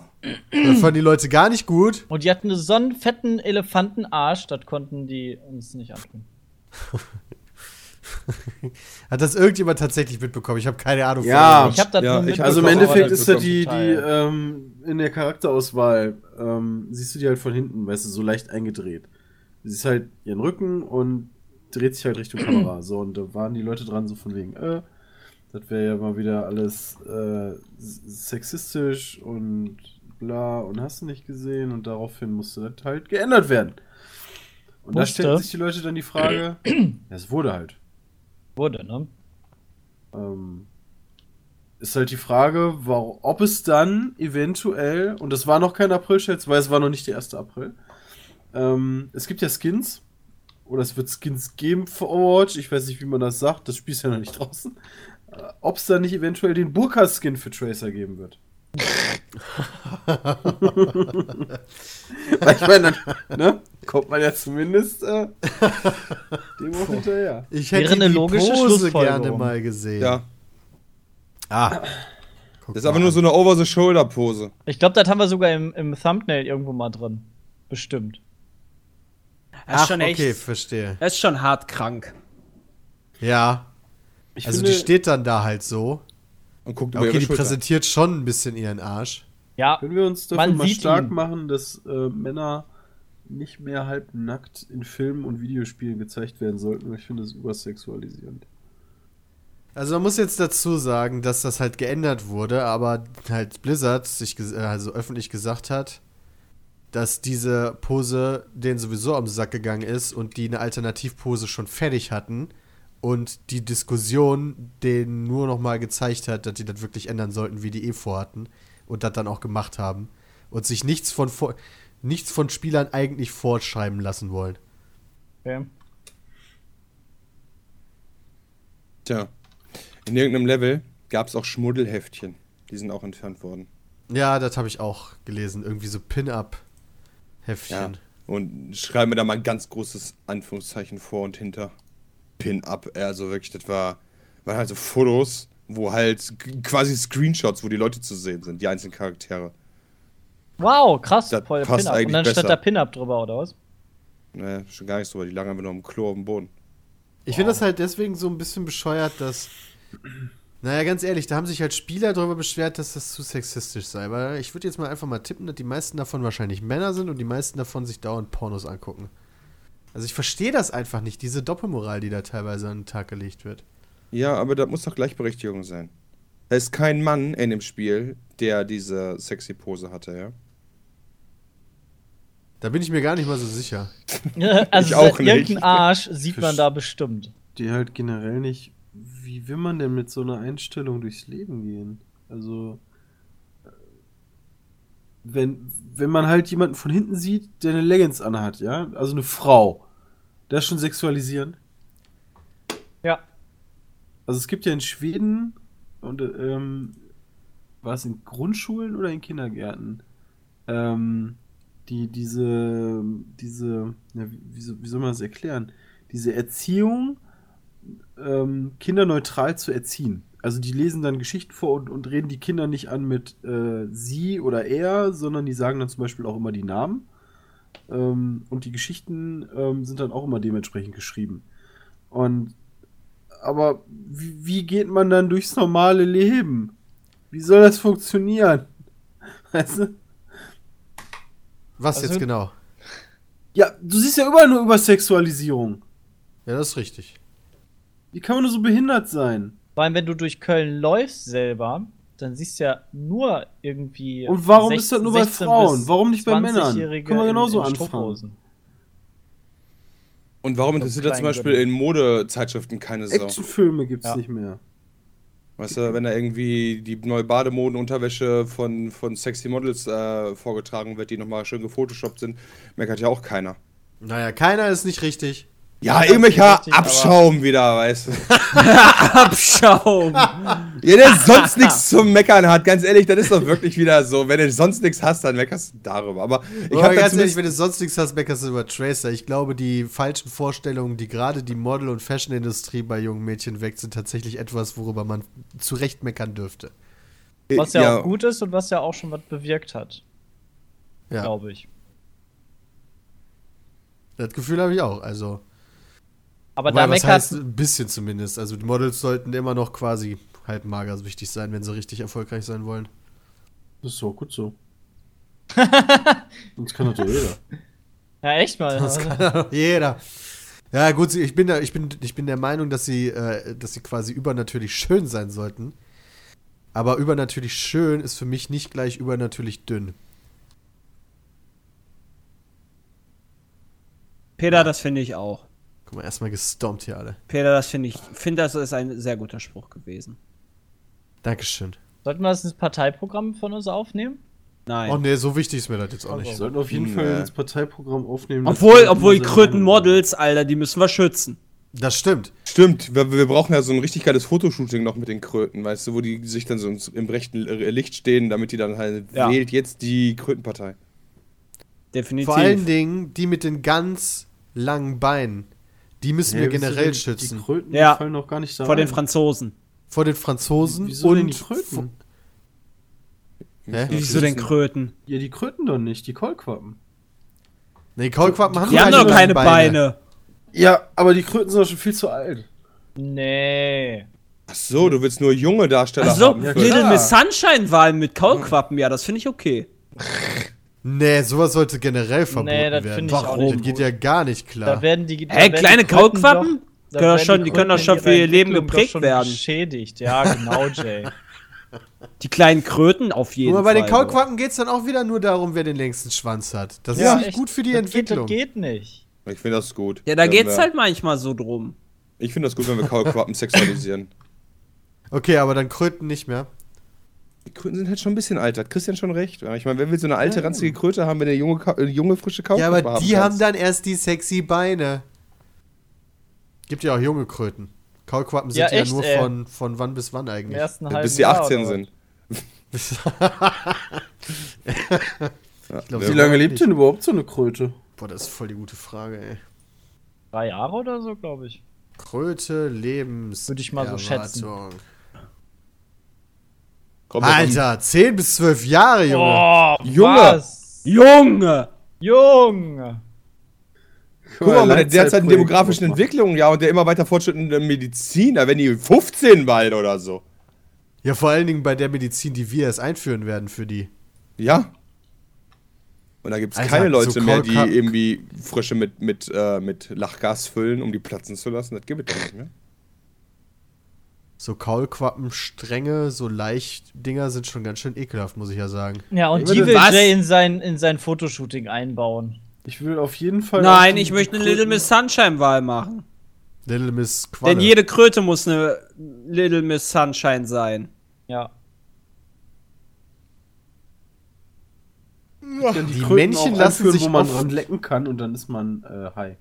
A: Das fanden die Leute gar nicht gut.
E: Und die hatten so einen fetten Elefantenarsch, das konnten die uns nicht antun.
A: Hat das irgendjemand tatsächlich mitbekommen? Ich habe keine Ahnung.
F: Ja.
E: Ich hab das
D: Ja,
E: nur
D: ich-
E: mitbekommen,
F: Also im
D: Das ist
F: Endeffekt
E: aber
D: das äh,
F: ist ja
D: bekommt
F: die, die
E: total.
F: ähm, in der Charakterauswahl, ähm, siehst du die halt von hinten, weißt du, so leicht eingedreht. Sie ist halt ihren Rücken und dreht sich halt Richtung Kamera. So, und da waren die Leute dran so von wegen, äh, das wäre ja mal wieder alles äh, s- sexistisch und bla und hast du nicht gesehen und daraufhin musste das halt geändert werden. Und da
E: Musste.
F: stellten sich die Leute dann die Frage, ja, es wurde halt.
E: wurde, ne?
F: Ähm, Ist halt die Frage, wa- ob es dann eventuell, und das war noch kein April-Scherz, weil es war noch nicht der 1. April, ähm, es gibt ja Skins, oder es wird Skins geben für Overwatch, ich weiß nicht, wie man das sagt, das Spiel ist ja noch nicht draußen, äh, ob es dann nicht eventuell den Burka-Skin für Tracer geben wird. Weil ich meine, dann, ne, kommt man ja zumindest äh, dem auch hinterher.
A: Ich
E: Wäre
A: hätte
E: eine
A: die
E: logische
A: Pose
E: Schlussfolgerung.
A: gerne mal gesehen.
D: Ja.
A: Ah. Guck
D: Das ist aber
A: mal
D: nur
A: an.
D: so eine Over-the-Shoulder-Pose.
E: Ich glaube, das haben wir sogar im, im Thumbnail irgendwo mal drin. Bestimmt.
C: Das
A: Ach,
C: ist schon echt.
A: okay, verstehe.
C: Das ist schon hart krank.
A: Ja.
F: Ich
A: also die
F: finde-
A: steht dann da halt so.
D: Und guckt über
A: Okay,
D: ihre
A: die
D: Schulter.
A: präsentiert schon ein bisschen ihren Arsch.
E: Ja,
F: Können wir uns dafür
E: Man
F: mal
E: sieht
F: stark
E: ihn.
F: machen, dass äh, Männer nicht mehr halbnackt in Filmen und Videospielen gezeigt werden sollten? weil Ich finde das übersexualisierend.
A: Also man muss jetzt dazu sagen, dass das halt geändert wurde, aber halt Blizzard sich ges- äh, also öffentlich gesagt hat, dass diese Pose denen sowieso am Sack gegangen ist und die eine Alternativpose schon fertig hatten und die Diskussion denen nur noch mal gezeigt hat, dass die das wirklich ändern sollten, wie die eh vorhatten und das dann auch gemacht haben und sich nichts von vor nichts von Spielern eigentlich vorschreiben lassen wollen.
E: okay.
D: Tja. In irgendeinem Level gab es auch Schmuddelheftchen. Die sind auch entfernt worden.
A: Ja, das habe ich auch gelesen, irgendwie so Pin-up Heftchen.
D: Und schreiben mir da mal ein ganz großes Anführungszeichen vor und hinter. Pin-up, also wirklich, das war, waren halt so Fotos, wo halt g- quasi Screenshots, wo die Leute zu sehen sind, die einzelnen Charaktere.
E: Wow, krass,
D: Das
E: voll der
D: passt
E: Pin-Up.
D: eigentlich
E: Und dann
D: besser.
E: statt da Pin-Up drüber, oder was?
D: Ne, schon gar nicht so, weil die lagen einfach nur im Klo auf dem Boden.
A: Ich finde das halt deswegen so ein bisschen bescheuert, dass. Naja, ganz ehrlich, da haben sich halt Spieler darüber beschwert, dass das zu sexistisch sei. Aber ich würde jetzt mal einfach mal tippen, dass die meisten davon wahrscheinlich Männer sind und die meisten davon sich dauernd Pornos angucken. Also ich verstehe das einfach nicht, diese Doppelmoral, die da teilweise an den Tag gelegt wird.
D: Ja, aber da muss doch Gleichberechtigung sein. Da ist kein Mann in dem Spiel, der diese sexy Pose hatte, ja?
A: Da bin ich mir gar nicht mal so sicher.
E: also
D: Ich auch
E: se- irgendein
D: nicht.
E: Arsch sieht man da bestimmt.
F: Die halt generell nicht. Wie will man denn mit so einer Einstellung durchs Leben gehen? Also. äh, Wenn, wenn man halt jemanden von hinten sieht, der eine Leggings anhat, ja? Also eine Frau. Das ist schon sexualisieren.
E: Ja.
F: Also es gibt ja in Schweden und äh, ähm, war es in Grundschulen oder in Kindergärten? Ähm, die, diese, diese, ja, wie, wie, so- wie soll man das erklären? Diese Erziehung, ähm, kinderneutral zu erziehen. Also die lesen dann Geschichten vor und, und reden die Kinder nicht an mit äh, sie oder er, sondern die sagen dann zum Beispiel auch immer die Namen. Ähm, und die Geschichten ähm, sind dann auch immer dementsprechend geschrieben. Und aber wie, wie geht man dann durchs normale Leben? Wie soll das funktionieren? Weißt du?
A: Was
E: Also-
A: jetzt genau?
F: Ja, du siehst ja überall nur Übersexualisierung.
A: Ja, das ist richtig.
F: Wie kann man nur so behindert sein?
E: Vor allem, wenn du durch Köln läufst selber, dann siehst du ja nur irgendwie.
F: Und warum
E: sech-
F: ist das nur bei
E: 16
F: Frauen?
E: bis
F: Warum nicht bei Männern?
E: 20-Jährige
F: Können wir
E: in-
F: genauso
E: in
F: anfangen.
E: Strumpfhosen.
D: Und warum
E: So
D: interessiert das zum
E: klein
D: Beispiel
E: Gürtel.
D: in Modezeitschriften keine Sau?
F: Actionfilme gibt's
E: Ja.
F: nicht mehr.
D: Weißt du, wenn da irgendwie die neue Bademodenunterwäsche von, von sexy Models äh, vorgetragen wird, die nochmal schön gefotoshoppt sind, meckert ja auch keiner.
A: Naja, keiner ist nicht richtig.
D: Ja, irgendwelcher
E: richtig, aber-
D: Abschaum wieder, weißt du.
C: Abschau!
D: Ja, der sonst nichts zum Meckern hat, ganz ehrlich, das ist doch wirklich wieder so. Wenn du sonst nichts hast, dann meckerst du darüber. Aber ich
A: Ich
D: habe
A: Aber ganz ehrlich, wenn du sonst nichts hast, meckerst du über Tracer. Ich glaube, die falschen Vorstellungen, die gerade die Model- und Fashionindustrie bei jungen Mädchen weckt, sind tatsächlich etwas, worüber man zu Recht meckern dürfte. Äh,
E: Was ja, auch gut ist und was ja auch schon was bewirkt hat,
A: Ja,
E: glaube ich.
A: das Gefühl habe ich auch. Also,
E: Aber
A: wobei,
E: da
A: was
E: meckert.
A: heißt ein bisschen zumindest. Also, die Models sollten immer noch quasi halbmager wichtig sein, wenn sie richtig erfolgreich sein wollen.
F: Das ist so gut so. Sonst kann das doch jeder.
E: ja, echt mal. Also,
A: Das kann ja doch jeder. Ja, gut, sie- ich bin, da, ich bin, ich bin der Meinung, dass sie, äh, dass sie quasi übernatürlich schön sein sollten. Aber übernatürlich schön ist für mich nicht gleich übernatürlich dünn.
C: Peter, das finde ich auch.
A: Guck mal, erstmal gestompt hier alle.
C: Peter, das finde ich. Finde, das ist ein sehr guter Spruch gewesen.
A: Dankeschön.
E: Sollten wir das ins Parteiprogramm von uns aufnehmen?
C: Nein.
A: Oh ne, so wichtig ist mir das jetzt auch
F: Wir
A: nicht.
F: sollten auf jeden
D: Nee.
F: Fall ins Parteiprogramm aufnehmen. dass
C: obwohl,
F: wir
C: obwohl die
F: unsere-
C: Kröten Models, Alter, die müssen wir schützen.
A: Das stimmt.
D: Stimmt, wir, wir brauchen ja so ein richtig geiles Fotoshooting noch mit den Kröten, weißt du, wo die sich dann so ins- im rechten äh, Licht stehen, damit die dann halt
C: Ja.
D: wählt jetzt die Krötenpartei.
C: Definitiv.
A: Vor allen Dingen die mit den ganz langen Beinen. Die müssen
F: Hä,
A: wir
F: wieso
A: generell
F: denn?
A: schützen.
F: Die Kröten
C: Ja.
F: fallen doch gar nicht da
C: Vor den
F: rein.
C: Franzosen.
A: Vor den Franzosen
F: Wieso
A: und
F: denn die Kröten?
A: Hä?
D: Die
C: Wieso denn
D: schützen.
C: Kröten?
F: Ja, die Kröten doch nicht, die Kaulquappen.
A: Nee, Kaulquappen haben,
C: Die haben doch keine Beine.
F: Ja, aber die Kröten sind doch schon viel zu alt.
E: Nee.
D: Ach so, du willst nur junge Darsteller
C: Also,
D: haben. für-
C: Little Miss Sunshine-Wahlen mit Kaulquappen, ja, das finde ich okay.
A: Nee, sowas sollte generell verboten
E: Nee, das
A: werden.
E: finde ich auch
A: Warum?
E: nicht
A: das geht
E: gut.
A: ja gar nicht
E: Da
A: klar.
E: werden die. da
C: Hä,
E: werden
C: kleine
E: die Kröten
C: Kaulquappen? Können
E: doch- da
C: doch
E: werden
C: schon- die
E: Kröten
C: können doch
E: in
C: schon für
E: ihrer
C: ihr Leben
E: Entwicklung doch
C: geprägt
E: schon
C: werden.
E: Beschädigt, ja, genau, Jay.
C: Die kleinen Kröten auf jeden
A: Nur bei
C: Fall.
A: den Kaulquappen geht es dann auch wieder nur darum, wer den längsten Schwanz hat. Das
E: Ja,
A: ist nicht
E: echt.
A: gut für die
E: das
A: Entwicklung.
E: Geht, das geht nicht.
D: Ich finde das gut.
C: Ja, da
D: Wenn
C: geht's
D: wir-
C: halt manchmal so drum.
D: Ich finde das gut, wenn wir Kaulquappen sexualisieren.
A: Okay, aber dann Kröten nicht mehr.
D: Die Kröten sind halt schon ein bisschen alt, hat Christian schon recht. Ich meine, wer will so eine alte, ranzige Kröte haben, wenn eine junge, Ka- äh, junge frische
A: Ja,
D: Kaulquappe
A: aber die haben
D: kannst?
A: dann erst die sexy Beine. Gibt ja auch junge Kröten. Kaulquappen sind
E: Ja,
A: ja,
E: echt,
A: nur
E: ey.
A: von, von wann bis wann
E: Im
A: eigentlich.
E: ersten halben
D: Bis die
E: Jahr
D: 18
E: oder
D: sind.
A: Ich glaub,
D: Wie
A: so-
F: Wie lange lebt denn überhaupt so eine Kröte?
A: Boah, das ist voll die gute Frage, ey.
E: was? Drei Jahre oder so, glaube ich.
A: Kröte, Lebens.
E: Würde ich mal so schätzen.
A: Erwartung.
D: Komm, wir haben-
A: Alter, 10 bis 12 Jahre, Junge.
E: Oh,
D: Junge!
E: Was?
C: Junge!
E: Junge!
D: Guck mal, mit der
F: Langzeitprojekt
D: derzeitigen demografischen
F: aufmachen.
D: Entwicklung, ja, und der immer weiter fortschrittenden Medizin, da werden die 15 bald oder so.
A: Ja, vor allen Dingen bei der Medizin, die wir erst einführen werden für die.
D: Ja. Und da gibt es
A: Alter,
D: keine Leute
A: so
D: mehr, die
A: Kaulquappen-
D: irgendwie Frösche mit, mit, äh, mit Lachgas füllen, um die platzen zu lassen. Das gibt es nicht mehr.
A: So Kaulquappenstränge, so Laichdinger sind schon ganz schön ekelhaft, muss ich ja sagen.
E: Ja, und
F: Ich
E: die
F: würde-
E: will
C: Was?
E: Jay in sein, in sein Fotoshooting einbauen.
F: Ich will auf jeden Fall.
C: Nein,
F: auch die-
C: ich möchte eine
F: die
C: Little
F: Kröten-
C: Miss Sunshine-Wahl machen.
A: Little Miss Qualle.
C: Denn jede Kröte muss eine Little Miss Sunshine sein.
E: Ja.
F: Denn
A: Die
F: Kröten
A: Männchen
F: auch
A: lassen
F: anführen,
A: sich
F: wo man
A: oft-
F: dran lecken kann und dann ist man äh, high.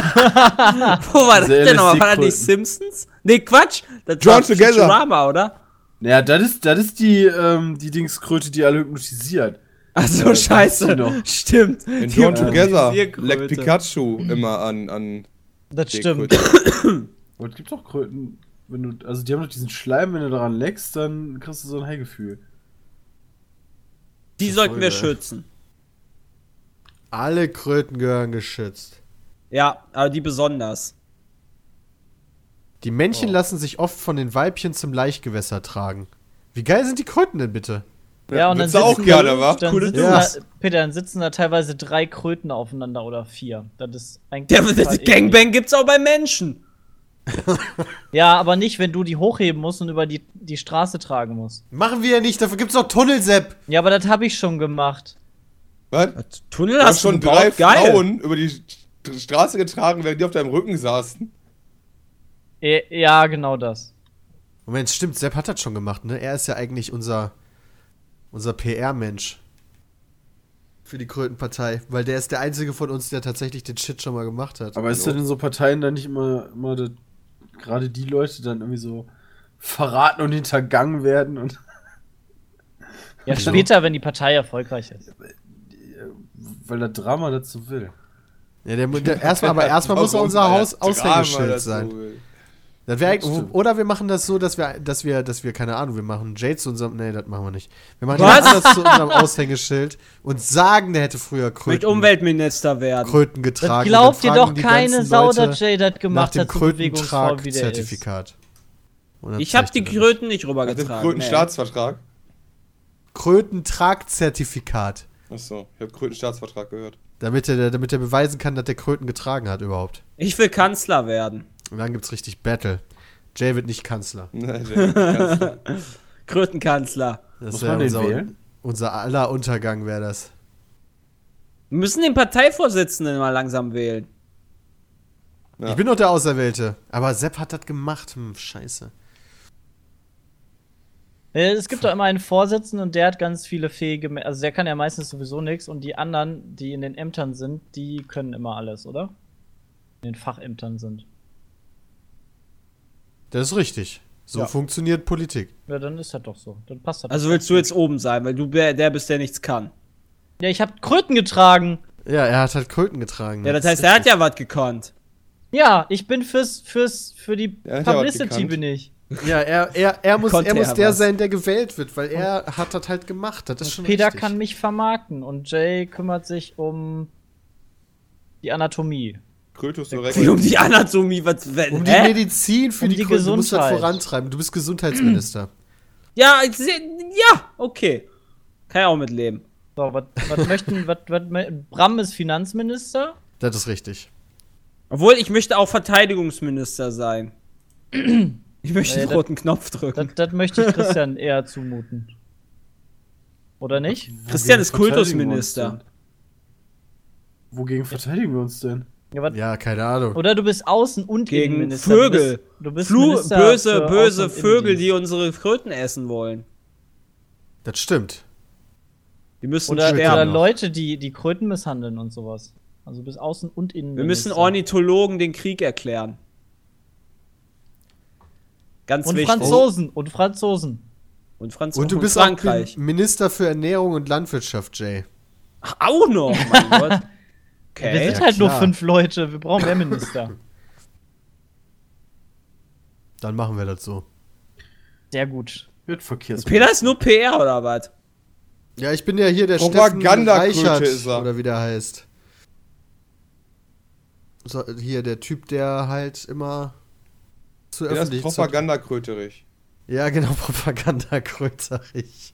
C: Wo war das
F: Diese
C: denn nochmal? War das
F: LSD-Kröten.
C: nicht Simpsons? Nee, Quatsch! Das
D: Drawn
C: war
D: Together.
C: Futurama, oder?
F: Ja, das ist, das ist die, ähm, die Dingskröte, die alle hypnotisiert.
C: Also
F: Ja, das
C: scheiße.
F: weißt du doch.
C: Stimmt.
D: In
C: Die
D: Drawn
C: haben
D: Together
C: die Sierkröte.
D: leckt Pikachu immer an, an
E: Das
D: der
E: stimmt.
D: Kröte.
F: Aber es gibt doch Kröten, wenn du. Also die haben doch diesen Schleim, wenn du daran leckst, dann kriegst du so ein High-Gefühl.
C: Die sollten wir
A: Folge.
C: schützen.
A: Alle Kröten gehören geschützt.
C: Ja, aber die besonders.
A: Die Männchen lassen sich oft von den Weibchen zum Laichgewässer tragen. Wie geil sind die Kröten denn bitte?
E: Ja, und dann
D: Würdest du auch
E: sitzen
D: gerne,
E: da,
D: wa?
E: Dann
D: Coole
E: sitzen da,
A: Dudes.
E: Peter, dann sitzen da teilweise drei Kröten aufeinander oder vier. Das ist eigentlich.
C: Der,
E: total
C: das
E: eklig.
C: Gangbang gibt's auch bei Menschen.
E: Ja, aber nicht, wenn du die hochheben musst und über die, die Straße tragen musst.
A: Machen wir ja nicht, dafür gibt's noch Tunnel, Sepp.
E: Ja, aber das habe ich schon gemacht.
D: Was?
C: Tunnel
D: Du
C: hast
D: hast
C: du
D: schon
C: gebaut?
D: drei
C: Geil.
D: Frauen über die St- Straße getragen, während die auf deinem Rücken saßen.
E: E ja, genau das.
A: Moment, stimmt, Sepp hat das schon gemacht, ne? Er ist ja eigentlich unser, unser PR-Mensch. Für die Krötenpartei. Weil der ist der einzige von uns, der tatsächlich den Shit schon mal gemacht hat.
F: Aber ist das in so Parteien dann nicht immer, immer das, gerade die Leute dann irgendwie so verraten und hintergangen werden und
E: Ja, später, wenn die Partei erfolgreich ist.
F: weil das Drama dazu will?
A: Ja, der, mu- der, erstmal, aber erstmal muss er
D: Warum,
A: unser
D: Alter?
A: Haus
D: Drama
A: Aushängeschild
D: dazu.
A: sein. Das wär,
F: Das stimmt.
A: oder wir machen das so, dass wir, dass wir, dass wir, keine Ahnung, wir machen Jade zu unserem, nee, das machen wir nicht. Wir machen
C: Was?
A: Jonas zu unserem Aushängeschild und sagen, der hätte früher
C: Möchte
A: Kröten,
C: Umweltminister werden.
A: Kröten getragen.
E: Das
A: und
E: glaubt
A: dann
E: dir
A: fragen
E: doch
A: die
E: keine
A: ganzen
E: Sau,
A: Leute
E: dass Jay das
A: nach
E: gemacht
A: dem
E: hat, so bewegungsvoll wie der ist.
A: Krötentrag-Zertifikat. Und dann
C: Ich habe die
A: zeichnet er das.
C: Kröten nicht
D: Nach dem
C: rübergetragen. nee.
D: Krötenstaatsvertrag.
A: Krötentrag-Zertifikat.
D: Achso, ich habe Krötenstaatsvertrag gehört.
A: Damit er, damit er beweisen kann, dass der Kröten getragen hat überhaupt.
C: Ich will Kanzler werden.
A: Und dann gibt's richtig Battle. Jay wird nicht Kanzler.
D: Nein, der- der- der-
C: Krötenkanzler.
A: Das
F: Muss
A: wäre
F: man den
A: unser,
F: wählen?
A: unser aller Untergang wäre das.
C: Wir müssen den Parteivorsitzenden mal langsam wählen.
D: Ja.
A: Ich bin doch der Auserwählte. Aber Sepp hat das gemacht. Hm, scheiße.
E: Äh, Es gibt doch immer einen Vorsitzenden und der hat ganz viele fähige, Me- also der kann ja meistens sowieso nichts und die anderen, die in den Ämtern sind, die können immer alles, oder? In den Fachämtern sind.
A: Das ist richtig. So funktioniert Politik.
E: Ja, dann ist das doch so. Dann passt das.
C: Also willst du jetzt oben sein, weil du der der bist, der nichts kann.
E: ja, ich habe Kröten getragen.
A: Ja, er hat halt Kröten getragen.
C: Ja, das heißt, er hat ja was gekonnt.
E: Ja, ich bin fürs fürs für die
D: Er hat ja was
E: Publicity
D: gekannt.
E: bin ich.
A: Ja, er, er, er muss,
C: Konnte
A: er muss
C: er
A: der
C: was.
A: sein, der gewählt wird, weil er hat das halt gemacht. Das ist schon
E: Peter
A: richtig.
E: kann mich vermarkten und Jay kümmert sich um die Anatomie.
D: Krötus
C: Wie um
D: Oregon.
C: die Anatomie, was, wenn,
A: um die
C: hä?
A: Medizin für
E: Um
A: die,
E: die
A: Kröten. Du musst das
E: Gesundheit.
A: vorantreiben. Du bist Gesundheitsminister.
C: Ja, ich seh, ja, okay. Kann ich auch mitleben.
E: So, was was möchten, was, was, mö- Bram ist Finanzminister?
A: das ist richtig.
C: Obwohl, ich möchte auch Verteidigungsminister sein. Ich möchte
E: Nee,
C: den
E: das-
C: roten Knopf drücken.
E: Das, das möchte ich Christian eher zumuten. Oder nicht?
C: Christian ist
F: Verteidigen wir uns denn?
C: Kultusminister.
F: Wogegen verteidigen wir uns denn?
E: Ja, was,
A: Ja, keine Ahnung.
E: Oder du bist Außen- und
C: Gegen
E: Innenminister.
C: Vögel.
E: Du bist, du
C: Flu
E: bist Minister
C: böse,
E: für
C: böse
E: Außen- und
C: Vögel, die
E: Innendienst.
C: unsere Kröten essen wollen.
A: Das stimmt.
C: Die müssen
E: Oder, oder
C: sterben.
E: Leute, die, die Kröten misshandeln und sowas. Also du bist Außen- und Innenminister.
C: Wir müssen Ornithologen den Krieg erklären. Ganz
E: Und
C: wichtig.
E: Franzosen. Und Franzosen.
C: Und Franz
A: Und du bist auch
C: Frankreich.
A: Min- Minister für Ernährung und Landwirtschaft, Jay.
C: Ach, auch noch, mein Gott.
E: Wir
C: Okay.
E: sind halt nur
A: klar.
E: fünf Leute. Wir brauchen mehr Minister.
A: Dann machen wir das so.
E: Sehr gut.
F: Wird Verkehrs.
C: Peter ist nur PR oder was?
A: Ja, ich bin ja hier der Steffen
D: Propagandakröte
A: Reichert,
D: ist er.
A: oder wie der heißt. So, hier der Typ, der halt immer zu
D: Der ist
A: öffentlich.
D: Propagandakröterich.
A: Ja, genau, Propagandakröterich.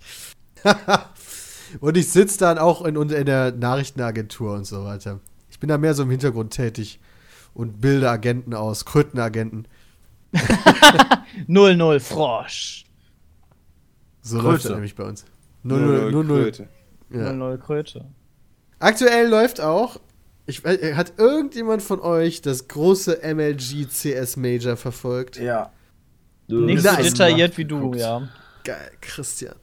A: und ich sitze dann auch in, in der Nachrichtenagentur und so weiter. Ich bin da mehr so im Hintergrund tätig und bilde Agenten aus, Krötenagenten.
E: 0-0 Frosch.
A: So
F: Kröte.
A: läuft das nämlich bei uns.
D: 00
A: 00 00.
D: Kröte.
A: Ja.
E: 0-0 Kröte.
A: Aktuell läuft auch. Ich, äh, hat irgendjemand von euch das große MLG CS Major verfolgt?
F: Ja.
E: Nicht so
A: Nice.
E: detailliert wie du,
F: Guckst.
E: ja.
A: Geil, Christian.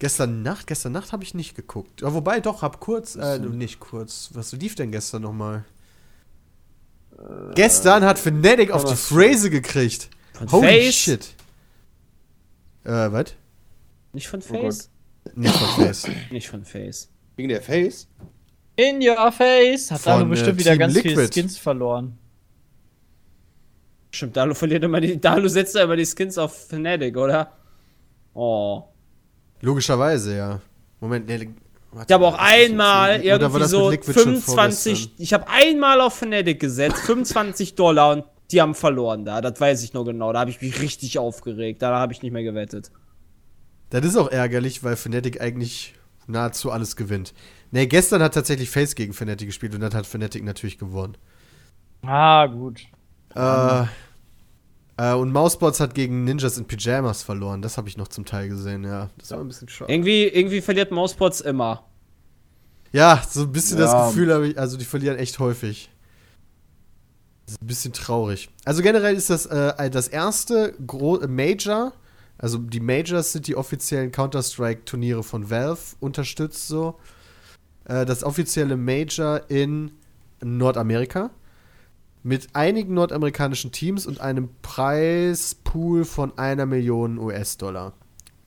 A: Gestern Nacht, gestern Nacht habe ich nicht geguckt. Ja, wobei doch, hab kurz, äh, nicht kurz. Was lief denn gestern nochmal?
C: Äh,
A: gestern hat Fnatic auf die Phrase gekriegt. Holy
C: Face?
A: shit. Äh, was?
C: Nicht von
E: Oh
C: Face?
A: Nicht von Face.
C: Nicht von Face.
D: Wegen der Face?
E: In your face. Hat
A: Von,
E: Dano bestimmt
A: äh,
E: wieder
A: Team
E: ganz viele
A: Liquid.
E: Skins verloren.
C: Stimmt, Dalu verliert immer die. Dalu setzt da immer die Skins auf Fnatic, oder? Oh.
A: Logischerweise, ja. Moment, ne, warte,
C: Ich habe auch
A: war das jetzt
C: einmal
A: Liquid? Oder war
C: irgendwie
A: das
C: so
A: mit Liquid schon
C: 25. Ich habe einmal auf Fnatic gesetzt, 25 Dollar und die haben verloren da. Das weiß ich noch genau. Da habe ich mich richtig aufgeregt. Da habe ich nicht mehr gewettet.
A: Das ist auch ärgerlich, weil Fnatic eigentlich nahezu alles gewinnt. Ne, gestern hat tatsächlich Face gegen Fnatic gespielt und dann hat Fnatic natürlich gewonnen.
E: Ah, gut.
A: Äh, äh, und Mousebots hat gegen Ninjas in Pyjamas verloren. Das habe ich noch zum Teil gesehen, ja. Das war ein bisschen schade.
C: Irgendwie, irgendwie verliert Mausports immer.
A: Ja, so ein bisschen
F: Ja.
A: das Gefühl habe ich, also die verlieren echt häufig. Das ist ein bisschen traurig. Also generell ist das äh, das erste Gro Major, also die Majors sind die offiziellen Counter-Strike-Turniere von Valve, unterstützt so. Äh, das offizielle Major in Nordamerika. Mit einigen nordamerikanischen Teams und einem Preispool von einer Million US-Dollar.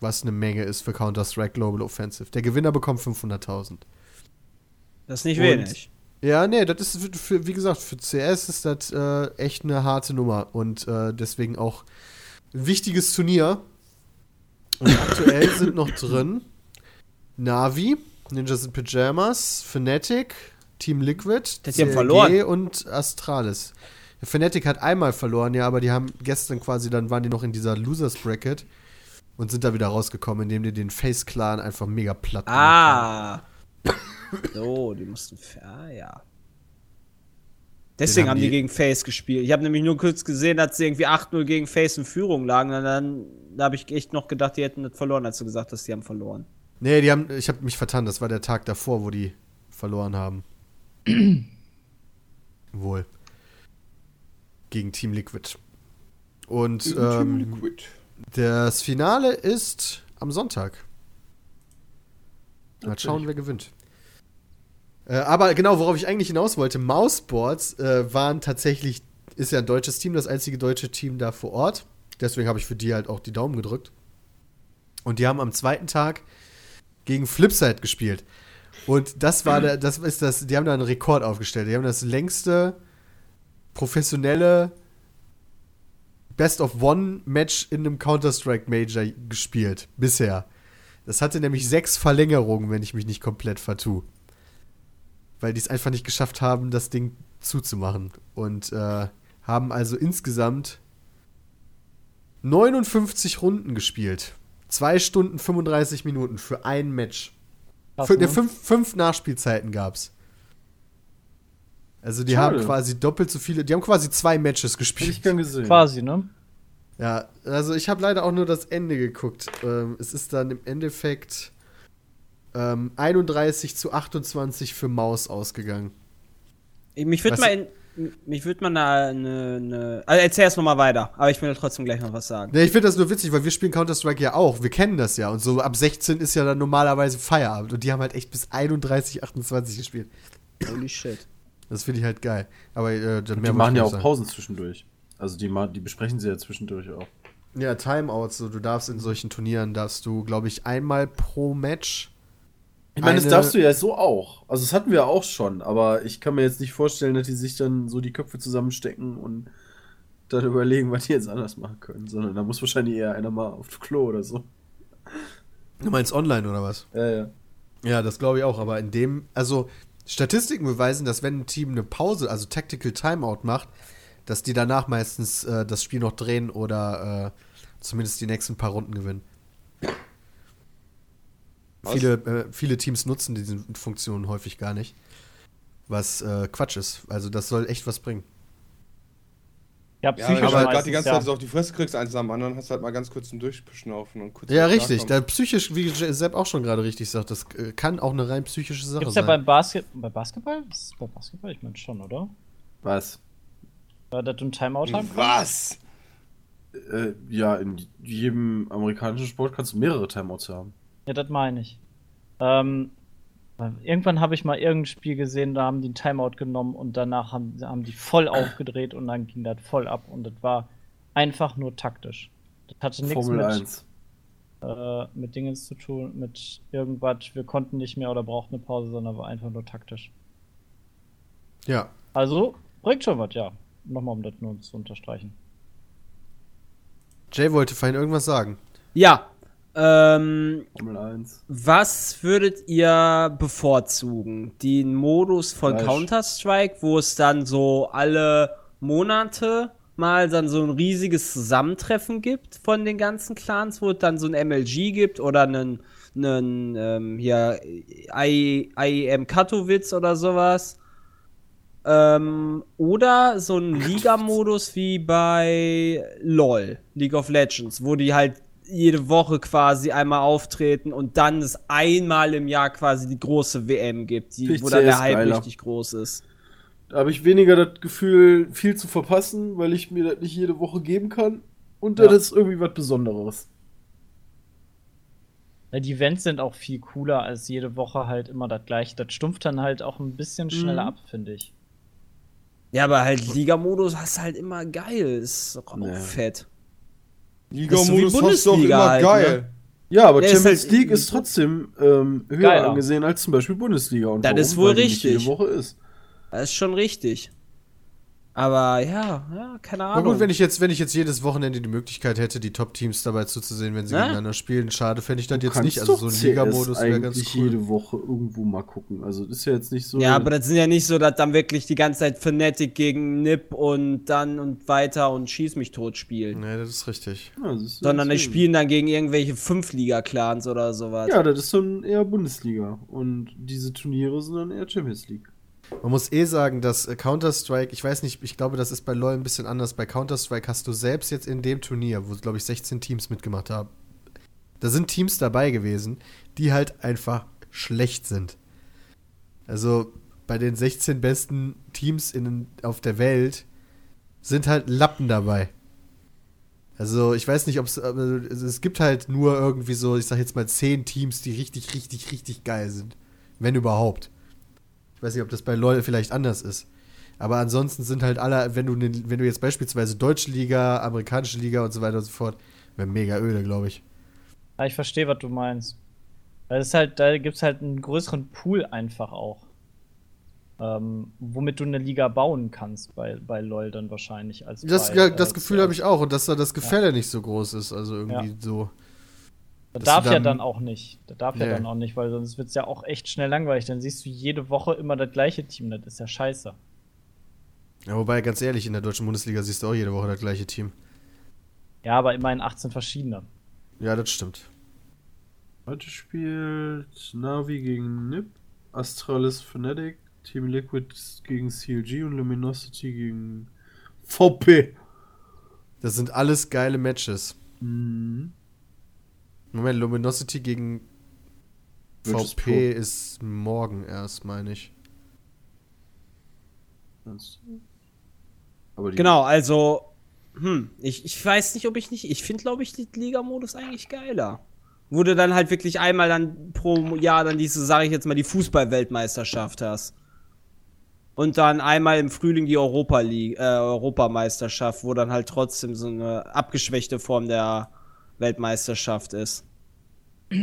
A: Was eine Menge ist für Counter-Strike Global Offensive. Der Gewinner bekommt 500.000.
C: Das ist nicht
A: Und-
C: wenig.
A: Ja, nee, das ist, für- für, wie gesagt, für CS ist das äh, echt eine harte Nummer und äh, deswegen auch ein wichtiges Turnier. Und aktuell sind noch drin Navi, Ninjas in Pyjamas, Fnatic, Team Liquid,
C: Das die haben
A: CLG
C: verloren.
A: und Astralis. Ja, Fnatic hat einmal verloren, ja, aber die haben gestern quasi, dann waren die noch in dieser Losers Bracket und sind da wieder rausgekommen, indem die den Face Clan einfach mega platt gemacht haben.
C: Ah. so, die mussten. f- Ah, ja. Deswegen
A: haben
C: haben die,
A: die-
C: gegen Face gespielt. Ich habe nämlich nur kurz gesehen, dass sie irgendwie 8-0 gegen Face in Führung lagen. Und dann da habe ich echt noch gedacht, die hätten das verloren, als du gesagt hast, die haben verloren.
A: Nee, die haben, ich habe mich vertan. Das war der Tag davor, wo die verloren haben. Wohl.
F: Äh,
A: Gegen Team Liquid. Und ähm,
D: Liquid.
A: Das Finale ist am Sonntag. Mal schauen, wer gewinnt. Äh, aber genau, worauf ich eigentlich hinaus wollte, Mouseboards äh, waren tatsächlich, ist ja ein deutsches Team, das einzige deutsche Team da vor Ort. Deswegen habe ich für die halt auch die Daumen gedrückt. Und die haben am zweiten Tag gegen Flipside gespielt. Und das war der, das ist das, die haben da einen Rekord aufgestellt. Die haben das längste professionelle Best of One Match in einem Counter-Strike Major gespielt bisher. Das hatte nämlich sechs Verlängerungen, wenn ich mich nicht komplett vertue. Weil die es einfach nicht geschafft haben, das Ding zuzumachen. Und äh, haben also insgesamt 59 Runden gespielt. Zwei Stunden 35 Minuten für ein Match.
E: Krass,
A: Fün-
E: ne?
A: ne, fünf, fünf Nachspielzeiten gab's. Also die
F: Schade.
A: haben quasi doppelt so viele, die haben quasi zwei Matches
F: Hätte ich
A: gespielt.
F: gern gesehen.
E: Quasi, ne?
A: Ja, also ich habe leider auch nur das Ende geguckt. Ähm, es ist dann im Endeffekt ähm, 31 zu 28 für Maus ausgegangen.
C: Ich- Mich würde
A: Was-
C: mal, in, mich würd mal eine, eine, eine. Also erzähl erst nochmal weiter, aber ich will trotzdem gleich noch was sagen.
A: Ne, ich finde das nur witzig, weil wir spielen Counter-Strike ja auch. Wir kennen das ja. Und so ab 16 ist ja dann normalerweise Feierabend. Und die haben halt echt bis 31, 28 gespielt.
C: Holy shit.
A: Das finde ich halt geil. Aber äh, dann
F: Die
A: muss
F: machen
A: ich nicht
F: ja auch
A: sagen.
F: Pausen zwischendurch. Also die, ma- die besprechen sie ja zwischendurch auch.
A: Ja, Timeouts. So, du darfst in solchen Turnieren, darfst du, glaube ich, einmal pro Match.
F: Ich meine, das
A: Eine-
F: darfst du ja so auch. Also das hatten wir auch schon, aber ich kann mir jetzt nicht vorstellen, dass die sich dann so die Köpfe zusammenstecken und dann überlegen, was die jetzt anders machen können, sondern da muss wahrscheinlich eher einer mal auf Klo oder so.
A: Du meinst online oder was?
F: Ja, ja.
A: Ja, das glaube ich auch, aber in dem, also Statistiken beweisen, dass wenn ein Team eine Pause, also Tactical Timeout macht, dass die danach meistens äh, das Spiel noch drehen oder äh, zumindest die nächsten paar Runden gewinnen. Viele, äh, viele Teams nutzen diese Funktionen häufig gar nicht, was äh, Quatsch ist. Also das soll echt was bringen.
E: Ja,
D: Ja, wenn
E: psychisch
D: du halt gerade
E: meistens,
D: die ganze
E: ja.
D: Zeit so auf die Fresse kriegst, eins nach dem anderen, hast du halt mal ganz kurz einen Durchschnaufen und kurz.
A: Ja,
D: wieder
A: richtig. Da
D: klarkommen.
A: psychisch, wie Sepp auch schon gerade richtig sagt, das äh, kann auch eine rein psychische Sache
E: Gibt's ja
A: sein.
E: beim Basket bei Basketball? Ist es bei Basketball? Ich meine schon, oder?
F: Was?
E: Äh, Dass du einen Timeout
D: Mhm.
E: haben kannst?
D: Was?
F: Äh, ja, in jedem amerikanischen Sport kannst du mehrere Timeouts haben.
E: Ja, das meine ich. Ähm, weil irgendwann habe ich mal irgendein Spiel gesehen, da haben die einen Timeout genommen und danach haben, haben die voll aufgedreht und dann ging das voll ab und das war einfach nur taktisch. Das hatte nichts
F: Formel
E: mit,
F: 1.
E: äh, mit Dingen zu tun, mit irgendwas, wir konnten nicht mehr oder brauchten eine Pause, sondern war einfach nur taktisch.
A: ja,
E: Also, bringt schon was, ja. Nochmal, um das nur zu unterstreichen.
A: Jay wollte vorhin irgendwas sagen.
C: Ja. Ähm,
F: Formel 1.
C: was würdet ihr bevorzugen? Den Modus von
F: Fleisch.
C: Counter-Strike, wo es dann so alle Monate mal dann so ein riesiges Zusammentreffen gibt von den ganzen Clans, wo es dann so ein MLG gibt oder einen, einen ähm, hier, I- IEM Katowice oder sowas. Ähm, oder so ein Liga-Modus wie bei LOL, League of Legends, wo die halt jede Woche quasi einmal auftreten und dann es einmal im Jahr quasi die große WM gibt,
F: Finde
C: die,
F: ich
C: wo dann der
F: CS
C: Hype
F: geiler.
C: richtig groß ist.
F: Da habe ich weniger das Gefühl, viel zu verpassen, weil ich mir das nicht jede Woche geben kann. Und das
E: Ja.
F: ist irgendwie was Besonderes.
E: Ja, die Events sind auch viel cooler als jede Woche halt immer das gleiche. Das stumpft dann halt auch ein bisschen schneller ab, finde ich.
C: Ja, aber halt Liga-Modus hast halt immer geil, ist doch auch
F: Nee.
C: fett.
D: Liga-Modus
C: Das ist so wie
D: hast du auch
C: Bundesliga
D: immer
C: halt,
D: geil.
F: Ja, aber
C: Ja, ist
F: Champions
C: halt-
F: League ist trotzdem ähm, höher
E: Geiler.
F: angesehen als zum Beispiel Bundesliga. Und
C: Das
F: warum?
C: ist wohl
F: Weil die nicht
C: richtig.
F: Jede Woche ist.
C: Das ist schon richtig. Aber ja, ja, keine
A: Na
C: Ahnung.
A: gut, wenn ich jetzt, wenn ich jetzt jedes Wochenende die Möglichkeit hätte, die Top-Teams dabei zuzusehen, wenn sie
C: Ja.
A: gegeneinander spielen, schade fände ich das
F: Du
A: jetzt
F: kannst
A: nicht. Also
F: doch
A: so ein
F: CS
A: Liga-Modus wäre
F: eigentlich
A: ganz cool.
F: jede Woche irgendwo mal gucken. Also ist ja jetzt nicht so.
C: ja, aber das sind ja nicht so, dass dann wirklich die ganze Zeit Fnatic gegen Nip und dann und weiter und schieß mich tot spielen.
A: Nee, das ist richtig.
F: Ja, das ist
C: Sondern die
F: deswegen.
C: spielen dann gegen irgendwelche Fünfliga-Clans oder sowas.
F: Ja, das ist dann eher Bundesliga. Und diese Turniere sind dann eher Champions League.
A: Man muss eh sagen, dass äh, Counter-Strike, ich weiß nicht, ich glaube, das ist bei LoL ein bisschen anders. Bei Counter-Strike hast du selbst jetzt in dem Turnier, wo, glaube ich, 16 Teams mitgemacht haben, da sind Teams dabei gewesen, die halt einfach schlecht sind. Also bei den 16 besten Teams in, auf der Welt sind halt Lappen dabei. Also ich weiß nicht, ob es es gibt halt nur irgendwie so, ich sag jetzt mal zehn Teams, die richtig, richtig, richtig geil sind, wenn überhaupt. Ich weiß nicht, ob das bei LoL vielleicht anders ist. Aber ansonsten sind halt alle, wenn du ne, wenn du jetzt beispielsweise deutsche Liga, amerikanische Liga und so weiter und so fort, wäre mega öde, glaube ich.
E: Ah, ich verstehe, was du meinst. Weil es ist halt, da gibt es halt einen größeren Pool einfach auch. Ähm, womit du eine Liga bauen kannst bei, bei LOL dann wahrscheinlich. Als
A: Das,
E: bei,
A: ja,
E: äh,
A: das Gefühl
E: CS.
A: habe ich auch und dass da das Gefälle nicht so groß ist, also irgendwie so.
E: Da
A: dass
E: darf
A: du
E: ja
A: dann-
E: dann auch nicht. Da darf ja
A: Nee.
E: dann auch nicht, weil sonst wird es ja auch echt schnell langweilig. Dann siehst du jede Woche immer das gleiche Team. Das ist ja scheiße.
A: Ja, wobei ganz ehrlich, in der deutschen Bundesliga siehst du auch jede Woche das gleiche Team.
E: Ja, aber immerhin 18 verschiedene.
A: Ja, das stimmt.
F: Heute spielt Navi gegen Nip, Astralis Fnatic, Team Liquid gegen CLG und Luminosity gegen VP.
A: Das sind alles geile Matches.
F: Mhm.
A: Moment, Luminosity gegen
F: Virtus
A: VP
F: Pro.
A: ist morgen erst, meine ich.
F: Aber die
C: Genau, also, hm, ich, ich weiß nicht, ob ich nicht. Ich finde, glaube ich, den Liga-Modus eigentlich geiler. Wo du dann halt wirklich einmal dann pro Jahr dann diese, sage ich jetzt mal, die Fußball-Weltmeisterschaft hast. Und dann einmal im Frühling die Europa League, äh, Europameisterschaft, wo dann halt trotzdem so eine abgeschwächte Form der Weltmeisterschaft ist.
A: Ja,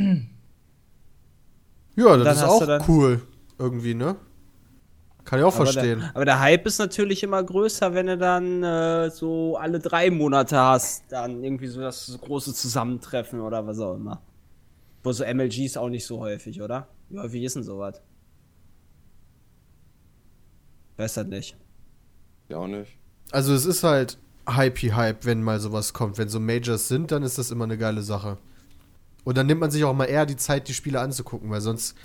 A: das
C: dann
A: ist
C: hast
A: auch
C: du dann-
A: cool. Irgendwie, ne? Kann ich auch verstehen.
C: Aber der, aber der Hype ist natürlich immer größer, wenn du dann äh, so alle drei Monate hast, dann irgendwie so das große Zusammentreffen oder was auch immer. Wo so MLGs auch nicht so häufig, oder? Wie häufig ist denn sowas? Weiß das nicht.
D: Ja, auch nicht.
A: Also es ist halt Hype-Hype, wenn mal sowas kommt. Wenn so Majors sind, dann ist das immer eine geile Sache. Und dann nimmt man sich auch mal eher die Zeit, die Spiele anzugucken, weil sonst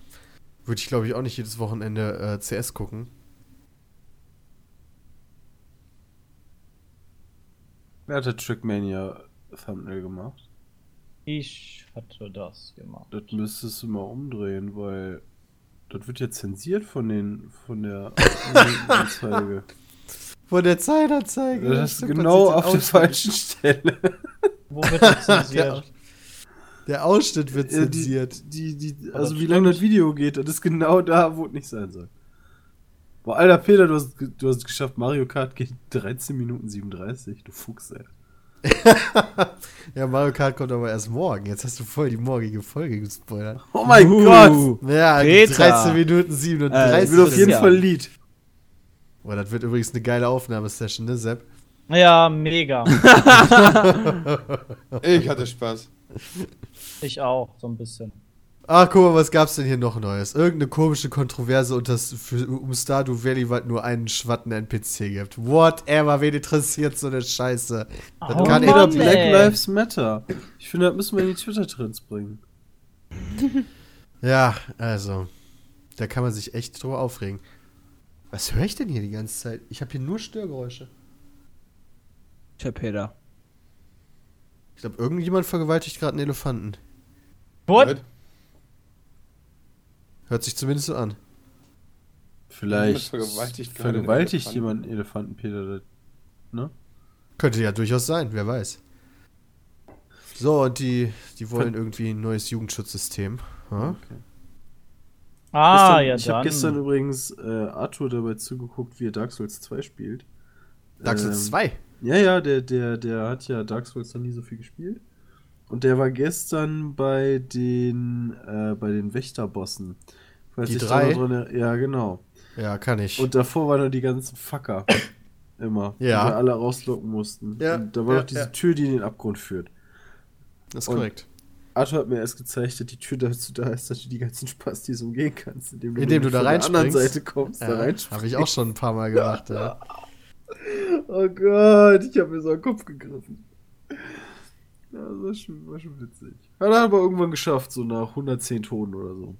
A: würde ich, glaube ich, auch nicht jedes Wochenende äh, CS gucken.
F: Wer hat das Trackmania Thumbnail gemacht?
E: Ich hatte das gemacht.
F: Das müsstest du mal umdrehen, weil das wird ja zensiert von den von der Anzeige.
A: Von der Zeitanzeige.
F: das ist genau auf der falschen Stelle.
E: Wo wird das zensiert?
A: Der Ausschnitt wird
F: Äh, die-
A: zensiert.
F: Die, die,
E: Aber
F: also
E: das
F: wie lange das
E: stimmt.
F: Video geht, das ist genau da, wo es nicht sein soll. Boah, alter Peter, du hast, du hast es geschafft, Mario Kart geht 13 Minuten 37, du Fuchs, ey.
A: Ja, Mario Kart kommt aber erst morgen. Jetzt hast du voll die morgige Folge gespoilert.
F: Oh mein
C: Uh.
F: Gott!
A: Ja,
C: Peter.
A: 13 Minuten 37.
C: Äh,
F: Ich will auf jeden
C: Ja.
F: Fall ein Lied.
A: Boah, das wird übrigens eine geile Aufnahmesession, ne, Sepp?
E: Ja, mega.
D: Ich hatte Spaß.
E: Ich auch, so ein bisschen.
A: Ach, guck mal, was gab's denn hier noch Neues? Irgendeine komische Kontroverse unter, für, um Stardew Valley, weil nur einen schwatten NPC gibt. Whatever, wen interessiert so eine Scheiße? Das
E: Oh
A: kann
E: Mann,
A: jeder
F: Peter,
E: ey.
A: Black.
F: Black Lives Matter. Ich finde, das müssen wir in die Twitter-Trends bringen.
A: Ja, also, da kann man sich echt drüber aufregen. Was höre ich denn hier die ganze Zeit? Ich habe hier nur Störgeräusche.
C: Tja, Peter.
A: Ich glaube, irgendjemand vergewaltigt gerade einen Elefanten.
E: What?
A: Hört sich zumindest so an.
F: Vielleicht
D: vergewaltigt gerade einen
F: vergewaltigt
D: Elefanten.
F: jemand einen Elefanten, Peter. Das-
A: Könnte ja durchaus sein, wer weiß. So, und die, die wollen irgendwie ein neues Jugendschutzsystem.
F: Ähm.
A: Hm?
E: Ah,
F: gestern,
E: ja,
F: ich habe
E: dann.
F: gestern übrigens äh, Arthur dabei zugeguckt, wie er Dark Souls 2 spielt. Ähm,
A: Dark Souls 2.
F: Ja, ja, der, der, der hat ja Dark Souls noch nie so viel gespielt. Und der war gestern bei den, äh, bei den Wächterbossen. Falls
A: Die
F: dich
A: drei?
F: da noch dran er- ja, genau.
A: Ja, kann ich.
F: Und davor waren da die ganzen Facker. Immer.
A: Ja.
F: Die wir alle rauslocken mussten.
A: Ja,
F: Und da war
A: ja,
F: noch diese
A: ja.
F: Tür, die in den Abgrund führt.
A: das ist
F: und-
A: korrekt.
F: Arthur hat mir erst gezeigt, dass die Tür dazu da ist, dass du die ganzen Spastis umgehen kannst, indem du,
A: Indem
F: nämlich
A: du da
F: von der anderen
A: reinspringst.
F: Seite kommst, da
A: Ja,
F: reinspringst.
A: Habe ich auch schon ein paar Mal gemacht. Ja.
F: Oh Gott, ich habe mir so einen Kopf gegriffen. Ja, das war schon, war schon witzig. Hat er aber irgendwann geschafft, so nach 110 Tonen oder so.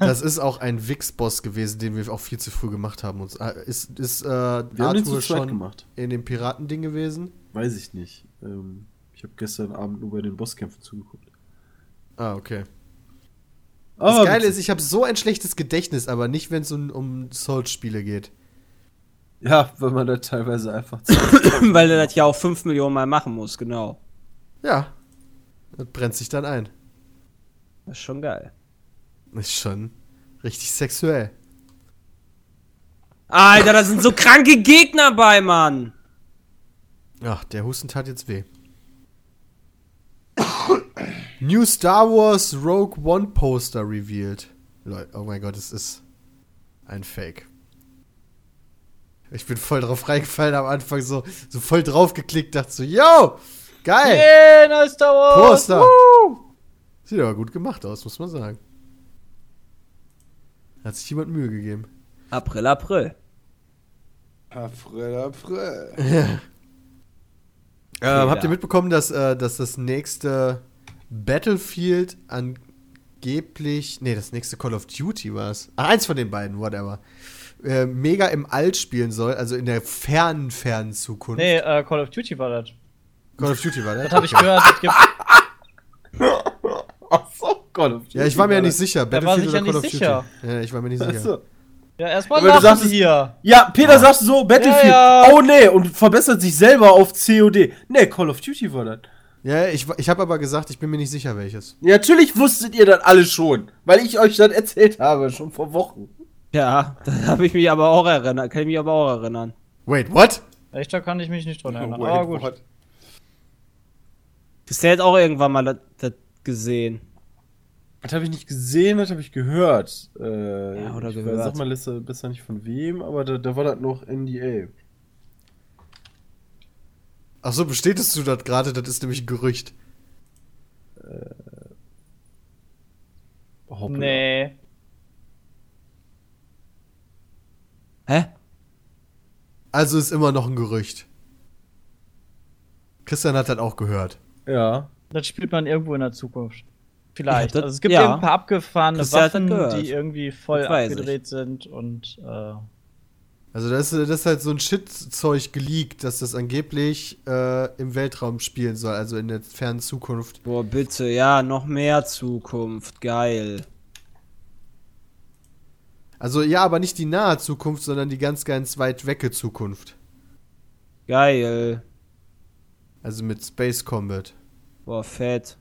A: Das ist auch ein Wix-Boss gewesen, den wir auch viel zu früh gemacht haben. Und, äh, ist ist äh,
F: Wir haben den zu
A: Arthur
F: zweit
A: schon
F: gemacht.
A: in dem Piratending gewesen?
F: Weiß ich nicht. Ähm, ich habe gestern Abend nur bei den Bosskämpfen zugeguckt.
A: Ah, okay.
F: Aber
A: das Geile
F: Ah, witzig.
A: ist, ich habe so ein schlechtes Gedächtnis, aber nicht, wenn es um, um Souls-Spiele geht.
F: Ja, weil man da teilweise einfach zu
C: Weil du das ja auch 5 Millionen Mal machen musst, genau.
A: Ja. Das brennt sich dann ein.
C: Das ist schon geil.
A: Ist schon richtig sexuell.
C: Alter, da sind so kranke Gegner bei, Mann.
A: Ach, der Husten tat jetzt weh. New Star Wars Rogue One Poster revealed. Leute, oh mein Gott, es ist ein Fake. Ich bin voll drauf reingefallen am Anfang, so, so voll drauf geklickt, dachte so, yo, geil,
E: Hey, neues Star Wars!
A: Poster. Sieht aber gut gemacht aus, muss man sagen. Hat sich jemand Mühe gegeben.
C: April, April.
D: Ah, April, April.
A: Ähm, habt ihr mitbekommen, dass, äh, dass das nächste Battlefield angeblich. Nee, das nächste Call of Duty war es. Ah, eins von den beiden, whatever. Äh, mega im Alt spielen soll, also in der fernen, fernen Zukunft.
E: Nee, äh, Call of Duty war das.
A: Call of Duty war das.
E: Das habe ich gehört. Das gibt,
F: Achso, Call of Duty.
A: ja, ich war mir ja nicht sicher.
E: Da war sich ja nicht sicher.
A: Ja, ich war mir nicht sicher.
F: Achso.
E: ja, erstmal
F: Aber du
E: lachen
F: sagst es-
E: hier.
F: Ja, Peter sagt so, Battlefield.
E: Ja, ja.
F: Oh nee, und verbessert sich selber auf COD. Nee, Call of Duty war das.
A: Ja, ich, wa- ich habe aber gesagt, ich bin mir nicht sicher, welches.
F: Ja, natürlich wusstet ihr das alle schon, weil ich euch das erzählt habe, schon vor Wochen.
C: Ja, da habe ich mich aber auch erinnert, kann ich mich aber auch erinnern.
A: Wait, what?
E: Echt, da kann ich mich nicht dran erinnern.
D: Wait,
E: Aber gut.
D: what?
C: Christian hat auch irgendwann mal das, das gesehen.
F: Das habe ich nicht gesehen, das habe ich gehört. Äh,
C: Ja, oder
F: ich
C: gehört.
F: Weiß, sag mal besser, besser nicht von wem, aber da, da war das noch NDA.
A: Achso, bestätigst du das gerade? Das ist nämlich ein Gerücht.
F: Hoppla.
E: Nee.
C: Hä?
A: Also ist immer noch ein Gerücht. Christian hat das auch gehört.
F: Ja.
E: Das spielt man irgendwo in der Zukunft. Vielleicht.
C: Ja, das-
E: also es gibt
C: ja.
E: eben ein paar abgefahrene
C: Christian hat das
E: Waffen,
C: gehört.
E: die irgendwie voll
C: Das weiß
E: abgedreht sind und äh,
A: Also das, das ist halt so ein Shit-Zeug geleakt, dass das angeblich äh, im Weltraum spielen soll, also in der fernen Zukunft.
C: Boah, bitte, ja, noch mehr Zukunft, geil.
A: Also ja, aber nicht die nahe Zukunft, sondern die ganz, ganz weit wecke Zukunft.
C: Geil.
A: Also mit Space Combat.
C: Boah, fett.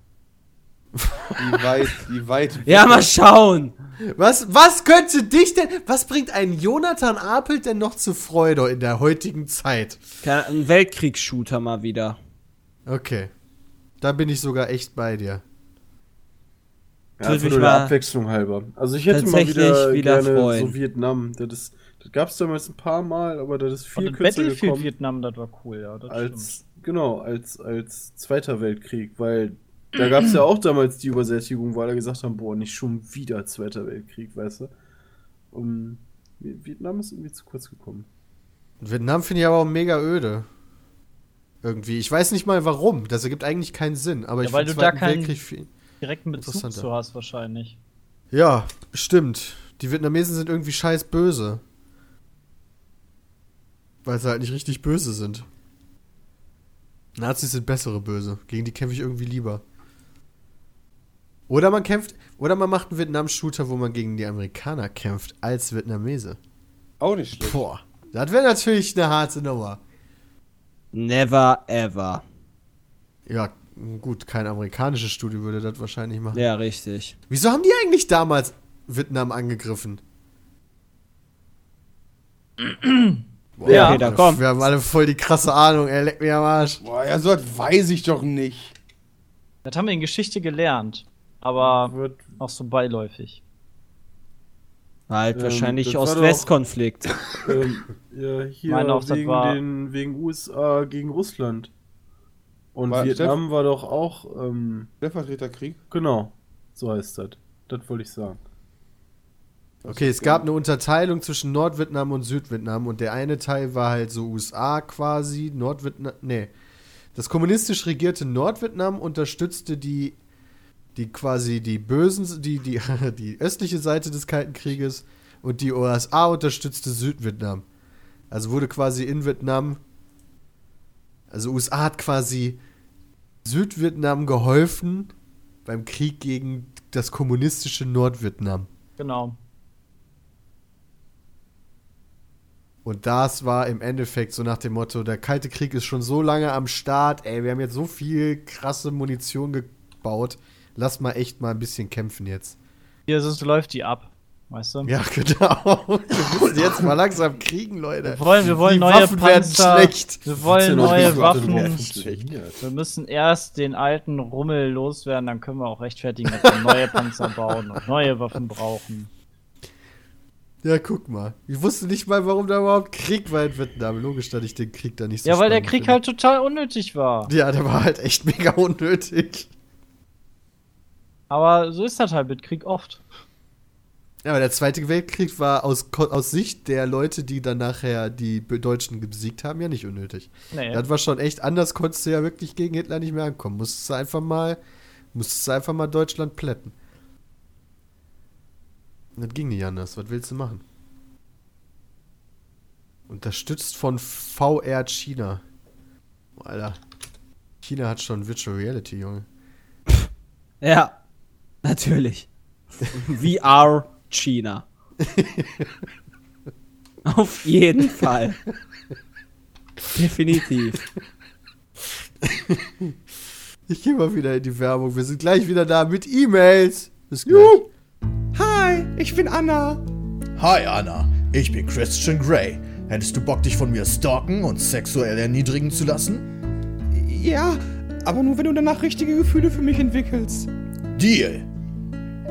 D: Die weit, die weit.
C: Ja, mal schauen.
A: Was, was könnte dich denn, was bringt einen Jonathan Apelt denn noch zu Freude in der heutigen Zeit?
C: Keine- Ein Weltkriegsshooter mal wieder.
A: Okay. Da bin ich sogar echt bei dir.
F: Ja,
C: Triff
F: einfach
C: ich
F: nur der
C: mal-
F: Abwechslung halber. Also ich hätte mal
C: Tatsächlich
F: wieder,
C: wieder
F: gerne
C: freuen.
F: so Vietnam. Das, ist, das gab es damals ein paar Mal, aber das ist viel
E: und das
F: kürzer
E: Battlefield
F: gekommen
E: Vietnam, das war cool, ja. Das stimmt.
F: als genau als als Zweiter Weltkrieg, weil da gab es ja auch damals die Übersättigung, weil da gesagt haben, boah, nicht schon wieder Zweiter Weltkrieg, weißt du? Um, Vi- Vietnam ist irgendwie zu kurz gekommen.
A: Vietnam finde ich aber auch mega öde. Irgendwie. Ich weiß nicht mal warum. Das ergibt eigentlich keinen Sinn. Aber
E: Ja,
A: ich
E: weil
A: find
E: du da
A: Zweiten
E: keinen-
A: Weltkrieg viel-
E: Direkten Bezug
A: Interessanter.
E: zu hast wahrscheinlich.
A: Ja, stimmt. Die Vietnamesen sind irgendwie scheiß böse. Weil sie halt nicht richtig böse sind. Nazis sind bessere Böse. Gegen die kämpfe ich irgendwie lieber. Oder man kämpft, oder man macht einen Vietnam-Shooter, wo man gegen die Amerikaner kämpft, als Vietnamese.
D: Auch nicht schlecht.
A: Boah, das wäre natürlich eine harte Nummer.
C: Never ever.
A: Ja, gut, kein amerikanisches Studio würde das wahrscheinlich machen.
C: Ja, richtig.
A: Wieso haben die eigentlich damals Vietnam angegriffen? Boah,
E: Ja.
A: Alter,
C: Peter, komm.
A: Wir haben alle voll die krasse Ahnung, ey, leck mir am Arsch.
D: Boah, ja, so was weiß ich doch nicht.
E: Das haben wir in Geschichte gelernt, aber
F: Wird-
E: auch so beiläufig.
C: Halt
F: Ähm,
C: wahrscheinlich
F: das war doch-
C: Ost-West-Konflikt.
F: ähm, ja, hier
E: Meine Aufsatz
F: wegen,
E: war-
F: den, wegen USA gegen Russland. Und
D: War-
F: Vietnam war doch auch, ähm,
D: Stellvertreterkrieg.
F: genau, so heißt das. Das wollte ich sagen.
A: Okay, es gab eine Unterteilung zwischen Nordvietnam und Südvietnam und der eine Teil war halt so USA quasi, Nordvietnam, nee. Das kommunistisch regierte Nordvietnam unterstützte die, die quasi die Bösen, die, die, die östliche Seite des Kalten Krieges und die USA unterstützte Südvietnam. Also wurde quasi in Vietnam, also USA hat quasi Südvietnam geholfen beim Krieg gegen das kommunistische Nordvietnam.
E: Genau.
A: Und das war im Endeffekt so nach dem Motto, der Kalte Krieg ist schon so lange am Start, ey, wir haben jetzt so viel krasse Munition gebaut, lass mal echt mal ein bisschen kämpfen jetzt.
E: Hier ist es, läuft die ab. Weißt du?
A: Ja, genau. Wir müssen jetzt mal langsam kriegen, Leute.
E: Wir wollen, wir wollen
A: Die
E: neue
A: Waffen werden
E: Panzer.
A: schlecht.
E: Wir wollen neue Waffen.
F: Funktioniert.
E: Wir müssen erst den alten Rummel loswerden, dann können wir auch rechtfertigen, dass wir neue Panzer bauen und neue Waffen brauchen.
A: Ja, guck mal. Ich wusste nicht mal, warum da überhaupt Krieg war in Vietnam. Logisch, dass ich den Krieg da nicht so
E: Ja, weil der
A: spannend
E: Krieg
A: finde.
E: halt total unnötig war.
A: Ja, der war halt echt mega unnötig.
E: Aber so ist das halt mit Krieg oft.
A: Ja, aber der Zweite Weltkrieg war aus, Ko- aus Sicht der Leute, die dann nachher die Be- Deutschen besiegt haben, ja nicht unnötig.
E: Nee.
A: Das war schon echt anders, konntest du ja wirklich gegen Hitler nicht mehr ankommen. Musstest du einfach mal, musstest du einfach mal Deutschland plätten. Das ging nicht anders. Was willst du machen? Unterstützt von VR China. Boah, Alter. China hat schon Virtual Reality, Junge.
C: Ja, natürlich. VR China. Auf jeden Fall. Definitiv.
A: Ich gehe mal wieder in die Werbung. Wir sind gleich wieder da mit E-Mails. Bis gleich.
D: Hi, ich bin Anna.
H: Hi Anna, ich bin Christian Grey. Hättest du Bock, dich von mir stalken und sexuell erniedrigen zu lassen?
D: Ja, aber nur wenn du danach richtige Gefühle für mich entwickelst.
H: Deal!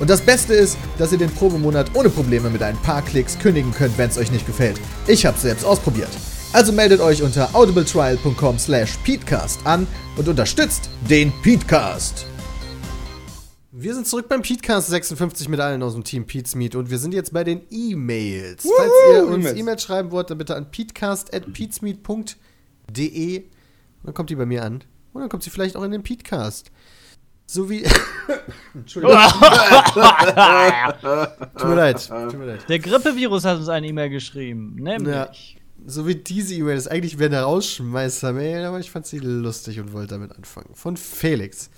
H: Und das Beste ist, dass ihr den Probemonat ohne Probleme mit ein paar Klicks kündigen könnt, wenn es euch nicht gefällt. Ich hab's selbst ausprobiert. Also meldet euch unter audibletrial.com slash peatcast an und unterstützt den Peatcast.
A: Wir sind zurück beim Petecast 56 mit allen aus dem Team Pete's Meet und wir sind jetzt bei den E-Mails. Falls ihr uns
D: E-Mails.
A: E-Mails schreiben wollt, dann bitte an petecast.peatsmeet.de. Dann kommt die bei mir an. Und dann kommt sie vielleicht auch in den Petecast. So wie. Entschuldigung. tut mir leid. Tut mir leid.
E: Der Grippevirus hat uns eine E-Mail geschrieben, nämlich.
A: So wie diese E-Mail ist eigentlich wäre eine Rausschmeißer-Mail, aber ich fand sie lustig und wollte damit anfangen. Von Felix.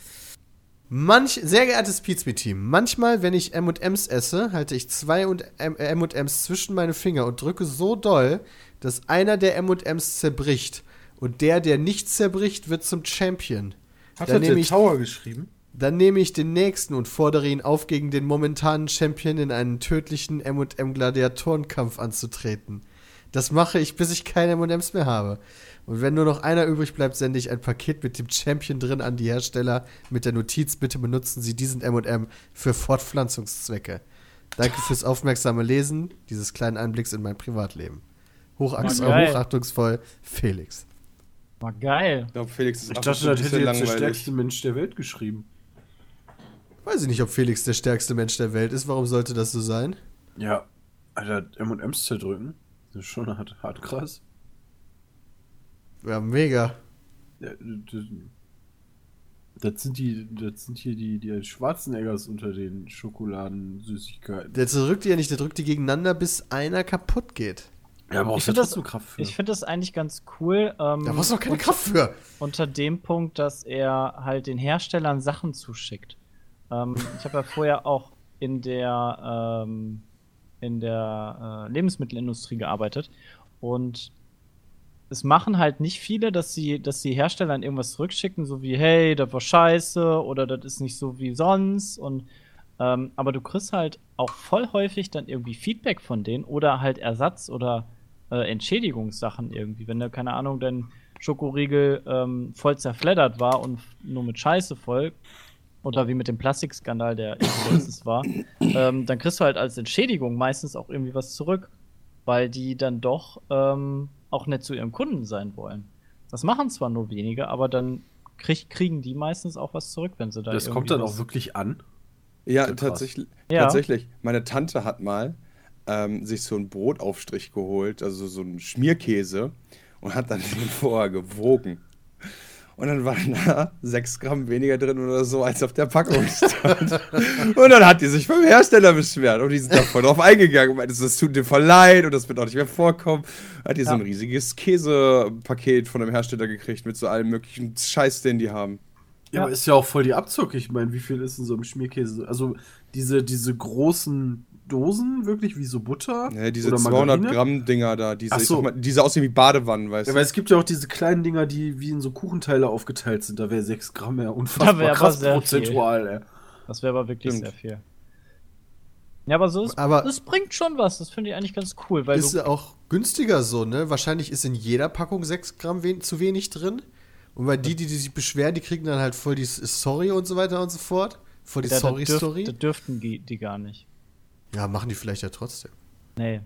A: Manch, sehr geehrtes Pizmi-Team, manchmal, wenn ich M&M's esse, halte ich zwei und M- äh, M&M's zwischen meine Finger und drücke so doll, dass einer der M&M's zerbricht. Und der, der nicht zerbricht, wird zum Champion.
F: Hat
A: Dann
F: er
A: nehme
F: den
A: ich-
F: Tower geschrieben?
A: Dann nehme ich den nächsten und fordere ihn auf, gegen den momentanen Champion in einen tödlichen MM-Gladiatorenkampf anzutreten. Das mache ich, bis ich keine MMs mehr habe. Und wenn nur noch einer übrig bleibt, sende ich ein Paket mit dem Champion drin an die Hersteller mit der Notiz: Bitte benutzen Sie diesen MM für Fortpflanzungszwecke. Danke fürs aufmerksame Lesen dieses kleinen Einblicks in mein Privatleben. Hochachtung,
E: Mann, geil.
A: hochachtungsvoll, Felix.
E: War geil.
D: Ich glaube, Felix ist
F: Ich
D: auch
F: dachte,
D: ein bisschen
F: das hätte jetzt der
D: langweilig.
F: stärkste Mensch der Welt geschrieben.
A: Weiß ich nicht, ob Felix der stärkste Mensch der Welt ist. Warum sollte das so sein?
F: Ja, Alter, M&M's zerdrücken, das ist schon hart, hart krass.
A: Ja, mega.
F: Ja, das, das sind die, das sind hier die, die Schwarzeneggers unter den Schokoladensüßigkeiten.
A: Der drückt die ja nicht, der drückt die gegeneinander, bis einer kaputt geht.
F: Ja, aber
E: Ich find das-
F: Kraft für.
E: Ich finde das eigentlich ganz cool. Ähm,
A: Da brauchst du noch keine Kraft für.
E: unter dem Punkt, dass er halt den Herstellern Sachen zuschickt. Ähm, ich habe ja vorher auch in der, ähm, in der äh, Lebensmittelindustrie gearbeitet und es machen halt nicht viele, dass sie, dass die Hersteller an irgendwas zurückschicken, so wie, hey, das war scheiße oder das ist nicht so wie sonst und ähm, aber du kriegst halt auch voll häufig dann irgendwie Feedback von denen oder halt Ersatz oder äh, Entschädigungssachen irgendwie. Wenn du, keine Ahnung, dein Schokoriegel ähm, voll zerfleddert war und nur mit Scheiße voll, oder wie mit dem Plastikskandal, der irgendwie letztens war, ähm, dann kriegst du halt als Entschädigung meistens auch irgendwie was zurück, weil die dann doch ähm, auch nett zu ihren Kunden sein wollen. Das machen zwar nur wenige, aber dann krieg, kriegen die meistens auch was zurück, wenn sie da
F: das
E: irgendwie
F: kommt dann
E: was-
F: auch wirklich an.
D: Ja,
F: So krass.
D: tatsächlich,
E: Ja.
D: tatsächlich. Meine Tante hat mal ähm, sich so einen Brotaufstrich geholt, also so einen Schmierkäse, und hat dann den vorher gewogen. Und dann waren da sechs Gramm weniger drin oder so, als auf der Packung stand. und dann hat die sich beim Hersteller beschwert. Und die sind da voll drauf eingegangen. Meinte, das tut dir voll leid und das wird auch nicht mehr vorkommen. Hat die so ein riesiges Käsepaket von einem Hersteller gekriegt mit so allem möglichen Scheiß, den die haben.
F: Ja, aber ist ja auch voll die Abzocke. Ich meine, wie viel ist in so einem Schmierkäse? Also diese, diese großen Dosen wirklich wie so Butter
D: Ja, Ne, diese
F: oder
D: 200
F: Margarine?
D: Gramm Dinger da, diese,
F: Ach
D: ich
F: so.
D: sag mal, diese aussehen wie Badewannen, weißt
F: Ja,
D: du.
F: weil es gibt ja auch diese kleinen Dinger, die wie in so Kuchenteile aufgeteilt sind. Da wäre 6 Gramm ja
E: Da
F: unfassbar
E: wär aber
F: krass
E: sehr
F: prozentual. Ey.
E: Das wäre aber wirklich
D: Stimmt.
E: sehr viel. Ja, aber so ist,
A: Aber-
E: das bringt schon was. Das finde ich eigentlich ganz cool, weil
A: Ist
E: du,
A: ja auch günstiger so, ne? Wahrscheinlich ist in jeder Packung 6 Gramm wen zu wenig drin. Und weil die, die, die sich beschweren, die kriegen dann halt voll die S- Sorry und so weiter und so fort. Voll die
E: da, da, dürf, da
A: Sorry-Story.
E: dürften die, die gar nicht.
A: Ja, machen die vielleicht ja trotzdem.
E: Nee,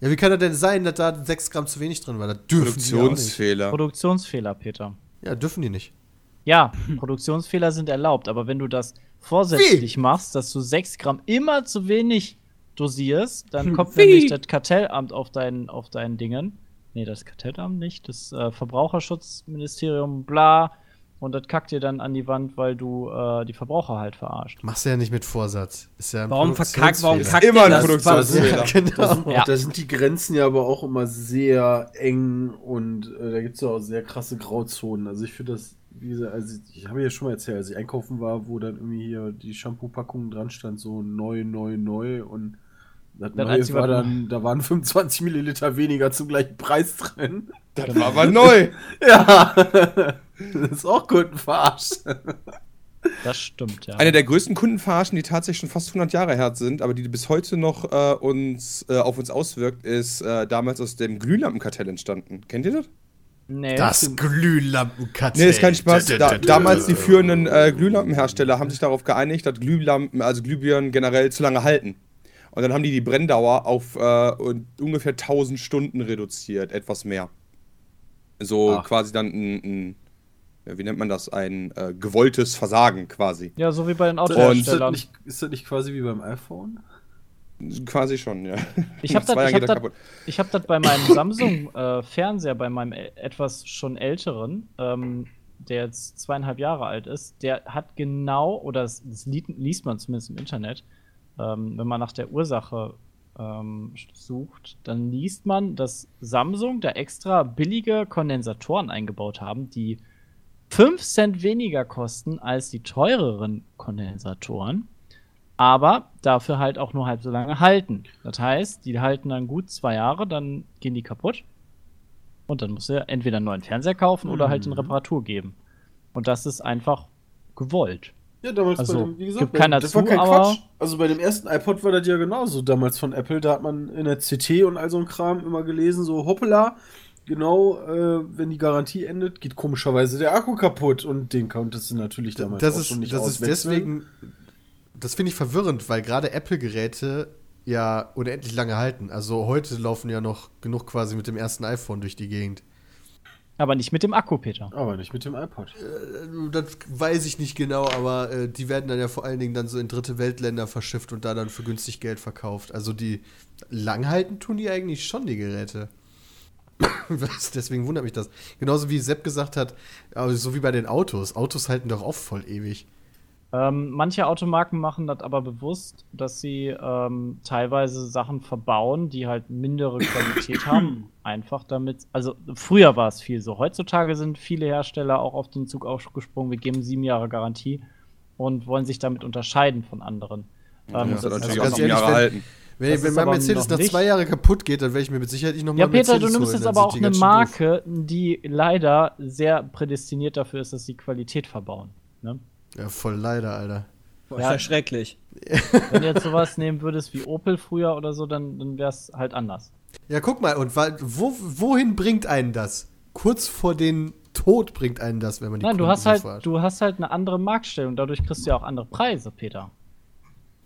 A: Ja, wie kann das denn sein, dass da 6 Gramm zu wenig drin war? Da dürfen die ja auch nicht.
D: Produktionsfehler.
E: Produktionsfehler, Peter.
A: Ja, dürfen die nicht.
E: Ja, Produktionsfehler sind erlaubt, aber wenn du das vorsätzlich machst, dass du 6 Gramm immer zu wenig dosierst, dann kommt nämlich das Kartellamt auf deinen, auf deinen Dingen. Nee, das Kartellamt nicht, das äh, Verbraucherschutzministerium, bla. Und das kackt dir dann an die Wand, weil du äh, die Verbraucher halt verarscht.
A: Machst du ja nicht mit Vorsatz. Ist ja ein
C: Warum verkackt, warum
A: Produktionsfehler.
C: kackt
D: Immer
C: ihr
D: ein
C: das?
D: Produktionsfehler.
A: Ja, genau.
E: Ja.
F: Da sind die Grenzen ja aber auch immer sehr eng und äh, da gibt es ja auch sehr krasse Grauzonen. Also ich finde das, wie gesagt, also ich habe ja schon mal erzählt, als ich einkaufen war, wo dann irgendwie hier die Shampoo-Packung dran stand, so neu, neu, neu und das
E: Dann
F: neue
E: einzig,
F: war
E: was-
F: dann, da waren 25 Milliliter weniger zum gleichen Preis drin.
D: Das war aber neu.
F: Ja, das ist auch Kunden verarscht.
E: Das stimmt, ja.
D: Eine der größten Kundenverarschen, die tatsächlich schon fast 100 Jahre her sind, aber die bis heute noch äh, uns, äh, auf uns auswirkt, ist äh, damals aus dem Glühlampenkartell entstanden. Kennt ihr das?
E: nee,
A: Das Glühlampenkartell.
D: Nee, ist kein Spaß. Da, damals die führenden äh, Glühlampenhersteller haben sich darauf geeinigt, dass Glühlampen, also Glühbirnen generell zu lange halten. Und dann haben die die Brenndauer auf äh, und ungefähr 1000 Stunden reduziert, etwas mehr. So
F: Ach.
D: quasi dann ein, ein, ja, wie nennt man das, ein äh, gewolltes Versagen quasi.
E: ja, so wie bei den
F: ist, das
E: Autoherstellern.
F: nicht, ist das nicht quasi wie beim iPhone?
D: Quasi schon, ja.
E: Ich habe das
D: Zwei Jahre
E: ich hab
D: geht er
E: dat-
D: kaputt.
E: ich hab das bei meinem Samsung-Fernseher, bei meinem äl- etwas schon älteren, ähm, der jetzt zweieinhalb Jahre alt ist, der hat genau, oder das, das li- liest man zumindest im Internet, ähm, wenn man nach der Ursache ähm, sucht, dann liest man, dass Samsung da extra billige Kondensatoren eingebaut haben, die 5 Cent weniger kosten als die teureren Kondensatoren, aber dafür halt auch nur halb so lange halten. Das heißt, die halten dann gut zwei Jahre, dann gehen die kaputt und dann musst du entweder einen neuen Fernseher kaufen oder halt in Reparatur geben. Und das ist einfach gewollt.
F: Ja, damals
E: Also,
F: bei dem, wie gesagt,
E: gibt
F: bei-
E: keiner
F: das war
E: zu,
F: kein
E: aber-
F: Quatsch. Also bei dem ersten iPod war das ja genauso damals von Apple. Da hat man in der CT und all so ein Kram immer gelesen, so hoppala, genau, äh, wenn die Garantie endet, geht komischerweise der Akku kaputt und den konntest du natürlich damals
A: Das
F: auch
A: ist,
F: schon nicht
A: das ist
F: auswechseln.
A: deswegen, das finde ich verwirrend, weil gerade Apple-Geräte ja unendlich lange halten. Also heute laufen ja noch genug quasi mit dem ersten iPhone durch die Gegend.
E: Aber nicht mit dem Akku, Peter.
F: Aber nicht mit dem iPod.
A: Äh, Das weiß ich nicht genau, aber äh, die werden dann ja vor allen Dingen dann so in dritte Weltländer verschifft und da dann für günstig Geld verkauft. Also die lang halten tun die eigentlich schon, die Geräte. Was, deswegen wundert mich das. Genauso wie Sepp gesagt hat, aber so wie bei den Autos. Autos halten doch auch voll ewig.
E: Ähm, manche Automarken machen das aber bewusst, dass sie ähm, teilweise Sachen verbauen, die halt mindere Qualität haben. Einfach damit, also früher war es viel so. Heutzutage sind viele Hersteller auch auf den Zug aufgesprungen. Wir geben sieben Jahre Garantie und wollen sich damit unterscheiden von anderen. Ähm,
D: Das hat
E: ist
D: natürlich
A: ganz
D: auch
A: ehrlich,
D: sieben Jahre
A: wenn-
D: halten.
A: Wenn,
E: Das
A: wenn
E: ist
A: mein
E: aber
A: Mercedes
E: noch
A: nach
E: nicht-
A: zwei Jahren kaputt geht, dann werde ich mir mit Sicherheit nicht nochmal
E: Ja, Peter, du
A: Mercedes
E: nimmst
A: holen,
E: jetzt
A: dann
E: aber
A: sind
E: auch
A: die
E: eine
A: ganz schön doof.
E: Marke, die leider sehr prädestiniert dafür ist, dass sie Qualität verbauen. Ne?
A: Ja, voll leider, Alter.
C: Boah, ist ja schrecklich.
E: Wenn du jetzt sowas nehmen würdest wie Opel früher oder so, dann, dann wäre es halt anders.
A: Ja, guck mal, und wa- wo, wohin bringt einen das? Kurz vor den Tod bringt einen das, wenn man die
E: Nein, du
A: Kunden
E: hast halt,
A: befragt.
E: du hast halt eine andere Marktstellung, dadurch kriegst du ja auch andere Preise, Peter.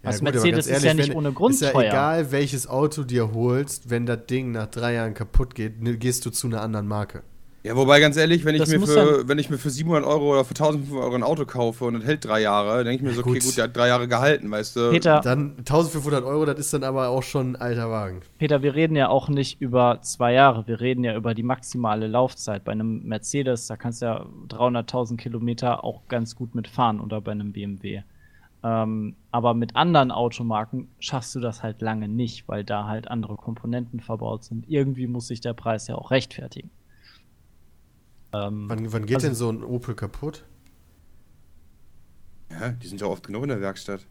A: Ja,
E: als
A: gut, aber
E: Mercedes
A: ganz
E: ist ja nicht
A: wenn,
E: ohne Grund
A: Ist ja
E: teuer.
A: egal, welches Auto dir holst, wenn das Ding nach drei Jahren kaputt geht, ne, gehst du zu einer anderen Marke.
D: Ja, wobei ganz ehrlich, wenn ich,
E: Das
D: mir
E: muss
D: für, wenn ich mir für 700 Euro oder für 1500 Euro ein Auto kaufe und das hält drei Jahre, denke ich mir so, okay,
A: gut.
D: gut, der hat drei Jahre gehalten, weißt
A: Äh,
D: du.
E: Peter,
A: Dann 1500 Euro, das ist dann aber auch schon ein alter Wagen.
E: Peter, wir reden ja auch nicht über zwei Jahre, wir reden ja über die maximale Laufzeit. Bei einem Mercedes, da kannst du ja 300.000 Kilometer auch ganz gut mitfahren oder bei einem BMW. Ähm, aber mit anderen Automarken schaffst du das halt lange nicht, weil da halt andere Komponenten verbaut sind. Irgendwie muss sich der Preis ja auch rechtfertigen. Ähm,
A: Wann, wann geht
E: Also-
A: denn so ein Opel kaputt?
D: Ja, die sind ja oft genug in der Werkstatt.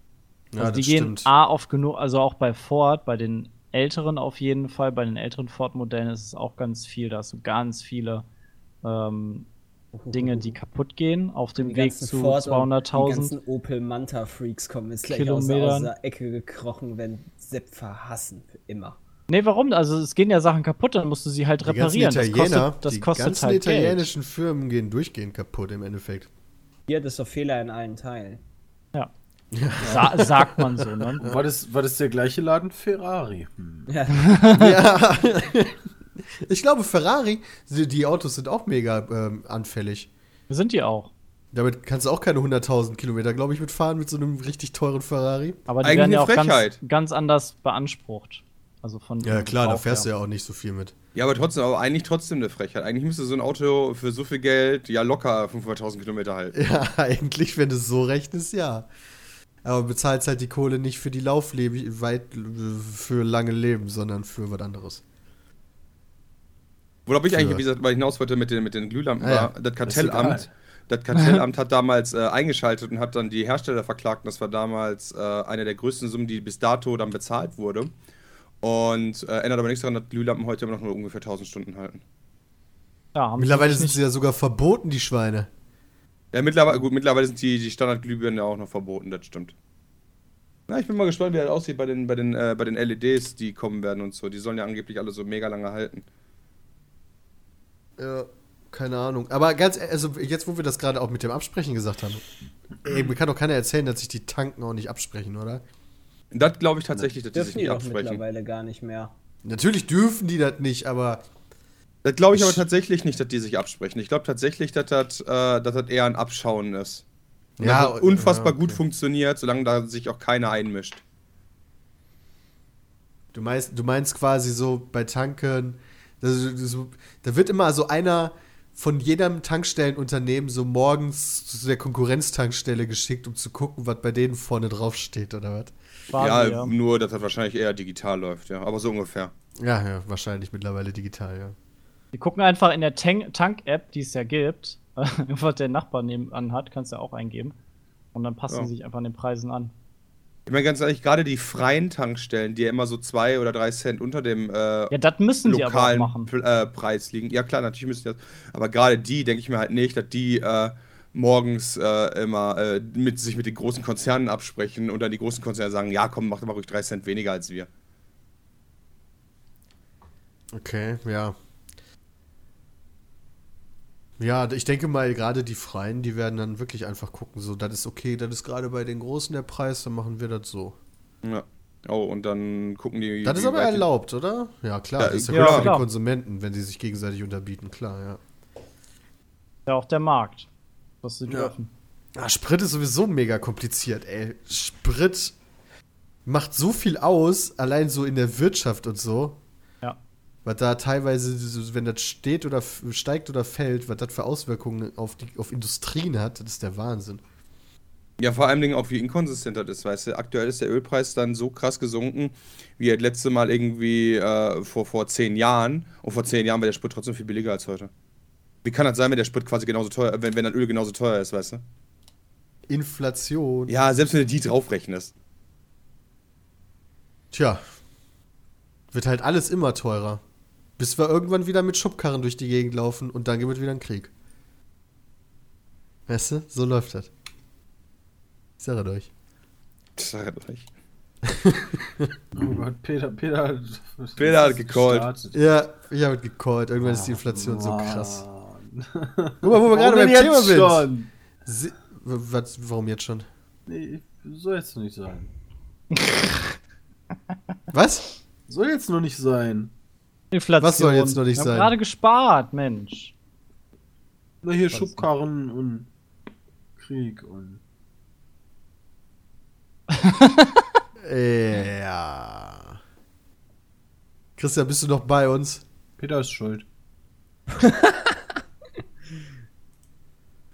A: Ja,
E: also die
A: das
E: gehen
A: stimmt.
E: A oft genug, also auch bei Ford, bei den älteren auf jeden Fall, bei den älteren Ford-Modellen ist es auch ganz viel, da hast du ganz viele ähm, Dinge, die kaputt gehen auf dem
C: Die
E: Weg
C: ganzen
E: zu
C: Ford und Die
E: 200.000.
C: ganzen Opel Manta Freaks kommen jetzt gleich aus,
E: Kilometern.
C: aus der Ecke gekrochen, wenn Sepp verhassen, für immer.
E: Nee, warum? Also es gehen ja Sachen kaputt, dann musst du sie halt
A: Die ganzen
E: reparieren. Das
A: Italiener,
E: kostet, das
A: die
E: kostet
A: ganzen
E: halt Geld.
A: italienischen Firmen gehen durchgehend kaputt im Endeffekt.
C: Hier, das ist doch Fehler in allen Teilen.
E: Ja. Sa sagt man so, ne?
F: War das, war das der gleiche Laden? Ferrari. Hm.
A: ja. Ich glaube, Ferrari, die die Autos sind auch mega ähm, anfällig.
E: Sind die auch.
A: Damit kannst du auch keine 100.000 Kilometer, glaube ich, mitfahren mit so einem richtig teuren Ferrari.
E: Aber die
D: Eigentlich
E: werden ja auch
D: eine
E: ganz,
D: Frechheit.
E: ganz anders beansprucht. Also von
A: Ja, klar, da fährst du
E: ja.
A: ja auch nicht so viel mit.
D: Ja, aber trotzdem, aber eigentlich trotzdem eine Frechheit. Eigentlich müsste so ein Auto für so viel Geld ja locker 500.000 Kilometer halten.
A: Ja, eigentlich, wenn du es so rechnest, ja. Aber bezahlst halt die Kohle nicht für die Lauflebe, weit, für lange Leben, sondern für was anderes.
D: Worauf ich
A: Für-
D: eigentlich, wie gesagt, mal hinaus wollte mit den, mit den Glühlampen,
A: Ah ja,
D: war, das
F: ist egal.
D: Kartellamt, das Kartellamt hat damals äh, eingeschaltet und hat dann die Hersteller verklagt. Und das war damals äh, eine der größten Summen, die bis dato dann bezahlt wurde. Und äh, ändert aber nichts daran, dass Glühlampen heute immer noch nur ungefähr 1000 Stunden halten.
E: Ja, haben sie
A: Mittlerweile
E: sich
A: sind sie ja sogar verboten, die Schweine.
D: Ja, mittlerweile, gut, mittlerweile sind die, die Standardglühbirnen ja auch noch verboten, das stimmt. Na, ich bin mal gespannt, wie das aussieht bei den, bei, den, äh, bei den LEDs, die kommen werden und so. Die sollen ja angeblich alle so mega lange halten.
A: Ja, keine Ahnung. Aber ganz, ehr- also jetzt, wo wir das gerade auch mit dem Absprechen gesagt haben, ey, mir kann doch keiner erzählen, dass sich die Tanken auch nicht absprechen, oder?
D: Und Das glaube ich tatsächlich, dass die sich
C: Dürfen die
D: nicht
C: doch
D: absprechen.
C: mittlerweile gar nicht mehr.
A: Natürlich dürfen die das nicht, aber
D: Das glaube ich aber tatsächlich nicht, dass die sich absprechen. Ich glaube tatsächlich, dass das, äh, dass das eher ein Abschauen ist. Und
A: Ja,
D: dass das unfassbar
A: ja,
D: gut
A: okay.
D: funktioniert, solange da sich auch keiner einmischt.
A: du meinst, du meinst quasi so bei Tanken, das, ist so, da wird immer so einer von jedem Tankstellenunternehmen so morgens zu der Konkurrenztankstelle geschickt, um zu gucken, was bei denen vorne drauf steht, oder was?
E: quasi,
D: ja,
E: ja.
D: nur, dass das wahrscheinlich eher digital läuft, ja. Aber so ungefähr.
A: Ja, ja, wahrscheinlich mittlerweile digital, ja.
E: Die gucken einfach in der Tank- Tank-App, die es ja gibt, was der Nachbar nebenan hat, kannst du ja auch eingeben. Und dann passen
D: Ja.
E: sie sich einfach an den Preisen an.
D: Ich meine ganz ehrlich, gerade die freien Tankstellen, die ja immer so zwei oder drei Cent unter dem äh,
E: Ja, das müssen sie aber auch
D: lokalen
E: machen.
D: Pl- äh, Preis liegen. Ja klar, natürlich müssen die das. Aber gerade die denke ich mir halt nicht, dass die äh, morgens äh, immer äh, mit, sich mit den großen Konzernen absprechen und dann die großen Konzerne sagen, ja komm, mach doch mal ruhig drei Cent weniger als wir.
A: Okay, ja. Ja, ich denke mal, gerade die Freien, die werden dann wirklich einfach gucken, so, das ist okay, das ist gerade bei den Großen der Preis, dann machen wir das so.
D: Ja. Oh, und dann gucken die.
A: Das ist
D: wie
A: aber
D: weit die-
A: erlaubt, oder? Ja, klar,
D: Ja,
A: das ist ja,
D: ja,
A: gut für die
E: klar.
A: Konsumenten, wenn sie sich gegenseitig unterbieten, klar, ja.
E: Ja, auch der Markt. Was sie dürfen.
A: Ah, Sprit ist sowieso mega kompliziert, ey. Sprit macht so viel aus, allein so in der Wirtschaft und so.
E: Ja.
A: Was da teilweise, so- wenn das steht oder f- steigt oder fällt, was das für Auswirkungen auf, die, auf Industrien hat, das ist der Wahnsinn.
D: Ja, vor allen Dingen auch, wie inkonsistent das ist, weißt du. Aktuell ist der Ölpreis dann so krass gesunken, wie das letzte Mal irgendwie äh, vor, vor zehn Jahren. Und vor zehn Jahren war der Sprit trotzdem viel billiger als heute. Wie kann das sein, wenn der Sprit quasi genauso teuer, wenn, wenn dann Öl genauso teuer ist, weißt du?
A: Inflation.
D: Ja, selbst wenn du die draufrechnest.
A: Tja. Wird halt alles immer teurer. Bis wir irgendwann wieder mit Schubkarren durch die Gegend laufen und dann gibt es wieder einen Krieg. Weißt du, so läuft das. Ich sage euch.
D: Das halt ist ja richtig.
A: Hm.
F: Oh Gott, Peter, Peter hat.
D: Peter hat gecallt.
F: gestartet.
A: Ja, ich habe gecallt. Irgendwann ist die Inflation so
F: Ah, Mann.
A: krass. Guck mal, wo wir gerade
F: Warum
A: beim
F: denn
A: Thema
F: jetzt
A: sind.
F: schon?
A: Si w- was, warum jetzt schon?
F: Nee, soll jetzt noch nicht sein.
A: Was?
F: Soll jetzt noch nicht sein.
E: Inflation.
A: Was soll jetzt noch nicht
E: Wir
A: sein?
E: haben gerade gespart, Mensch.
F: Na hier Schubkarren und Krieg und.
A: Ja. Christian, bist du noch bei uns?
F: Peter ist schuld.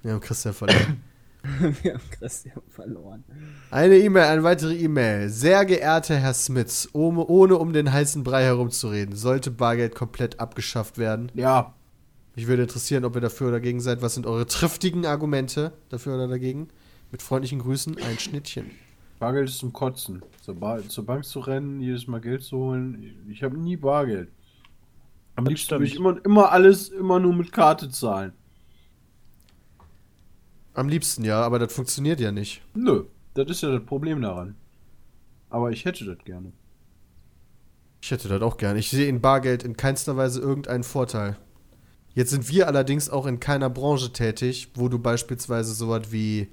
A: Wir haben Christian verloren.
C: Wir haben Christian verloren.
A: Eine E-Mail, eine weitere E-Mail. Sehr geehrter Herr Smits, ohne, ohne um den heißen Brei herumzureden, sollte Bargeld komplett abgeschafft werden.
F: Ja.
A: Mich würde interessieren, ob ihr dafür oder dagegen seid. Was sind eure triftigen Argumente dafür oder dagegen? Mit freundlichen Grüßen, ein Schnittchen.
F: Bargeld ist zum Kotzen. Zur, ba zur Bank zu rennen, jedes Mal Geld zu holen. Ich, ich habe nie Bargeld. Am
E: Das
F: liebsten
E: stimmt.
F: würde ich immer, immer alles immer nur mit Karte zahlen.
A: Am liebsten ja, aber das funktioniert ja nicht.
F: Nö, das ist ja das Problem daran. Aber ich hätte das gerne.
A: Ich hätte das auch gern. Ich sehe in Bargeld in keinster Weise irgendeinen Vorteil. Jetzt sind wir allerdings auch in keiner Branche tätig, wo du beispielsweise sowas wie,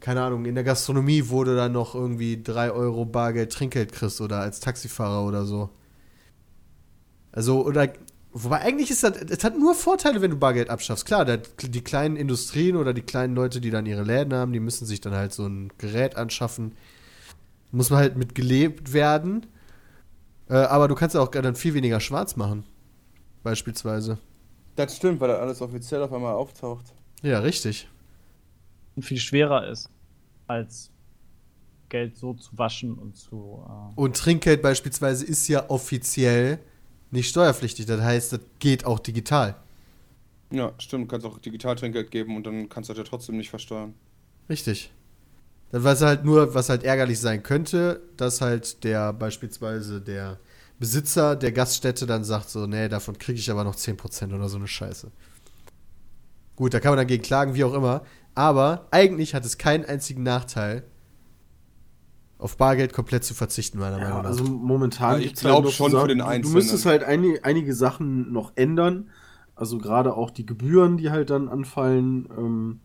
A: keine Ahnung, in der Gastronomie, wo du dann noch irgendwie 3 Euro Bargeld Trinkgeld kriegst oder als Taxifahrer oder so. Also, oder, wobei eigentlich ist das, es hat nur Vorteile, wenn du Bargeld abschaffst. Klar, das, die kleinen Industrien oder die kleinen Leute, die dann ihre Läden haben, die müssen sich dann halt so ein Gerät anschaffen. Muss man halt mit gelebt werden. Äh, aber du kannst ja auch dann viel weniger schwarz machen. Beispielsweise.
D: Das stimmt, weil das alles offiziell auf einmal auftaucht.
A: Ja, richtig.
E: Und viel schwerer ist, als Geld so zu waschen und zu. ähm,
A: Und Trinkgeld beispielsweise ist ja offiziell nicht steuerpflichtig. Das heißt, das geht auch digital.
D: Ja, stimmt. Du kannst auch Digitaltrinkgeld geben und dann kannst du das ja trotzdem nicht versteuern.
A: Richtig. Dann was halt nur, was halt ärgerlich sein könnte, dass halt der beispielsweise der Besitzer der Gaststätte dann sagt so, nee, davon kriege ich aber noch 10% oder so eine Scheiße. Gut, da kann man dagegen klagen, wie auch immer. Aber eigentlich hat es keinen einzigen Nachteil, auf Bargeld komplett zu verzichten, meiner Meinung
F: Ja,
A: nach.
F: also momentan.
D: Ja, ich
F: gibt's
D: glaub
F: noch
D: schon
F: Sachen-
D: für den
F: Du
D: Einzelnen.
F: müsstest halt einige, einige Sachen noch ändern. Also gerade auch die Gebühren, die halt dann anfallen ähm,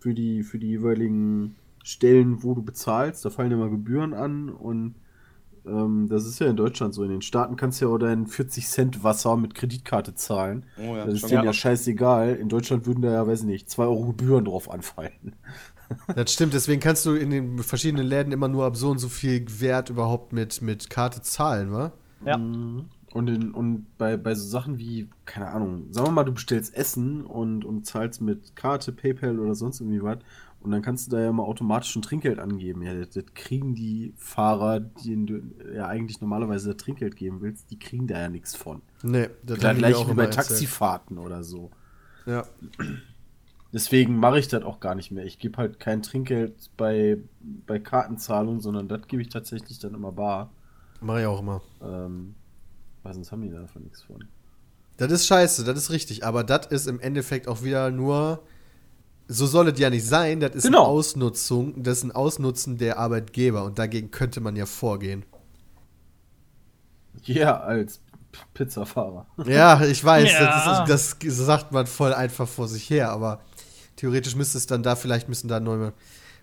F: für, die, für die jeweiligen Stellen, wo du bezahlst. Da fallen immer Gebühren an und ähm, das ist ja in Deutschland so. In den Staaten kannst du ja auch dein 40 Cent Wasser mit Kreditkarte zahlen.
D: Oh ja,
F: das ist
D: schon
F: denen
D: mal.
F: ja scheißegal. In Deutschland würden da ja, weiß ich nicht, 2 Euro Gebühren drauf anfallen.
A: Das stimmt, deswegen kannst du in den verschiedenen Läden immer nur ab so und so viel Wert überhaupt mit, mit Karte zahlen, wa?
E: ja.
F: Mhm. Und, in, und bei, bei so Sachen wie, keine Ahnung, sagen wir mal, du bestellst Essen und, und zahlst mit Karte, PayPal oder sonst irgendwie was. Und dann kannst du da ja mal automatisch ein Trinkgeld angeben. Ja, das, das kriegen die Fahrer, denen du ja eigentlich normalerweise das Trinkgeld geben willst, die kriegen da ja nichts von.
A: Nee, das
F: Klar,
A: haben die
F: gleich
A: auch
F: wie
A: immer
F: bei
A: erzählt.
F: Taxifahrten oder so.
A: Ja.
F: Deswegen mache ich das auch gar nicht mehr. Ich gebe halt kein Trinkgeld bei, bei Kartenzahlung, sondern das gebe ich tatsächlich dann immer bar.
A: Mach ich auch immer.
F: Ähm, weil sonst haben die da davon nichts von.
A: Das ist scheiße, das ist richtig, aber das ist im Endeffekt auch wieder nur. So soll es ja nicht sein, das ist
F: Genau.
A: eine Ausnutzung, das ist ein Ausnutzen der Arbeitgeber und dagegen könnte man ja vorgehen.
F: Ja, als P- Pizzafahrer.
A: Ja, ich weiß,
E: Ja.
A: Das, ist, das sagt man voll einfach vor sich her, aber theoretisch müsste es dann da, vielleicht müssen da neue,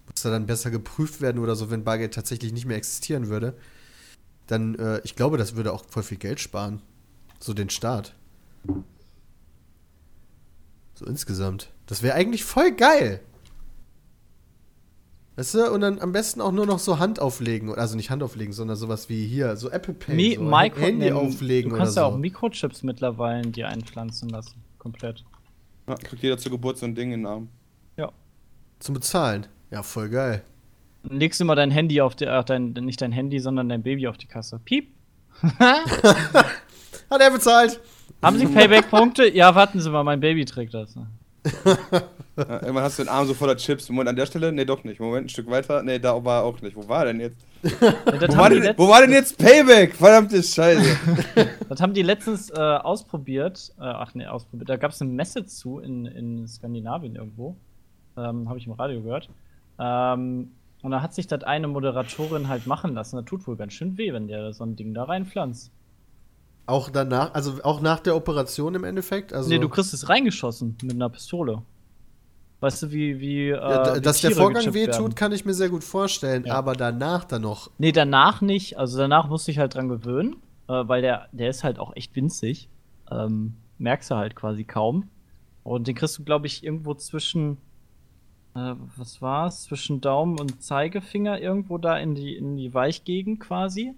A: muss da dann besser geprüft werden oder so, wenn Bargeld tatsächlich nicht mehr existieren würde. Dann, äh, ich glaube, das würde auch voll viel Geld sparen. So den Staat. So insgesamt. Das wäre eigentlich voll geil. Weißt du, und dann am besten auch nur noch so Hand auflegen. Also nicht Hand auflegen, sondern sowas wie hier, so Apple Pay,
E: Mi
A: so
E: Mikro
A: Handy
E: ähm,
A: auflegen
E: Du
A: oder
E: kannst
A: so.
E: ja auch Mikrochips mittlerweile dir einpflanzen lassen. Komplett.
D: Ja, kriegt jeder zur Geburt so ein Ding in den Arm.
A: Zum Bezahlen. Ja, voll geil.
E: Dann legst du mal dein Handy auf die, ach, dein, nicht dein Handy, sondern dein Baby auf die Kasse. Piep.
A: Hat er bezahlt?
E: Haben Sie Payback-Punkte? Ja, warten Sie mal, mein Baby trägt das.
D: Ja, irgendwann hast du den Arm so voller Chips. Moment, an der Stelle? Nee, doch nicht. Moment, ein Stück weiter. Nee, da war er auch nicht. Wo war er denn jetzt?
E: Ja, das,
D: Wo war
E: haben die
D: denn,
E: letzt,
D: wo war denn jetzt Payback? Verdammte Scheiße.
E: das haben die letztens äh, ausprobiert. Äh, ach nee, ausprobiert. Da gab es eine Messe zu in, in Skandinavien irgendwo. Ähm, Habe ich im Radio gehört. Ähm, und da hat sich das eine Moderatorin halt machen lassen. Das tut wohl ganz schön weh, wenn der so ein Ding da reinpflanzt.
A: Auch danach, also auch nach der Operation im Endeffekt? Also,
E: Nee, du kriegst es reingeschossen mit einer Pistole. Weißt du, wie. wie, äh,
A: ja, d-
E: wie
A: dass der
E: Tiere
A: Vorgang
E: gechippt werden.
A: wehtut, kann ich mir sehr gut vorstellen,
E: Ja.
A: aber danach dann noch.
E: Nee, danach nicht. Also danach musste ich halt dran gewöhnen, äh, weil der, der ist halt auch echt winzig. Ähm, merkst du halt quasi kaum. Und den kriegst du, glaube ich, irgendwo zwischen, äh, was war's? Zwischen Daumen und Zeigefinger, irgendwo da in die, in die Weichgegend quasi.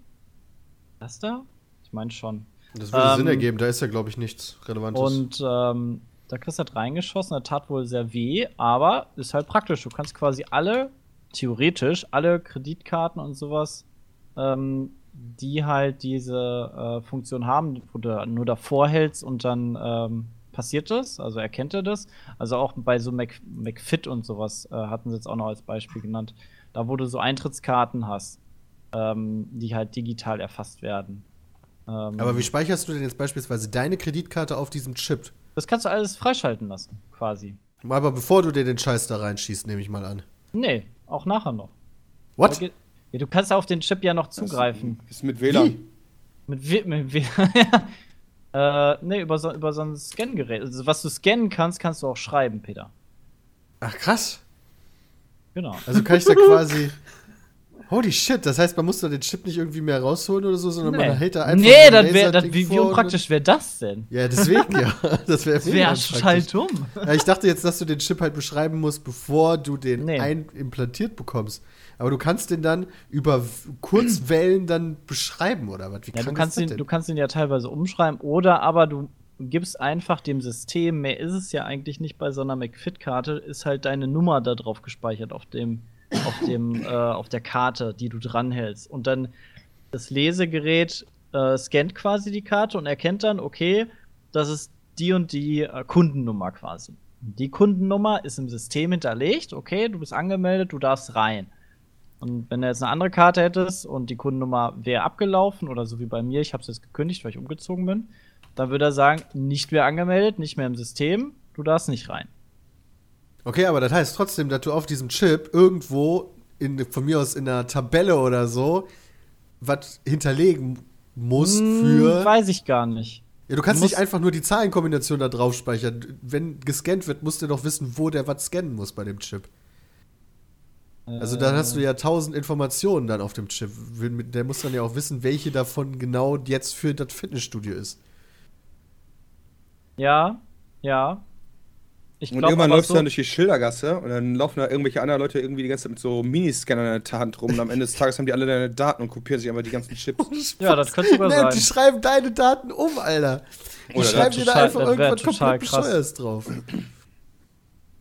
E: Das da? Ich meine schon.
A: Das würde
E: Ähm,
A: Sinn ergeben, da ist ja, glaube ich, nichts Relevantes.
E: Und ähm, da kriegst du halt reingeschossen, das tat wohl sehr weh, aber ist halt praktisch. Du kannst quasi alle, theoretisch, alle Kreditkarten und sowas, ähm, die halt diese äh, Funktion haben, wo du nur davor hältst und dann ähm, passiert das, also erkennt er das. Also auch bei so Mac, McFit und sowas äh, hatten sie jetzt auch noch als Beispiel genannt. Da, wo du so Eintrittskarten hast, ähm, die halt digital erfasst werden. Ähm,
A: Aber wie speicherst du denn jetzt beispielsweise deine Kreditkarte auf diesem Chip?
E: das kannst du alles freischalten lassen, quasi.
A: Aber bevor du dir den Scheiß da reinschießt, nehme ich mal an.
E: Nee, auch nachher noch.
A: What?
E: Ja, du kannst auf den Chip ja noch
A: E.
E: zugreifen.
D: Ist mit WLAN.
E: Mit, W- mit, W- ja. äh, nee, über so, über so ein Scan-Gerät. Also, was du scannen kannst, kannst du auch schreiben, Peter.
A: Ach krass.
E: Genau.
A: Also kann ich da quasi. Holy shit, das heißt, man muss da den Chip nicht irgendwie mehr rausholen oder so, sondern man hält da einfach.
E: nee,
A: so ein
E: das wär, das,
A: Laserding
E: wie, wie
A: vor und-
E: unpraktisch wäre das denn?
A: Ja, deswegen, ja. Das wäre
E: Das halt wäre total dumm.
A: Ja, ich dachte jetzt, dass du den Chip halt beschreiben musst, bevor du den
E: Nee.
A: ein implantiert bekommst. Aber du kannst den dann über W- Kurzwellen dann beschreiben, oder was? Wie
E: Ja, du,
A: krank
E: kannst
A: ist das
E: ihn,
A: denn?
E: du kannst ihn ja teilweise umschreiben oder aber du gibst einfach dem System, mehr ist es ja eigentlich nicht bei so einer McFit-Karte, ist halt deine Nummer da drauf gespeichert auf dem, auf dem, äh, auf der Karte, die du dranhältst. Und dann das Lesegerät äh, scannt quasi die Karte und erkennt dann, okay, das ist die und die äh, Kundennummer quasi. Die Kundennummer ist im System hinterlegt, okay, du bist angemeldet, du darfst rein. Und wenn du jetzt eine andere Karte hättest und die Kundennummer wäre abgelaufen oder so wie bei mir, ich habe es jetzt gekündigt, weil ich umgezogen bin, dann würde er sagen, nicht mehr angemeldet, nicht mehr im System, du darfst nicht rein.
A: okay, aber das heißt trotzdem, dass du auf diesem Chip irgendwo, in, von mir aus in einer Tabelle oder so, was hinterlegen musst für.
E: Hm, weiß ich gar nicht.
A: Ja, du kannst nicht
E: musst-
A: einfach nur die Zahlenkombination da drauf speichern. Wenn gescannt wird, musst du doch wissen, wo der was scannen muss bei dem Chip. Also dann hast du ja tausend Informationen dann auf dem Chip. Der muss dann ja auch wissen, welche davon genau jetzt für das Fitnessstudio ist.
E: Ja, ja. Ich
D: Und
E: glaub
D: irgendwann
E: aber
D: läufst
E: so-
D: du dann durch die Schildergasse und dann laufen da irgendwelche anderen Leute irgendwie die ganze Zeit mit so Miniscannern in der Hand rum und am Ende des Tages haben die alle deine Daten und kopieren sich einfach die ganzen Chips.
E: Ja, das könnte sogar
A: Nein, die
E: sein.
A: schreiben deine Daten um, Alter. Die
D: Oder das
A: schreiben dir da
E: total-
A: einfach
E: das wär
A: irgendwas
E: total
A: komplett
E: krass.
A: Bescheuertes drauf.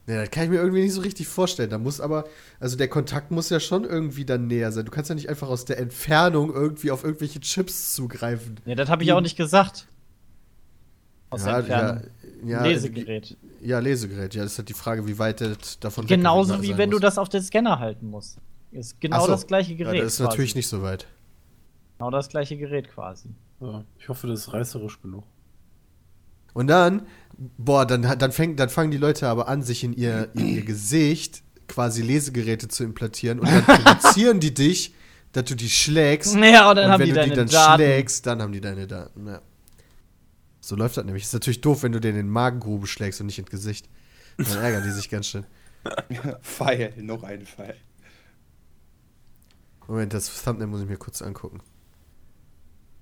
A: Ja, das kann ich mir irgendwie nicht so richtig vorstellen. Da muss aber, also der Kontakt muss ja schon irgendwie dann näher sein. Du kannst ja nicht einfach aus der Entfernung irgendwie auf irgendwelche Chips zugreifen.
E: Ja, das habe ich auch nicht gesagt. Aus der Entfernung.
A: ja, also ja,
E: Lesegerät.
A: Ja, Lesegerät. Ja, das ist halt die Frage, wie weit das davon weg
E: Genauso
A: sein
E: wie wenn
A: muss.
E: du das auf den Scanner halten musst. Ist genau
A: Ach so.
E: das gleiche Gerät.
A: Ja, das ist
E: quasi.
A: natürlich nicht so weit.
E: Genau das gleiche Gerät quasi.
F: Ja, ich hoffe, das ist reißerisch genug.
A: Und dann, boah, dann, hat- dann, fängt, dann fangen die Leute aber an, sich in ihr, in ihr Gesicht quasi Lesegeräte zu implantieren und dann provozieren die dich, dass du die schlägst.
E: Ja, und dann
A: und
E: haben
A: wenn
E: die
A: du
E: deine
A: die dann
E: Daten.
A: schlägst, dann haben die deine Daten. Ja. So läuft das nämlich. Ist natürlich doof, wenn du dir in den Magengrube schlägst und nicht ins Gesicht. Dann ärgern die sich ganz schön.
D: Pfeil, noch ein Pfeil.
A: Moment, das Thumbnail muss ich mir kurz angucken.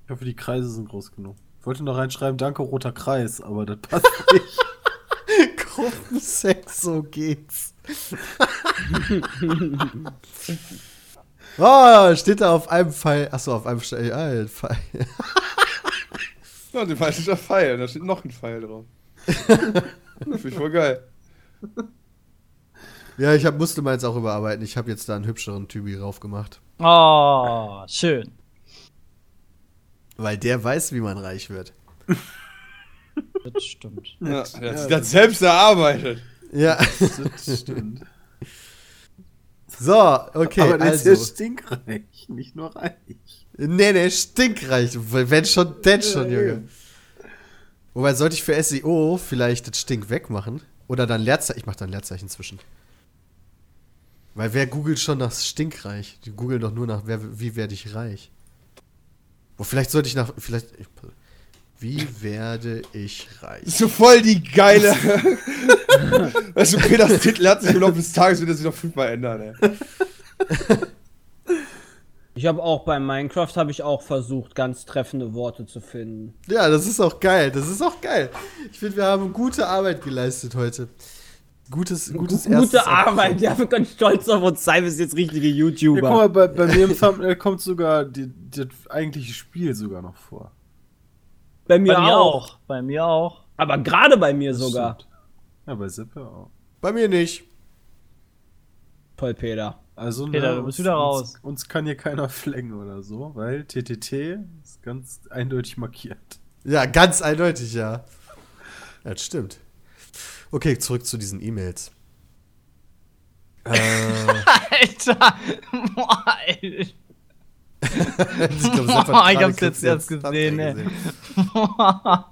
F: Ich hoffe, die Kreise sind groß genug. Ich wollte noch reinschreiben, danke, roter Kreis, aber das passt nicht.
A: Gruppensex, so geht's. oh, steht da auf einem Pfeil. Achso, auf einem Pfeil. Ah, ein Pfeil.
D: Ja, und falsch ist der Pfeil, und da steht noch ein Pfeil drauf. Finde ich voll geil.
A: Ja, ich hab, musste meins auch überarbeiten. Ich habe jetzt da einen hübscheren Typi raufgemacht.
E: Oh, schön.
A: Weil der weiß, wie man reich wird.
E: Das stimmt.
D: Ja, der hat sich das selbst erarbeitet.
A: Ja,
F: Das stimmt.
A: so, okay.
F: aber der
A: also.
F: ist ja stinkreich, nicht nur reich.
A: Nee, nee, stinkreich. Wenn schon, denn schon, Junge. Wobei, sollte ich für SEO vielleicht das Stink wegmachen? Oder dann Leerzeichen. Ich mache dann Leerzeichen zwischen. Weil wer googelt schon nach stinkreich? Die googeln doch nur nach, wer, wie werde ich reich? Wo vielleicht sollte ich nach, vielleicht, wie werde ich reich?
D: So voll die geile. weißt du, Peters Titel hat sich im Laufe des Tages wieder sich noch fünfmal ändern, ey.
C: Ich habe auch bei Minecraft habe ich auch versucht, ganz treffende Worte zu finden.
A: Ja, das ist auch geil. Das ist auch geil. Ich finde, wir haben gute Arbeit geleistet heute. Gutes, gutes erstes
C: Gute Arbeit, ja, wir können stolz auf uns sein, wir sind jetzt richtige
F: Ja, guck mal,
C: YouTuber.
F: bei, bei mir im Thumbnail äh, kommt sogar die, das eigentliche Spiel sogar noch vor.
C: Bei mir,
E: Bei mir
C: auch.
E: auch. Bei mir auch.
C: Aber gerade bei mir sogar.
F: Stimmt. Ja, bei Sippe auch.
A: Bei mir nicht.
C: Toll, Peter.
F: Also,
E: Peter, du bist wieder raus.
F: Uns, uns kann hier keiner flängen oder so, weil TTT ist ganz eindeutig markiert.
A: Ja, ganz eindeutig, ja. Ja, Das stimmt. Okay, zurück zu diesen E-Mails.
E: Alter! Boah, ey.
A: Ich, glaub, Sepp hat
E: Boah, ich
A: gerade
E: hab's jetzt
A: kurz
E: erst
A: den
E: gesehen,
A: Thumbnail
E: ey. Boah.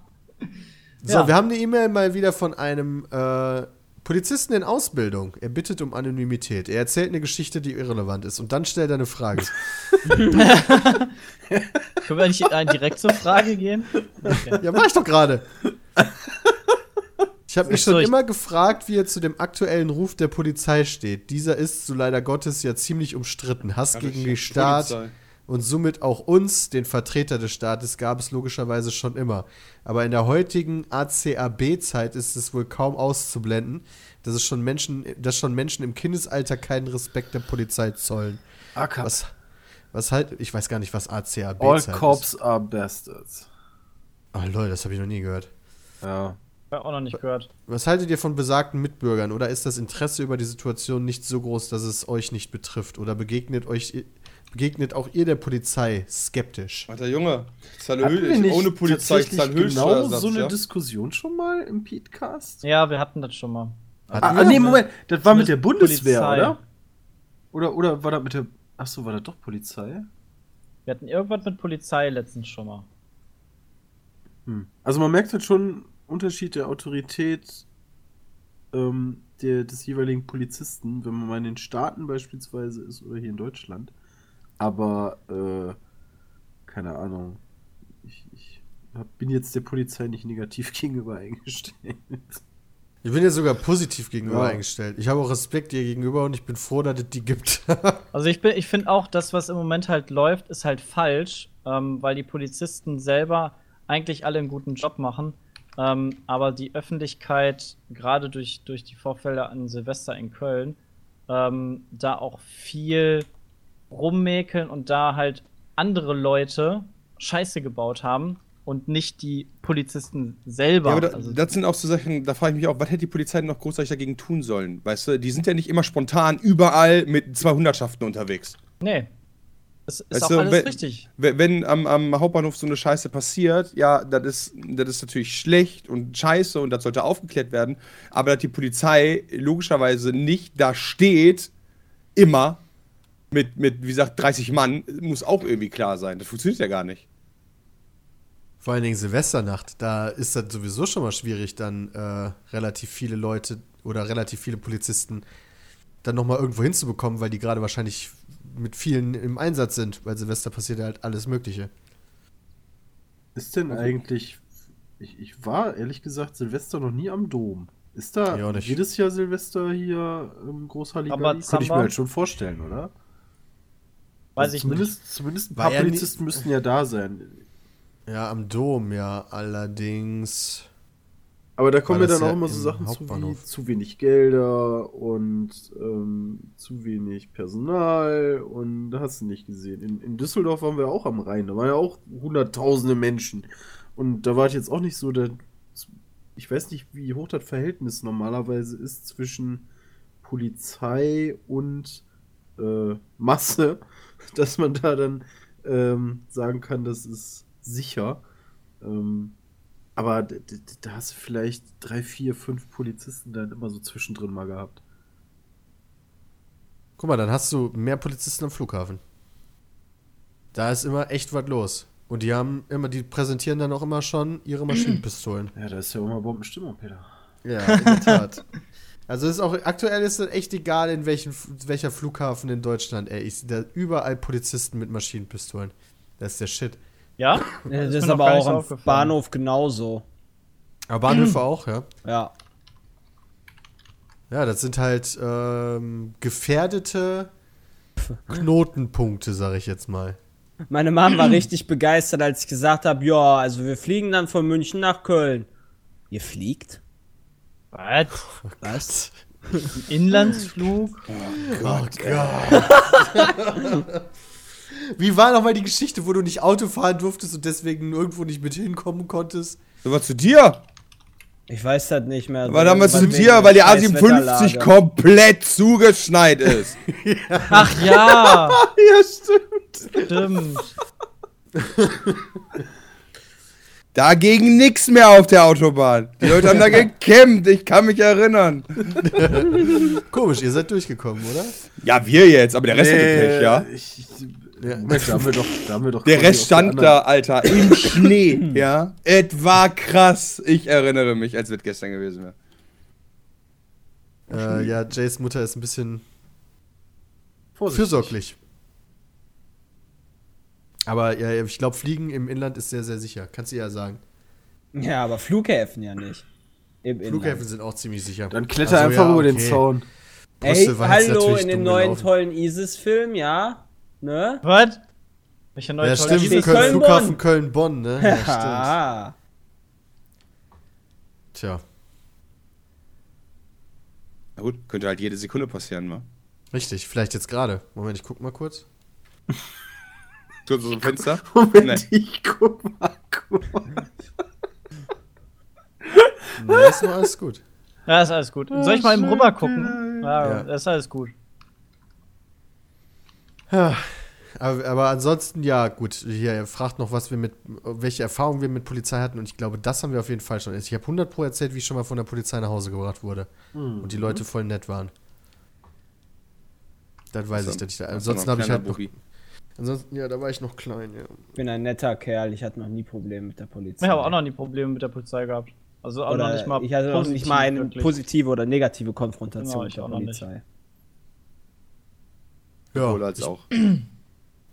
A: So,
E: Ja.
A: wir haben eine E-Mail mal wieder von einem äh, Polizisten in Ausbildung. Er bittet um Anonymität. Er erzählt eine Geschichte, die irrelevant ist. Und dann stellt er eine Frage.
E: Können wir nicht äh, direkt zur Frage gehen?
A: ja, mach ich doch gerade. Ich habe mich
E: Ach so,
A: schon
E: ich-
A: immer gefragt, wie er zu dem aktuellen Ruf der Polizei steht. Dieser ist, so leider Gottes, ja ziemlich umstritten. Hass gegen den Staat.
D: Polizei.
A: Und somit auch uns, den Vertreter des Staates, gab es logischerweise schon immer. Aber in der heutigen ACAB-Zeit ist es wohl kaum auszublenden, dass, es schon Menschen, dass schon Menschen im Kindesalter keinen Respekt der Polizei zollen.
F: AK.
A: Was, was halt, ich weiß gar nicht, was
F: All
A: ACAB-Zeit ist.
F: Cops are Bastards.
A: Oh, Leute, das habe ich noch nie gehört.
F: Ja.
E: Hab ich auch noch nicht gehört.
A: Was haltet ihr von besagten Mitbürgern? Oder ist das Interesse über die Situation nicht so groß, dass es euch nicht betrifft? Oder begegnet euch begegnet auch ihr der Polizei skeptisch?
D: Alter Junge,
F: Hatten wir
D: Zahlhöhl, ohne Polizei
F: tatsächlich
D: Zahlhöhl
F: genau so eine Diskussion schon mal im Podcast?
E: Ja, wir hatten das schon mal.
F: Ah, ah, nee, Moment, das war mit der Bundeswehr,
E: Polizei.
F: oder? Oder oder war das mit der Ach so, war das doch Polizei?
E: Wir hatten irgendwas mit Polizei letztens schon mal.
F: Hm. Also man merkt halt schon einen Unterschied der Autorität ähm, der, des jeweiligen Polizisten, wenn man mal in den Staaten beispielsweise ist oder hier in Deutschland. Aber äh, keine Ahnung. Ich, ich hab, bin jetzt der Polizei nicht negativ gegenüber eingestellt.
A: Ich bin ja sogar positiv gegenüber
F: Ja.
A: eingestellt. Ich habe auch Respekt ihr gegenüber und ich bin froh, dass es die gibt.
E: Also ich, bin- ich finde auch, das, was im Moment halt läuft, ist halt falsch, ähm, weil die Polizisten selber eigentlich alle einen guten Job machen. Ähm, aber die Öffentlichkeit, gerade durch, durch die Vorfälle an Silvester in Köln, ähm, da auch viel rummäkeln und da halt andere Leute Scheiße gebaut haben und nicht die Polizisten selber.
D: Ja, aber da,
E: Also-
D: das sind auch so Sachen, da frage ich mich auch, was hätte die Polizei denn noch großartig dagegen tun sollen? Weißt du, die sind ja nicht immer spontan überall mit 200 Schaften unterwegs.
E: Nee. Das ist
D: Weißt
E: auch
D: du,
E: alles
D: wenn-
E: richtig.
D: Wenn, wenn am, am Hauptbahnhof so eine Scheiße passiert, ja, das ist, das ist natürlich schlecht und scheiße und das sollte aufgeklärt werden. Aber dass die Polizei logischerweise nicht da steht, immer mit, mit wie gesagt, 30 Mann, muss auch irgendwie klar sein. Das funktioniert ja gar nicht.
A: Vor allen Dingen Silvesternacht, da ist das sowieso schon mal schwierig, dann äh, relativ viele Leute oder relativ viele Polizisten dann nochmal irgendwo hinzubekommen, weil die gerade wahrscheinlich mit vielen im Einsatz sind, weil Silvester passiert ja halt alles Mögliche.
F: Ist denn eigentlich. Ich, ich war ehrlich gesagt Silvester noch nie am Dom. Ist da
A: Ja, auch nicht.
F: jedes Jahr Silvester hier ähm, Großhalligalli?
E: Aber
F: Könnte ich mir
E: Samba?
F: halt schon vorstellen, oder?
D: Also
F: Also
E: Weiß ich nicht.
F: zumindest, Zumindest ein
A: War
F: paar
A: ja nie-
F: Polizisten müssten ja da sein.
A: Ja, am Dom, ja, allerdings.
F: Aber da kommen
A: War
F: ja
A: das
F: dann auch
A: ja
F: immer so
A: im
F: Sachen zu wie
A: Hauptbahnhof.
F: zu wenig Gelder und ähm, zu wenig Personal und da hast du nicht gesehen. In, in Düsseldorf waren wir auch am Rhein, da waren ja auch hunderttausende Menschen. Und da war es jetzt auch nicht so, dass ich weiß nicht, wie hoch das Verhältnis normalerweise ist zwischen Polizei und äh, Masse, dass man da dann ähm, sagen kann, das ist sicher. Ähm, aber d- d- d- da hast du vielleicht drei, vier, fünf Polizisten dann immer so zwischendrin mal gehabt.
A: Guck mal, dann hast du mehr Polizisten am Flughafen. Da ist immer echt was los. Und die haben immer, die präsentieren dann auch immer schon ihre Maschinenpistolen.
F: Ja, da ist ja auch immer Bombenstimmung, Peter.
A: Ja, in der Tat. Also ist auch aktuell ist es echt egal, in welchen, welcher Flughafen in Deutschland, ey. Ich sehe da überall Polizisten mit Maschinenpistolen. Das ist der Shit.
E: Ja?
C: Das,
E: mir
C: ist
E: noch
C: aber
E: gar nicht
C: auch
E: so
C: am
E: aufgefallen.
C: Bahnhof genauso.
A: Aber Bahnhöfe auch, ja.
C: Ja.
A: Ja, das sind halt ähm, gefährdete Knotenpunkte, sag ich jetzt mal.
C: Meine Mom war richtig begeistert, als ich gesagt habe, ja, also wir fliegen dann von München nach Köln. Ihr fliegt?
E: Was?
C: Was?
E: Inlandsflug?
A: Oh Gott. Wie war nochmal die Geschichte, wo du nicht Auto fahren durftest und deswegen irgendwo nicht mit hinkommen konntest?
D: So was zu dir.
C: Ich weiß das nicht mehr.
D: War damals zu
C: Irgendwann
D: dir,
C: Also, wegen der scheiß
D: weil die A57
C: Wetterlage.
D: komplett zugeschneit ist.
E: Ach ja,
F: Ja, stimmt.
E: stimmt.
D: Dagegen nix mehr auf der Autobahn. Die Leute haben da gekämpft, ich kann mich erinnern.
A: Komisch, ihr seid durchgekommen, oder?
D: Ja, wir jetzt, aber der Rest hatte Pech, ja?
F: Äh, Ich, ich, Moment, da haben wir doch. Da haben wir doch
D: Der
F: quasi
D: Rest
F: auf
D: stand
F: der
D: da, Alter, im Schnee, ja? Es war krass. Ich erinnere mich, als wird gestern gewesen wäre.
A: Äh, ja, Jays Mutter ist ein bisschen
F: anderen-
A: fürsorglich. Aber ja, ich glaube, Fliegen im Inland ist sehr, sehr sicher. Kannst du ja sagen.
C: Ja, aber Flughäfen ja nicht. Im
A: Flughäfen sind auch ziemlich sicher.
F: Dann kletter
A: Also,
F: einfach
A: ja,
F: über den
A: okay.
F: Zaun.
C: Inland.
A: Brüssel
C: Ey,
A: war jetzt
C: hallo
A: natürlich
C: in
A: dumm
C: dem neuen
A: gelaufen.
C: tollen ISIS-Film, ja? Ne?
E: Was? Welcher neue
A: Ja,
E: tolle
A: stimmt.
C: steht
A: Köln,
C: Köln-Bonn.
A: Flughafen Köln-Bonn, ne? Ja, stimmt.
C: Ah,
A: Tja,
D: Na gut, könnte halt jede Sekunde passieren, ne?
A: richtig. Vielleicht jetzt gerade. Moment, ich guck mal kurz.
D: Du hast so ein Fenster?
F: Moment, ich guck mal kurz.
A: Nee, ist noch alles gut.
E: Ja, ist alles gut. Soll ich mal eben rüber gucken? Ja,
A: Ja.
E: ist alles gut.
A: Aber, aber ansonsten, ja, gut. Hier, er fragt noch, was wir mit, welche Erfahrungen wir mit Polizei hatten. Und ich glaube, das haben wir auf jeden Fall schon. Ich habe 100 Pro erzählt, wie ich schon mal von der Polizei nach Hause gebracht wurde. Und die Leute voll nett waren. Dann weiß ich, dass ich da. Ansonsten habe ich halt Also, noch. Ansonsten, ja, da war ich noch klein, ja.
C: ich bin ein netter Kerl, ich hatte noch nie Probleme mit der Polizei.
E: Ich habe auch noch nie Probleme mit der Polizei gehabt. Also auch
C: oder
E: noch nicht mal
C: Ich hatte noch nicht
E: positiv,
C: mal eine
E: wirklich.
C: positive oder negative Konfrontation
E: Genau,
C: mit
E: ich
C: der
E: auch noch nicht.
C: Polizei.
A: Ja,
D: Oder als auch.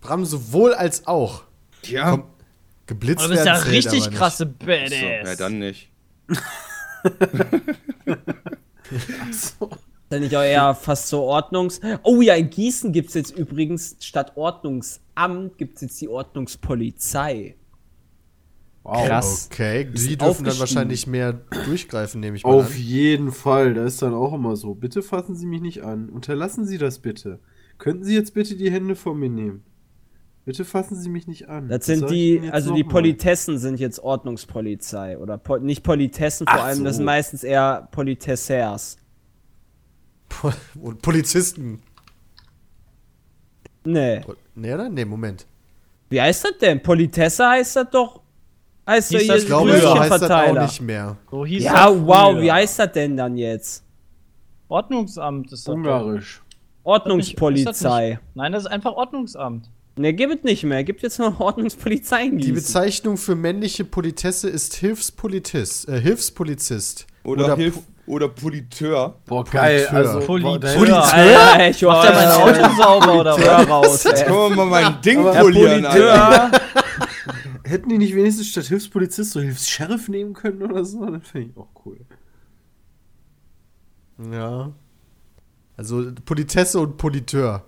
A: Bram sowohl als auch.
D: Ja,
A: Komm, Geblitzt
E: Aber du bist ja
A: werden zählt
E: richtig
A: aber nicht.
E: krasse
D: so,
E: Badass.
D: ja, dann nicht.
C: Ist Dann nicht auch eher fast so Ordnungs. Oh ja, in Gießen gibt es jetzt übrigens statt Ordnungsamt gibt es jetzt die Ordnungspolizei.
F: Wow.
C: Krass.
A: Oh, Okay, die
C: Ist
A: dürfen dann
C: aufgestiegen.
A: wahrscheinlich mehr durchgreifen, nehme ich mal
F: Auf
A: an.
F: jeden Fall, da ist dann auch immer so. Bitte fassen Sie mich nicht an. Unterlassen Sie das bitte. Könnten Sie jetzt bitte die Hände von mir nehmen? Bitte fassen Sie mich nicht an.
C: Das
F: sag
C: sind
F: ich
C: die,
F: Ihnen jetzt
C: also die
F: nochmal.
C: Politessen sind jetzt Ordnungspolizei. Oder po, nicht Politessen, vor
F: Ach
C: allem, das
F: so.
C: sind meistens eher Politessers.
A: Po- Und Polizisten.
C: Nee.
A: Pol- Nee, oder? Nee, Moment.
C: Wie heißt das denn? Politesse heißt das doch. Heißt
E: Hieß
C: ja
A: Ich
E: das
C: hier
A: glaube, so heißt das auch
C: Brötchenverteiler.
A: nicht mehr.
E: So hieß
C: Ja,
E: das
C: wow,
E: früher.
C: wie heißt das denn dann jetzt?
E: Ordnungsamt ist das. doch.
F: Ungarisch.
E: Ist das
C: Ordnungspolizei.
E: nicht- Nein, das ist einfach Ordnungsamt.
C: Ne, gibt es nicht mehr. Gibt jetzt noch Ordnungspolizei in
A: Die
C: Gießen.
A: Bezeichnung für männliche Politesse ist Hilfspolitist. Äh, Hilfspolizist.
D: Oder,
A: Oder
D: Hilf oder Politeur.
F: Boah, geil.
A: Politeur.
F: Also, boah, da-
E: Politeur.
C: Alter, ey, ich mach
E: Macht er mein Auto sauber oder
C: Hör
E: was?
C: raus,
A: Äh,
C: ey.
D: Können wir mal mein Ding
F: Aber
D: polieren, Alter.
F: hätten die nicht wenigstens statt Hilfspolizist so Hilfs-Sheriff nehmen können oder so? Dann finde ich auch cool.
A: Ja. Also Politesse und Politeur.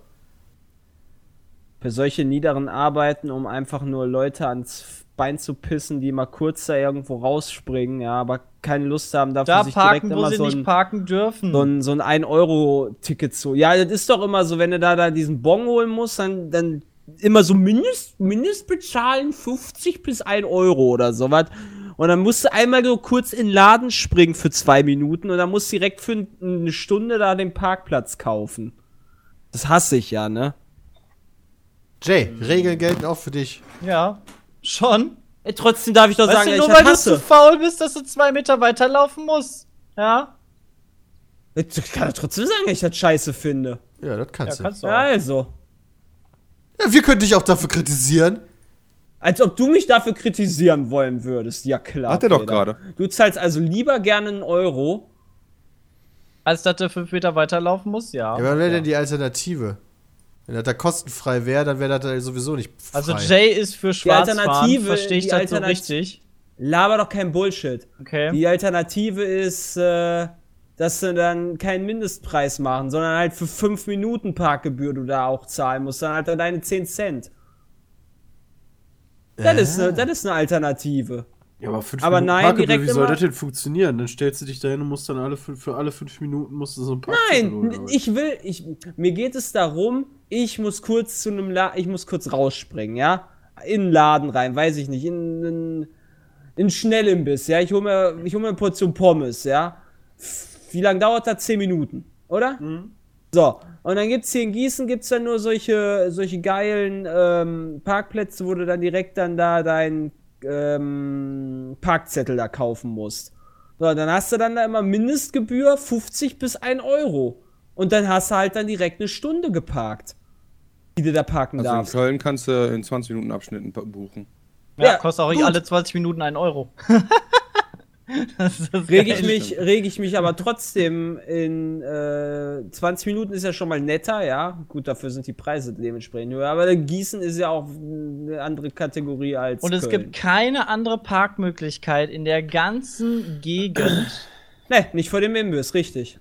C: Für solche niederen Arbeiten, um einfach nur Leute ans Bein zu pissen, die mal kurz da irgendwo rausspringen, ja, aber keine Lust haben, dafür
E: Da
C: sich
E: parken,
C: direkt
E: wo
C: immer
E: sie
C: so
E: nicht
C: ein,
E: parken dürfen.
C: so ein, so ein 1-Euro-Ticket zu. Ja, das ist doch immer so, wenn du da, da diesen Bon holen musst, dann, dann immer so Mindest, Mindestbezahlen 50 bis 1 Euro oder sowas. Und dann musst du einmal so kurz in den Laden springen für zwei Minuten und dann musst du direkt für eine Stunde da den Parkplatz kaufen. Das hasse ich ja, ne?
A: Jay, Regeln gelten auch für dich.
E: ja, schon.
C: Ey, trotzdem darf ich doch
E: Weißt
C: sagen,
E: du,
C: dass
E: nur
C: ich
E: weil
C: das
E: du zu
C: hasse.
E: faul bist, dass du zwei Meter weiterlaufen musst. Ja?
C: Ich kann doch trotzdem sagen, dass ich das scheiße finde.
A: Ja, das
E: Ja,
A: kannst du.
E: kannst du
C: Ja,
E: auch.
C: also.
A: Ja, wir können dich auch dafür kritisieren.
C: Als ob du mich dafür kritisieren wollen würdest. Ja, klar.
D: Hat er doch
C: Peter.
D: gerade.
C: Du zahlst also lieber gerne einen Euro.
E: Als dass du fünf Meter weiterlaufen musst, ja.
A: Ja, aber was wäre denn die Alternative? Wenn das da kostenfrei wäre, dann wäre das da sowieso nicht frei.
E: also Jay ist für Schwarzfahren,
C: Alternative-
E: verstehe ich
C: die
E: das so
C: Alternat-
E: richtig.
C: Laber doch kein Bullshit.
E: Okay.
C: Die Alternative ist, äh, dass sie dann keinen Mindestpreis machen, sondern halt für 5 Minuten Parkgebühr du da auch zahlen musst, dann halt dann deine 10 Cent. Das, ist eine, das ist eine Alternative.
F: Ja, aber fünf
C: Aber
F: Minuten
C: nein,
F: Parkgebühr,
C: direkt
F: wie soll
C: immer-
F: das denn funktionieren? Dann stellst du dich dahin und musst dann alle fünf, für alle fünf Minuten musst du so ein paar
C: Nein, ich will, ich, mir geht es darum, ich muss kurz zu einem La ich muss kurz rausspringen, ja? In einen Laden rein, weiß ich nicht, in einen in einen Schnellimbiss, ja? Ich hole mir, ich hol mir eine Portion Pommes, ja? Wie lange dauert das? Zehn Minuten, oder? So, und dann gibt's hier in Gießen gibt's dann nur solche, solche geilen ähm, Parkplätze, wo du dann direkt dann da deinen ähm, Parkzettel da kaufen musst. So, dann hast du dann da immer Mindestgebühr 50 bis 1 Euro. Und dann hast du halt dann direkt eine Stunde geparkt, die du da parken
D: Also in
C: darfst.
D: Köln kannst du in 20 Minuten Abschnitten pa- buchen.
E: Ja,
C: Ja,
E: kostet auch
C: gut.
E: alle 20 Minuten 1 Euro. das ist das
C: Reg ich,
E: Geilste.
C: mich, reg ich mich aber trotzdem in äh, 20 Minuten ist ja schon mal netter, ja. Gut, dafür sind die Preise dementsprechend höher. Aber Gießen ist ja auch eine andere Kategorie als.
E: Und es
C: Köln.
E: gibt keine andere Parkmöglichkeit in der ganzen Gegend.
C: Nee, Ne, nicht vor dem Imbiss, richtig.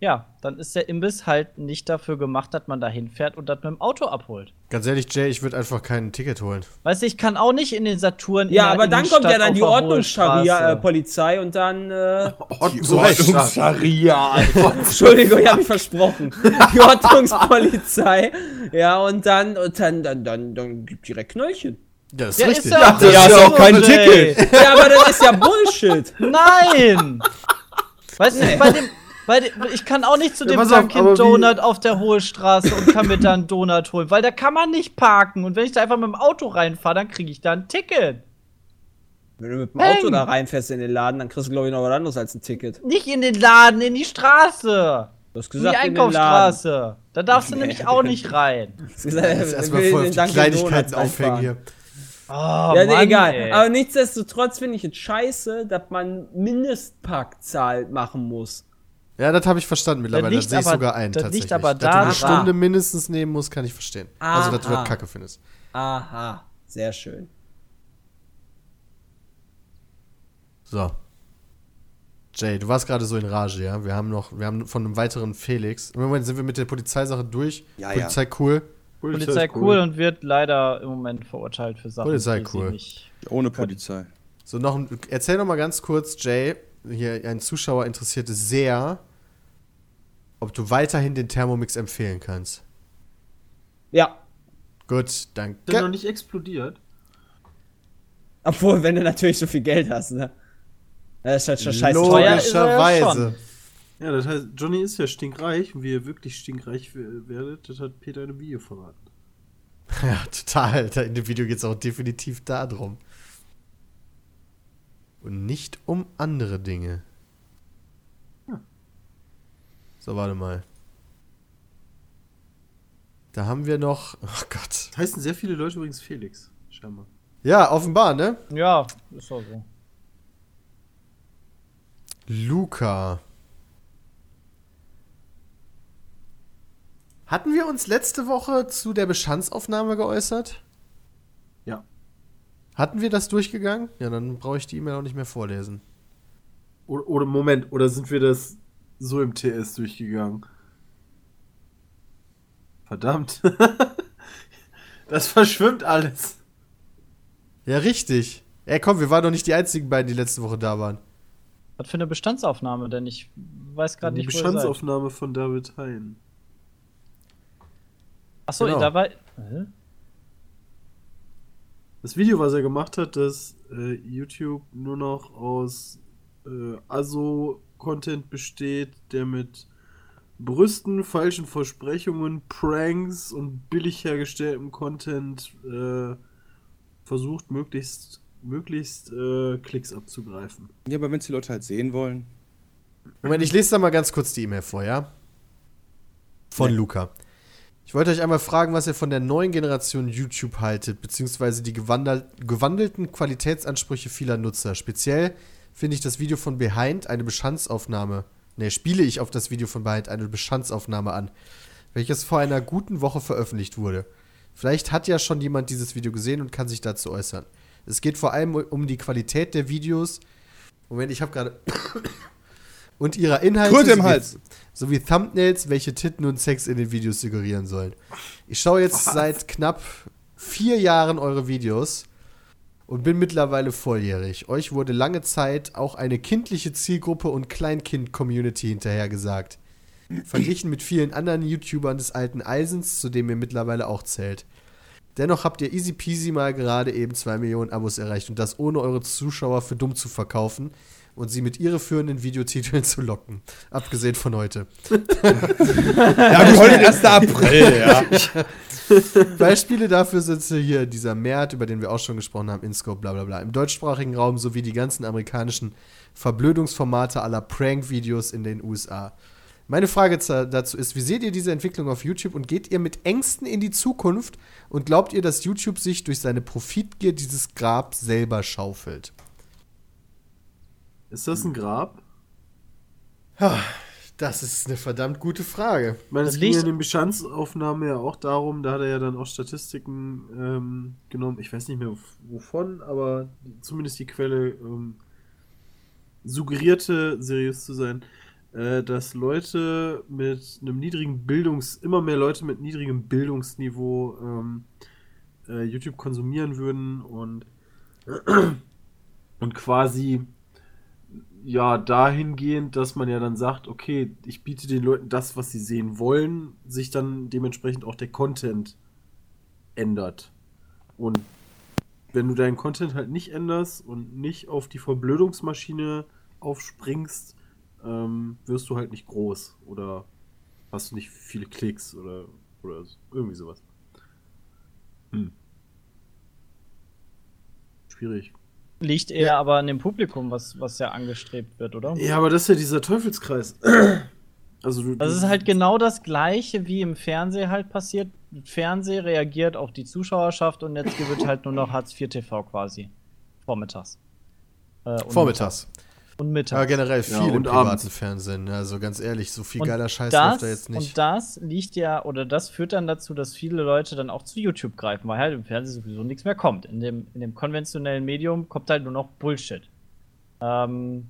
E: Ja, dann ist der Imbiss halt nicht dafür gemacht, dass man da hinfährt und das mit dem Auto abholt.
A: Ganz ehrlich, Jay, ich würde einfach kein Ticket holen.
E: Weißt du, ich kann auch nicht in den Saturn. in
C: Ja,
E: der
C: aber dann
E: Innenstadt
C: kommt ja dann
E: auf
C: die äh,
E: der Hohe Straße.
C: Ordnungspolizei und dann. Äh,
D: Ordnungscharia.
C: Entschuldigung, ich habe mich versprochen. Die Ordnungspolizei. Ja, und dann, und dann, dann, dann, dann gibt direkt Knöllchen.
A: Ja, das ist
E: Ja,
A: richtig.
E: ist ja,
D: Ja, hast ja auch kein Ticket.
C: Ja, aber das ist ja Bullshit.
E: Nein! weißt du, bei dem, bei dem, ich kann auch nicht zu dem
F: pass auf,
E: Dunkin'
F: aber wie-
E: Donut auf der Hohe Straße und kann mir da einen Donut holen, weil da kann man nicht parken. Und wenn ich da einfach mit dem Auto reinfahre, dann kriege ich da ein Ticket.
C: Wenn du mit dem Auto
E: Peng.
C: da reinfährst in den Laden, dann kriegst du, glaube ich, noch was anderes als ein Ticket.
E: Nicht in den Laden, in die Straße.
C: Du hast
E: In die
C: gesagt, in den Laden.
E: Einkaufsstraße. Da darfst du nämlich auch nicht rein.
C: Du hast gesagt,
A: Jetzt
C: wir
A: erstmal
C: will
A: voll auf
C: in
A: die
C: den Dunkin'
A: Kleinigkeiten
C: Donuts
A: aufhängen
C: reinfahren.
A: hier.
E: Oh,
C: Ja,
E: Mann,
C: nee, egal.
E: ey.
C: Aber nichtsdestotrotz finde ich es scheiße, dass man Mindestpackzahl machen muss.
A: Ja, das habe ich verstanden mittlerweile. Das
E: liegt
A: sehe ich
E: aber-
A: sogar ein,
E: das liegt
A: tatsächlich.
E: aber
A: dass du eine
E: daran.
A: Stunde mindestens nehmen musst, kann ich verstehen. Also, dass du
C: Aha.
A: das kacke findest.
C: Aha, sehr schön.
A: So. Jay, du warst gerade so in Rage, ja? Wir haben noch, wir haben von einem weiteren Felix. Im Moment sind wir mit der Polizeisache durch.
G: Ja, ja.
A: Polizei cool.
E: Polizei cool und wird leider im Moment verurteilt für Sachen.
A: Polizei
E: die sie
A: cool.
E: nicht-
G: Ohne Polizei.
A: So, noch ein, erzähl noch mal ganz kurz, Jay. Hier, ein Zuschauer interessierte sehr, ob du weiterhin den Thermomix empfehlen kannst.
C: Ja.
A: Gut, danke.
F: Ist der noch nicht explodiert?
C: Obwohl, wenn du natürlich so viel Geld hast, ne? Das ist halt schon scheiße teuer.
A: Logischerweise.
F: Ja, das heißt, Johnny ist ja stinkreich und wie ihr wirklich stinkreich w- werdet, das hat Peter in einem Video verraten.
A: Ja, total. Da In dem Video geht es auch definitiv darum. Und nicht um andere Dinge. Hm. So, warte mal. Da haben wir noch. Ach Gott.
F: Das heißen sehr viele Leute übrigens Felix, scheinbar.
A: Ja, offenbar, ne?
E: Ja, ist auch so.
A: Luca. Hatten wir uns letzte Woche zu der Bestandsaufnahme geäußert?
F: Ja.
A: Hatten wir das durchgegangen? Ja, dann brauche ich die E-Mail auch nicht mehr vorlesen.
F: Oder, oder Moment, oder sind wir das so im TS durchgegangen? Verdammt. das verschwimmt alles.
A: Ja, richtig. Ey, komm, wir waren doch nicht die einzigen beiden, die letzte Woche da waren.
E: Was für eine Bestandsaufnahme denn? Ich weiß gerade
F: Die
E: nicht, wo ihr seid.
F: Bestandsaufnahme von David Hein.
E: Achso,
A: Genau.
E: da war. Hä?
F: Das Video, was er gemacht hat, dass äh, YouTube nur noch aus äh, ASO-Content besteht, der mit Brüsten, falschen Versprechungen, Pranks und billig hergestelltem Content äh, versucht, möglichst, möglichst äh, Klicks abzugreifen.
D: Ja, aber wenn es die Leute halt sehen wollen.
A: Moment, ich lese da mal ganz kurz die E-Mail vor, ja? Von Luca. Ich wollte euch einmal fragen, was ihr von der neuen Generation YouTube haltet, beziehungsweise die gewandel gewandelten Qualitätsansprüche vieler Nutzer. Speziell finde ich das Video von Behind eine Bestandsaufnahme. Ne, spiele ich auf das Video von Behind eine Bestandsaufnahme an, welches vor einer guten Woche veröffentlicht wurde. Vielleicht hat ja schon jemand dieses Video gesehen und kann sich dazu äußern. Es geht vor allem um die Qualität der Videos. Moment, ich habe gerade und ihrer Inhalte
D: Kröte im
A: sowie-
D: Hals.
A: sowie Thumbnails, welche Titten und Sex in den Videos suggerieren sollen. Ich schaue jetzt seit knapp vier Jahren eure Videos und bin mittlerweile volljährig. Euch wurde lange Zeit auch eine kindliche Zielgruppe und Kleinkind-Community hinterhergesagt. Verglichen mit vielen anderen YouTubern des alten Eisens, zu dem ihr mittlerweile auch zählt. Dennoch habt ihr easy peasy mal gerade eben 2 Millionen Abos erreicht und das ohne eure Zuschauer für dumm zu verkaufen und sie mit irreführenden Videotiteln zu locken. Abgesehen von heute.
D: Ja, gut, heute 1. April, ja.
A: Beispiele dafür sind hier dieser Mert, über den wir auch schon gesprochen haben, InScope, bla bla bla. Im deutschsprachigen Raum sowie die ganzen amerikanischen Verblödungsformate aller Prank-Videos in den USA. Meine Frage za- dazu ist, wie seht ihr diese Entwicklung auf YouTube und geht ihr mit Ängsten in die Zukunft und glaubt ihr, dass YouTube sich durch seine Profitgier dieses Grab selber schaufelt?
F: Ist das ein Grab?
A: Das ist eine verdammt gute Frage.
F: Ich meine, es
E: Das
F: ging ja in
E: liegt-
F: den Bestandsaufnahmen ja auch darum, da hat er ja dann auch Statistiken ähm, genommen, ich weiß nicht mehr wovon, aber zumindest die Quelle ähm, suggerierte, seriös zu sein, äh, dass Leute mit einem niedrigen Bildungs-, immer mehr Leute mit niedrigem Bildungsniveau ähm, äh, YouTube konsumieren würden und, und quasi ja, dahingehend, dass man ja dann sagt, okay, ich biete den Leuten das, was sie sehen wollen, sich dann dementsprechend auch der Content ändert. Und wenn du deinen Content halt nicht änderst und nicht auf die Verblödungsmaschine aufspringst, ähm, wirst du halt nicht groß oder hast du nicht viele Klicks oder, oder so- irgendwie sowas. Hm. Schwierig.
E: Liegt eher aber an dem Publikum, was, was ja angestrebt wird, oder?
F: Ja, aber das ist ja dieser Teufelskreis. Also du,
E: Das ist
F: du-
E: halt genau das Gleiche, wie im Fernsehen halt passiert. Fernsehen reagiert auf die Zuschauerschaft und jetzt gibt es halt nur noch Hartz IV TV quasi. Vormittags. Äh, und,
A: Vormittags.
E: Und
A: Ja,
E: mittags.
A: generell viel
F: und
A: im privaten
F: abends.
A: Fernsehen. Also ganz ehrlich, so viel
E: Und
A: geiler Scheiß
E: das,
A: läuft da jetzt nicht.
E: Und das liegt ja, oder das führt dann dazu, dass viele Leute dann auch zu YouTube greifen, weil halt im Fernsehen sowieso nichts mehr kommt. In dem, in dem konventionellen Medium kommt halt nur noch Bullshit. Ähm,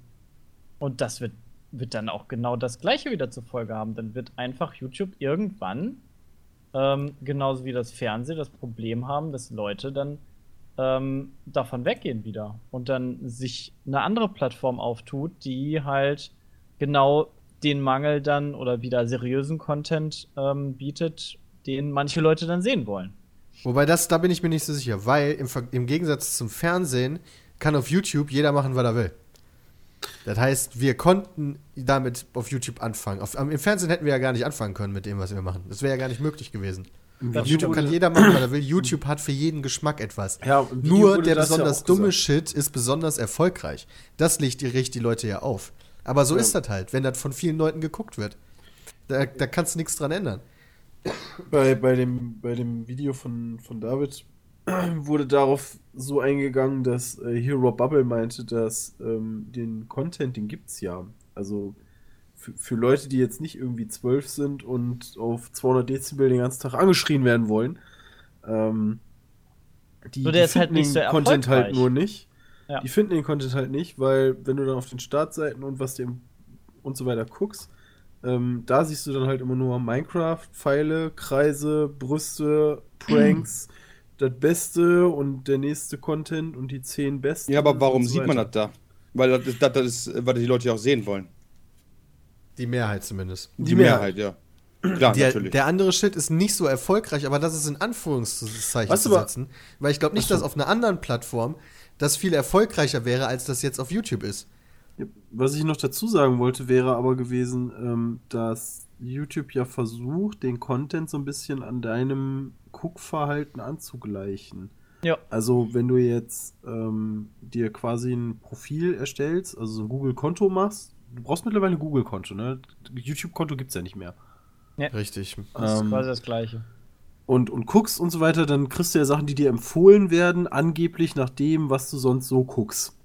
E: und das wird, wird dann auch genau das Gleiche wieder zur Folge haben. Dann wird einfach YouTube irgendwann, ähm, genauso wie das Fernsehen, das Problem haben, dass Leute dann ähm, davon weggehen wieder und dann sich eine andere Plattform auftut, die halt genau den Mangel dann oder wieder seriösen Content ähm, bietet, den manche Leute dann sehen wollen.
A: Wobei das, da bin ich mir nicht so sicher, weil im, Ver- im Gegensatz zum Fernsehen kann auf YouTube jeder machen, was er will. Das heißt, wir konnten damit auf YouTube anfangen. Auf, am- Im Fernsehen hätten wir ja gar nicht anfangen können mit dem, was wir machen. Das wäre ja gar nicht möglich gewesen.
F: Mhm.
A: Auf YouTube kann jeder machen, was er will. YouTube hat für jeden Geschmack etwas.
F: Ja, im Video
A: Nur
F: wurde
A: der
F: das ja
A: besonders
F: auch
A: dumme
F: gesagt.
A: Shit ist besonders erfolgreich. Das legt die, riecht die Leute ja auf. Aber so ist das halt, wenn das von vielen Leuten geguckt wird. Da, da kannst du nichts dran ändern.
F: Bei, bei, dem, bei dem Video von, von David wurde darauf so eingegangen, dass äh, hier Rob Bubble meinte, dass ähm, den Content, den gibt's ja. Also für, für Leute, die jetzt nicht irgendwie zwölf sind und auf 200 Dezibel den ganzen Tag angeschrien werden wollen, ähm, die,
E: Nur
F: die
E: der ist halt nicht so
F: Content halt
E: erfolgreich.
F: nur nicht.
E: Ja.
F: Die finden den Content halt nicht, weil wenn du dann auf den Startseiten und was dem und so weiter guckst, ähm, da siehst du dann halt immer nur Minecraft, Pfeile, Kreise, Brüste, Pranks, das Beste und der nächste Content und die zehn besten.
D: Ja, aber warum
F: und so
D: sieht man das da?
F: weiter.
D: Weil das, ist- das, das ist, was die Leute ja auch sehen wollen.
A: Die Mehrheit zumindest.
D: Die,
F: Mehrheit.
D: Mehrheit, ja. Klar,
A: Der,
D: natürlich.
A: der andere Shit ist nicht so erfolgreich, aber das ist in Anführungszeichen
F: Weißt du,
A: zu
F: aber-
A: setzen. Weil ich glaube nicht, dass auf einer anderen Plattform das viel erfolgreicher wäre, als das jetzt auf YouTube ist.
F: Was ich noch dazu sagen wollte, wäre aber gewesen, ähm, dass YouTube ja versucht, den Content so ein bisschen an deinem Guckverhalten anzugleichen.
E: Ja.
F: Also, wenn du jetzt ähm, dir quasi ein Profil erstellst, also so ein Google-Konto machst, du brauchst mittlerweile ein Google-Konto, ne? YouTube-Konto gibt's ja nicht mehr.
A: Richtig.
E: Das
F: Ähm,
E: ist quasi das Gleiche.
F: und, und guckst und so weiter, dann kriegst du ja Sachen, die dir empfohlen werden, angeblich nach dem, was du sonst so guckst.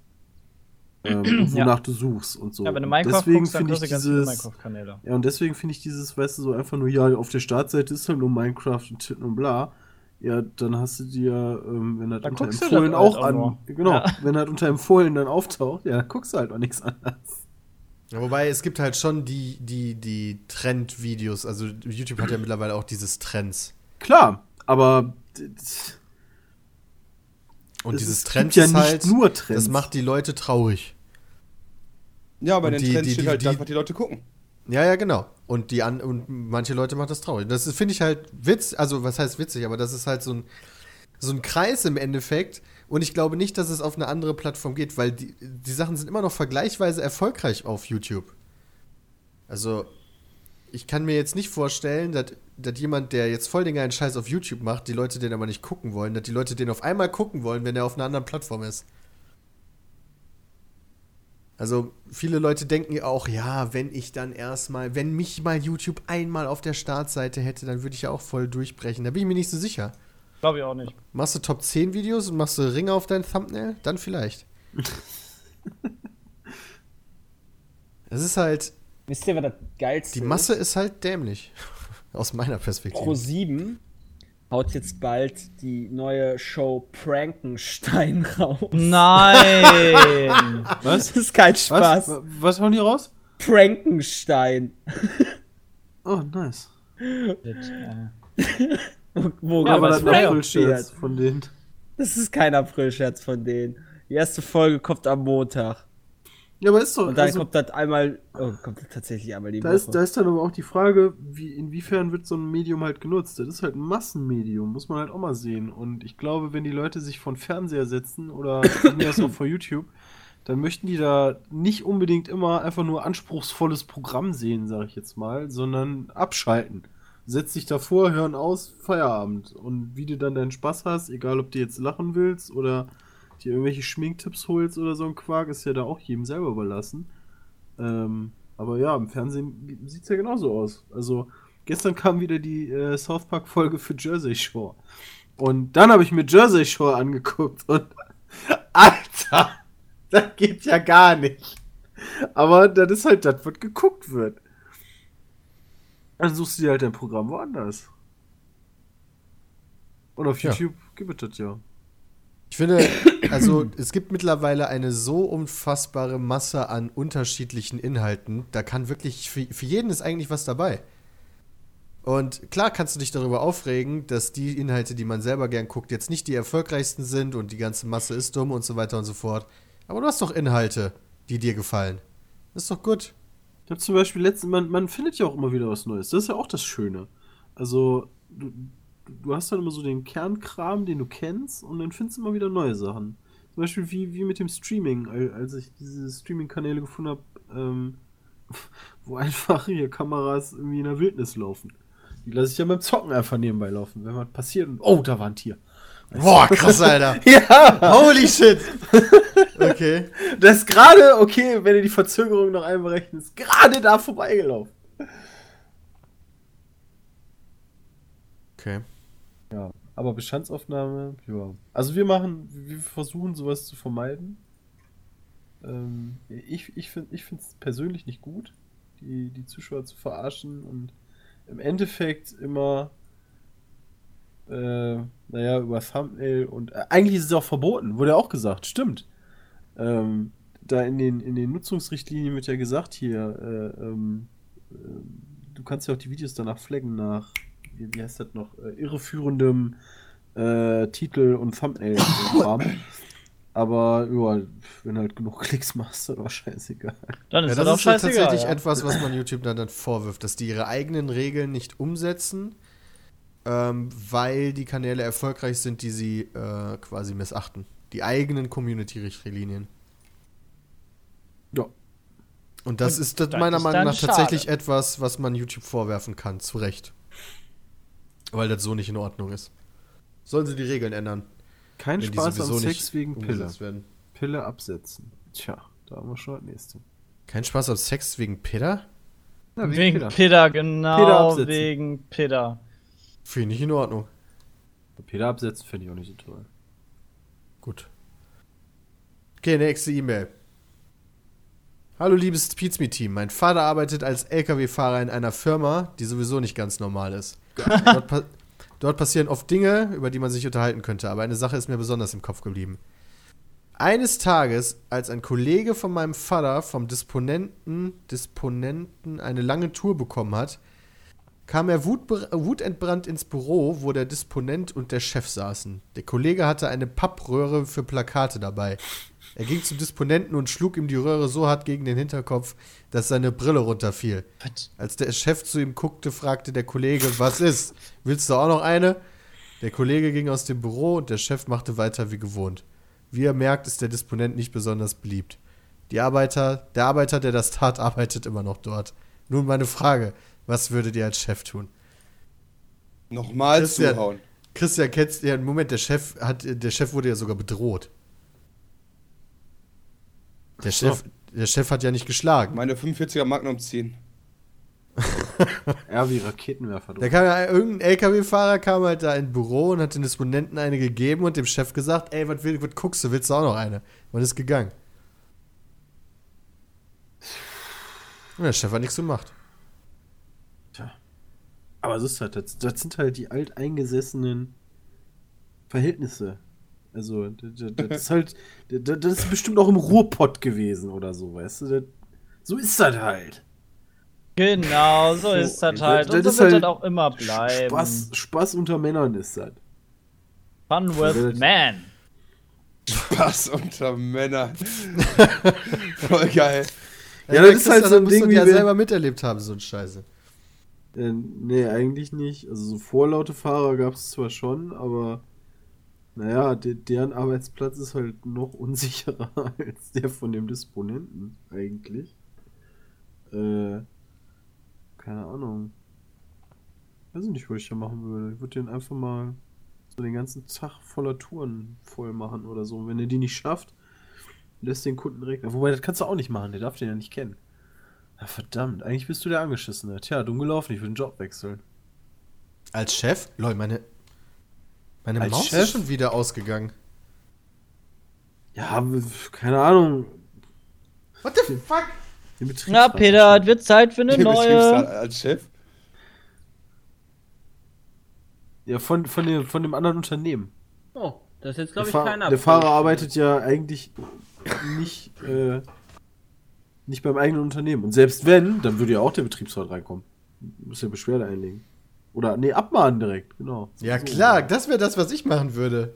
F: Ähm, und
E: Ja.
F: wonach du suchst und so.
E: ja, wenn du
F: Und
E: Minecraft
F: deswegen
E: guckst, dann
F: finde ich
E: kriegst du ganz viele
F: dieses,
E: Minecraft-Kanäle.
F: ja, und deswegen finde ich dieses, weißt du, so einfach nur, ja, auf der Startseite ist halt nur Minecraft und Titten und bla. Ja, dann hast du dir, ähm, wenn das
E: Dann
F: unter
E: guckst du
F: Empfohlen
E: das halt
F: auch
E: auch
F: an.
E: nur.
F: Genau,
E: Ja.
F: wenn das unter Empfohlen dann auftaucht, ja, dann guckst du halt auch nichts anderes.
A: Ja, wobei es gibt halt schon die, die, die Trendvideos. Also YouTube hat ja mittlerweile auch dieses Trends.
F: Klar, aber d- d-
A: Und
F: Es-
A: dieses
F: es
A: Trends
F: gibt ja
A: ist halt,
F: nicht nur Trends.
A: das macht die Leute traurig.
D: Ja, aber
A: Und
D: in den
A: die-
D: Trends
A: die-
D: steht
A: die-
D: halt
A: die-
D: einfach, die Leute gucken.
A: Ja, ja, genau. Und die an und manche Leute macht das traurig. Das ist- finde ich halt witz, also was heißt witzig, aber das ist halt so ein so ein Kreis im Endeffekt und ich glaube nicht, dass es auf eine andere Plattform geht, weil die, die Sachen sind immer noch vergleichsweise erfolgreich auf YouTube. Also ich kann mir jetzt nicht vorstellen, dass, dass jemand, der jetzt voll den geilen Scheiß auf YouTube macht, die Leute den aber nicht gucken wollen, dass die Leute den auf einmal gucken wollen, wenn er auf einer anderen Plattform ist. Also viele Leute denken ja auch, ja, wenn ich dann erstmal, wenn mich mal YouTube einmal auf der Startseite hätte, dann würde ich ja auch voll durchbrechen. Da bin ich mir nicht so sicher.
E: Glaube ich auch nicht.
A: Machst du Top 10 Videos und machst du Ringe auf dein Thumbnail? Dann vielleicht. Es ist halt,
C: Wisst ihr, was das geilste
A: die
C: ist?
A: Masse ist halt dämlich. Aus meiner
C: Pro
A: Perspektive.
C: 7 haut jetzt bald die neue Show Prankenstein raus.
E: Nein!
C: Das ist kein
F: Was?
C: Spaß.
F: Was, was hauen die raus?
C: Prankenstein.
F: Oh, nice.
C: Wo
F: Ja, aber das war
C: Frank
F: ein
C: steht.
F: Scherz von denen.
C: Das ist kein April-Scherz von denen. Die erste Folge kommt am Montag.
F: Ja, aber ist doch.
C: Und dann
F: also,
C: kommt das einmal, oh, kommt das tatsächlich einmal die
F: da,
C: Woche.
F: ist, da ist dann aber auch die Frage, wie, inwiefern wird so ein Medium halt genutzt? Das ist halt ein Massenmedium, muss man halt auch mal sehen. Und ich glaube, wenn die Leute sich von Fernseher setzen oder von mir aus auch vor YouTube, dann möchten die da nicht unbedingt immer einfach nur anspruchsvolles Programm sehen, sage ich jetzt mal, sondern abschalten. Setz dich davor, hören aus, Feierabend. Und wie du dann deinen Spaß hast, egal ob du jetzt lachen willst oder dir irgendwelche Schminktipps holst oder so ein Quark, ist ja da auch jedem selber überlassen. Ähm, aber ja, im Fernsehen sieht es ja genauso aus. Also gestern kam wieder die äh, South Park-Folge für Jersey Shore. Und dann habe ich mir Jersey Shore angeguckt und Alter, das geht ja gar nicht. Aber das ist halt das, was geguckt wird. Dann suchst du dir halt dein Programm woanders. Und auf
A: Ja.
F: YouTube gibt es das ja.
A: Ich finde, also es gibt mittlerweile eine so unfassbare Masse an unterschiedlichen Inhalten. Da kann wirklich, für, für jeden ist eigentlich was dabei. Und klar kannst du dich darüber aufregen, dass die Inhalte, die man selber gern guckt, jetzt nicht die erfolgreichsten sind und die ganze Masse ist dumm und so weiter und so fort. Aber du hast doch Inhalte, die dir gefallen. Ist doch gut.
F: Ich habe zum Beispiel letztens, man, man findet ja auch immer wieder was Neues. Das ist ja auch das Schöne. Also, du, du hast dann immer so den Kernkram, den du kennst, und dann findest du immer wieder neue Sachen. Zum Beispiel wie, wie mit dem Streaming, al- als ich diese Streaming-Kanäle gefunden habe, ähm, wo einfach hier Kameras irgendwie in der Wildnis laufen. Die lasse ich ja beim Zocken einfach nebenbei laufen, wenn was passiert und oh, da war ein Tier.
A: Boah, krass, Alter.
F: Ja!
A: Holy shit. Okay.
F: Das ist gerade, okay, wenn du die Verzögerung noch einberechnet, ist gerade da vorbeigelaufen.
A: Okay.
F: Ja, aber Bestandsaufnahme, ja. Also wir machen, wir versuchen sowas zu vermeiden. Ähm, ich ich finde es persönlich nicht gut, die, die Zuschauer zu verarschen und im Endeffekt immer, äh, naja, über Thumbnail und äh, eigentlich ist es auch verboten, wurde ja auch gesagt, stimmt. Ähm, da in den, in den Nutzungsrichtlinien wird ja gesagt, hier, äh, ähm, ähm, du kannst ja auch die Videos danach flaggen nach, wie, wie heißt das noch, äh, irreführendem äh, Titel und Thumbnail. und Kram. Aber ja, wenn du halt genug Klicks machst, dann auch scheißegal.
E: Dann
A: Ja,
E: ist
A: das,
E: das auch
A: ist
F: halt
A: ja
E: scheißegal.
A: tatsächlich
E: ja.
A: etwas, was man YouTube dann, dann vorwirft, dass die ihre eigenen Regeln nicht umsetzen, ähm, weil die Kanäle erfolgreich sind, die sie äh, quasi missachten. Die eigenen Community-Richtlinien.
F: Ja.
A: Und das ist das
E: das
A: meiner
E: ist
A: Meinung
E: dann
A: nach tatsächlich
E: schade.
A: etwas, was man YouTube vorwerfen kann, zu Recht. Weil das so nicht in Ordnung ist. Sollen sie die Regeln ändern?
F: Kein
A: wenn die
F: Spaß am
A: sowieso
F: Sex
A: nicht
F: wegen Pille.
A: umgesetzt werden.
F: Pille absetzen. Tja, da haben wir schon das nächste.
A: Kein Spaß am Sex wegen Peter?
F: Na,
E: Wegen
F: Pille.
E: Pidda, genau.
F: Pidda absetzen.
E: wegen Pidda.
A: Finde ich in Ordnung.
F: Pille absetzen finde ich auch nicht so toll.
A: Gut. Okay, nächste E-Mail. Hallo liebes Pizmi-Team, mein Vater arbeitet als LKW-Fahrer in einer Firma, die sowieso nicht ganz normal ist. Dort, pa dort passieren oft Dinge, über die man sich unterhalten könnte, aber eine Sache ist mir besonders im Kopf geblieben. Eines Tages, als ein Kollege von meinem Vater vom Disponenten, Disponenten eine lange Tour bekommen hat, kam er wutbe- wutentbrannt ins Büro, wo der Disponent und der Chef saßen. Der Kollege hatte eine Pappröhre für Plakate dabei. Er ging zum Disponenten und schlug ihm die Röhre so hart gegen den Hinterkopf, dass seine Brille runterfiel. Als der Chef zu ihm guckte, fragte der Kollege, was ist? Willst du auch noch eine? Der Kollege ging aus dem Büro und der Chef machte weiter wie gewohnt. Wie ihr merkt, ist der Disponent nicht besonders beliebt. Die Arbeiter, der Arbeiter, der das tat, arbeitet immer noch dort. Nun meine Frage, was würdet ihr als Chef tun?
D: Nochmal
A: Christian.
D: zuhauen.
A: Christian, kennst du ja, Moment, der Chef hat, der Chef wurde ja sogar bedroht. Der Chef, der Chef hat ja nicht geschlagen.
D: Meine 45er Magnum ziehen.
F: Ja, wie Raketenwerfer.
A: Da
F: Du.
A: kam ja irgendein LKW-Fahrer, kam halt da ins Büro und hat den Disponenten eine gegeben und dem Chef gesagt, ey, was will- was guckst du, willst du auch noch eine? Und ist gegangen. Und der Chef hat nichts gemacht.
F: Aber so ist halt, das, das sind halt die alteingesessenen Verhältnisse. Also, das, das ist halt, das, das ist bestimmt auch im Ruhrpott gewesen oder so, weißt du? Das, so ist das halt.
E: Genau, so
F: So,
E: ist das
F: das-
E: halt.
F: das
E: Und so
F: ist
E: wird
F: halt
E: das auch immer bleiben.
F: Spaß, Spaß unter Männern ist das.
E: Fun with
F: Wild.
E: Man.
D: Spaß unter Männern. Voll geil.
F: Ja,
A: der
F: das ist halt
A: Christian,
F: so ein
A: musst du
F: Ding, wie
A: ja
F: wenn-
A: selber miterlebt haben, so ein Scheiße.
F: Äh, nee, eigentlich nicht. Also so vorlaute Fahrer gab es zwar schon, aber naja, de deren Arbeitsplatz ist halt noch unsicherer als der von dem Disponenten eigentlich. Äh, keine Ahnung. Weiß ich nicht, was ich da machen würde. Ich würde den einfach mal so den ganzen Tag voller Touren voll machen oder so. Und wenn er die nicht schafft, lässt den Kunden direkt. Wobei, das kannst du auch nicht machen, der darf den ja nicht kennen. Ja, verdammt, eigentlich bist du der Angeschissene. Tja, dumm gelaufen, ich würde den Job wechseln.
A: Als Chef? Leute, meine, meine
F: Als
A: Maus
F: Chef?
A: ist schon wieder ausgegangen.
F: Ja, w- keine Ahnung.
A: What the fuck?
F: Den Betrieb
E: Na, Peter, es wird Zeit für eine
D: Der Betriebsrat
E: neue.
D: Als Chef.
F: Ja, von, von, dem, von dem anderen Unternehmen.
C: Oh, das ist jetzt,
F: Der,
C: glaube ich,
F: Fahr-
C: keiner.
F: der Fahrer arbeitet ja eigentlich nicht, äh, nicht beim eigenen Unternehmen. Und selbst wenn, dann würde ja auch der Betriebsrat reinkommen. Muss ja Beschwerde einlegen. Oder, nee, abmahnen direkt, genau.
A: Ja
F: So.
A: klar, das wäre das, was ich machen würde.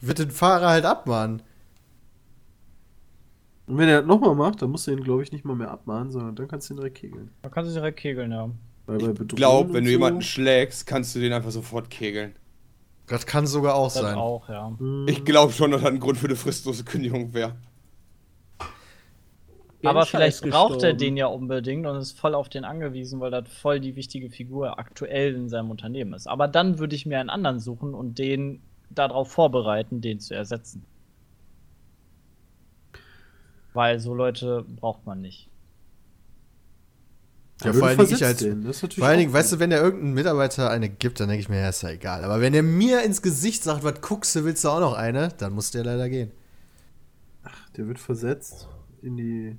A: Ich würde den Fahrer halt abmahnen.
F: Und wenn er das nochmal macht, dann musst du ihn, glaube ich, nicht mal mehr abmahnen, sondern dann kannst du ihn direkt kegeln.
E: Man kann sich direkt kegeln, ja.
F: Weil bei Bedrohung
D: Glaub,
F: und
D: wenn du
F: so-
D: jemanden schlägst, kannst du den einfach sofort kegeln.
A: Das kann sogar auch
E: Das
A: sein.
E: auch, ja.
D: Ich glaube schon, dass das ein Grund für eine fristlose Kündigung wäre.
E: Aber vielleicht braucht er den ja unbedingt und ist voll auf den angewiesen, weil das voll die wichtige Figur aktuell in seinem Unternehmen ist. Aber dann würde ich mir einen anderen suchen und den darauf vorbereiten, den zu ersetzen. Weil so Leute braucht man nicht.
A: Ja,
F: du
A: vor allen Dingen ich
F: versetzt
A: als,
F: den, das ist natürlich
A: Vor allen Dingen,
F: auch
A: weißt du, wenn der irgendein Mitarbeiter eine gibt, dann denke ich mir, ja, ist ja egal. Aber wenn er mir ins Gesicht sagt, was guckst du, willst du auch noch eine, dann muss der leider gehen.
F: Der wird versetzt in die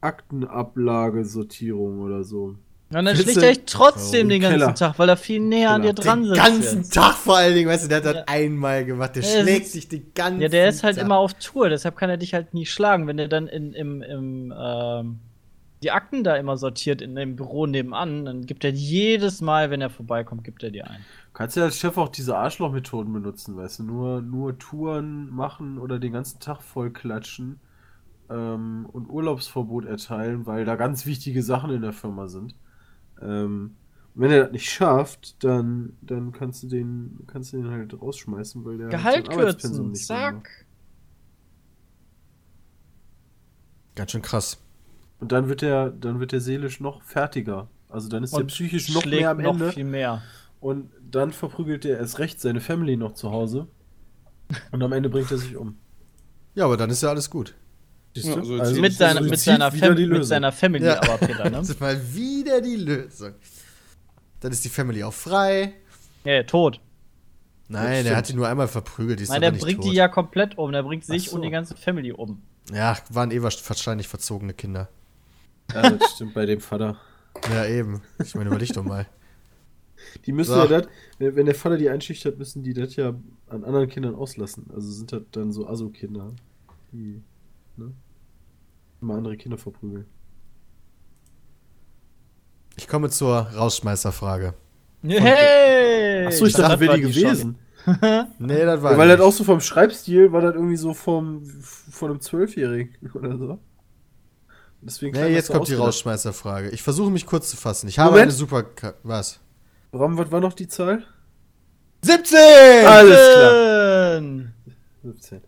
F: Aktenablage-Sortierung oder so.
E: Und dann
F: Willst
E: schlägt
F: du-
E: er dich trotzdem
F: Warum?
E: den ganzen
F: Keller.
E: Tag, weil er viel näher an dir
F: Keller.
E: dran
A: Oh, den
E: sitzt.
A: ganzen
E: jetzt.
A: Tag vor allen Dingen, weißt du, der hat das
E: Ja.
A: einmal gemacht, der
E: Ja,
A: schlägt
E: es-
A: sich den ganzen
E: Ja, der ist halt
A: Tag.
E: immer auf Tour, deshalb kann er dich halt nie schlagen, wenn er dann in, im, im ähm, die Akten da immer sortiert in dem Büro nebenan, dann gibt er jedes Mal, wenn er vorbeikommt, gibt er dir ein.
F: Kannst ja als Chef auch diese Arschlochmethoden benutzen, weißt du? Nur, nur Touren machen oder den ganzen Tag voll klatschen ähm, und Urlaubsverbot erteilen, weil da ganz wichtige Sachen in der Firma sind. Ähm, und wenn er das nicht schafft, dann, dann kannst du den kannst du den halt rausschmeißen, weil der halt
E: Gehalt
F: sein Arbeitspensum
E: kürzen,
F: nicht ne? mitmacht.
E: zack.
A: Ganz schön krass.
F: Und dann wird der, dann wird der seelisch noch fertiger. Also dann ist er
E: Und
F: psychisch noch
E: schlägt
F: mehr am
E: noch
F: Ende.
E: viel mehr.
F: Und dann verprügelt er erst recht seine Family noch zu Hause. Und am Ende bringt er sich um.
A: Ja, aber dann ist ja alles gut.
F: Siehst
D: Ja,
F: du?
D: so
F: Also
E: Mit,
F: ist
E: seiner,
F: Suizid
E: mit, seiner
F: wieder
E: Fam
F: die
E: mit
F: Lösung.
E: seiner Family
A: Ja.
E: aber, Peter, ne?
A: Das ist mal wieder die Lösung. Dann ist die Family auch frei.
E: Ja, tot.
A: Nein, der hat die nur einmal verprügelt, die ist
E: Nein,
A: aber
E: der
A: nicht
E: bringt
A: tot.
E: die ja komplett um, der bringt sich
F: Ach so.
E: und die ganze Family um.
A: ja, waren eh wahrscheinlich verzogene Kinder.
F: Ja, das stimmt bei dem Vater.
A: Ja, eben. Ich meine, überleg doch mal.
F: Die müssen
A: So.
F: ja das, wenn wenn der Vater die einschüchtert, müssen die das ja an anderen Kindern auslassen. Also sind das dann so Aso-Kinder, die ne, immer andere Kinder verprügeln.
A: Ich komme zur Rausschmeißerfrage.
E: Hey!
F: Achso, ich dachte, das wäre die
E: war schon.
F: gewesen.
A: Nee, das war.
F: Ja, weil
A: nicht.
F: das auch so vom Schreibstil war das irgendwie so vom, von einem Zwölfjährigen oder so. Deswegen
A: Nee,
F: klang das
A: jetzt
F: so
A: kommt die
F: ausgedacht.
A: Rausschmeißerfrage. Ich versuche mich kurz zu fassen. Ich habe
F: Moment.
A: eine super. Ka- Was?
F: Bram, was war noch die Zahl?
A: 17! Äh.
F: Alles klar. 17.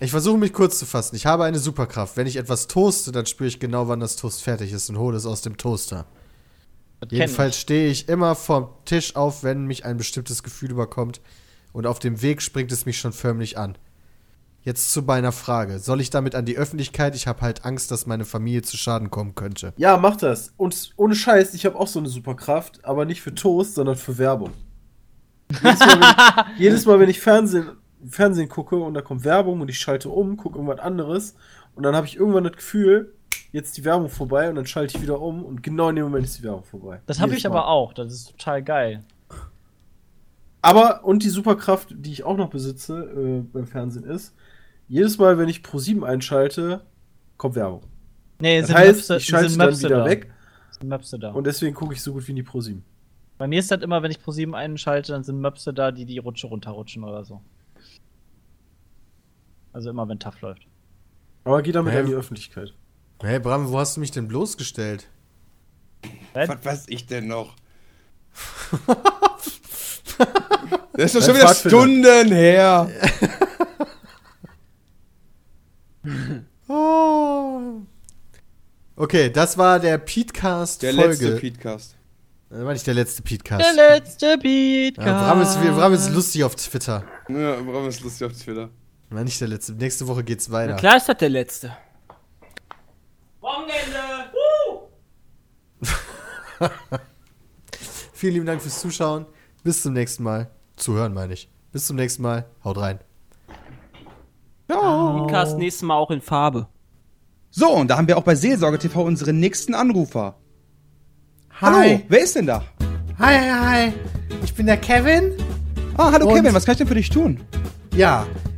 A: Ich versuche mich kurz zu fassen. Ich habe eine Superkraft. Wenn ich etwas toaste, dann spüre ich genau, wann das Toast fertig ist und hole es aus dem Toaster.
E: Das kenn
A: Jedenfalls stehe ich immer vom Tisch auf, wenn mich ein bestimmtes Gefühl überkommt. Und auf dem Weg springt es mich schon förmlich an. Jetzt zu meiner Frage. Soll ich damit an die Öffentlichkeit? Ich habe halt Angst, dass meine Familie zu Schaden kommen könnte.
F: Ja, mach das. Und ohne Scheiß, ich habe auch so eine Superkraft, aber nicht für Toast, sondern für Werbung. Jedes Mal, wenn ich, jedes Mal, wenn ich Fernsehen, Fernsehen gucke und da kommt Werbung und ich schalte um, gucke irgendwas anderes und dann habe ich irgendwann das Gefühl, jetzt die Werbung vorbei und dann schalte ich wieder um und genau in dem Moment ist die Werbung vorbei.
E: Das habe
F: Jedes
E: ich
F: Mal.
E: aber auch, das ist total geil.
F: Aber, und die Superkraft, die ich auch noch besitze äh, beim Fernsehen ist, jedes Mal, wenn ich Pro7 einschalte, kommt Werbung.
E: Nee,
F: Das
E: sind
F: heißt,
E: Möpse-
F: ich schalte
E: sind
F: dann
E: Möpse
F: wieder
E: da.
F: weg
E: Sind Möpse da.
F: und deswegen gucke ich so gut wie nie Pro7.
E: Bei mir ist das immer, wenn ich ProSieben einschalte, dann sind Möpse da, die die Rutsche runterrutschen oder so. Also immer, wenn TAF läuft.
F: Aber geht damit
A: Ja,
F: an die
A: w-
F: Öffentlichkeit.
A: Hey Bram, wo hast du mich denn bloßgestellt?
D: Was weiß ich denn noch? das ist doch schon
F: Dein
D: wieder
F: Pfadfinder.
D: Stunden her.
A: Oh. Okay, das war der Petecast
D: Der
A: Folge.
D: letzte Petecast.
A: Äh, war nicht der letzte Petecast.
E: Der letzte Beat.
A: Ja, Bram, ist, wir- Bram ist lustig auf Twitter.
D: Ja, warum ist lustig auf Twitter?
A: War nicht der letzte. Nächste Woche geht's weiter.
C: Na klar ist das der letzte.
A: Vielen lieben Dank fürs Zuschauen. Bis zum nächsten Mal. Zuhören meine ich. Bis zum nächsten Mal. Haut rein.
F: Oh.
C: Podcast nächstes Mal auch in Farbe.
G: So, und da haben wir auch bei Seelsorge TV unseren nächsten Anrufer. Hallo,
A: Hi.
G: wer ist denn da?
A: Hi, hi, hi. Ich bin der Kevin.
G: Ah, hallo
A: Und-
G: Kevin, was kann ich denn für dich tun?
A: Ja,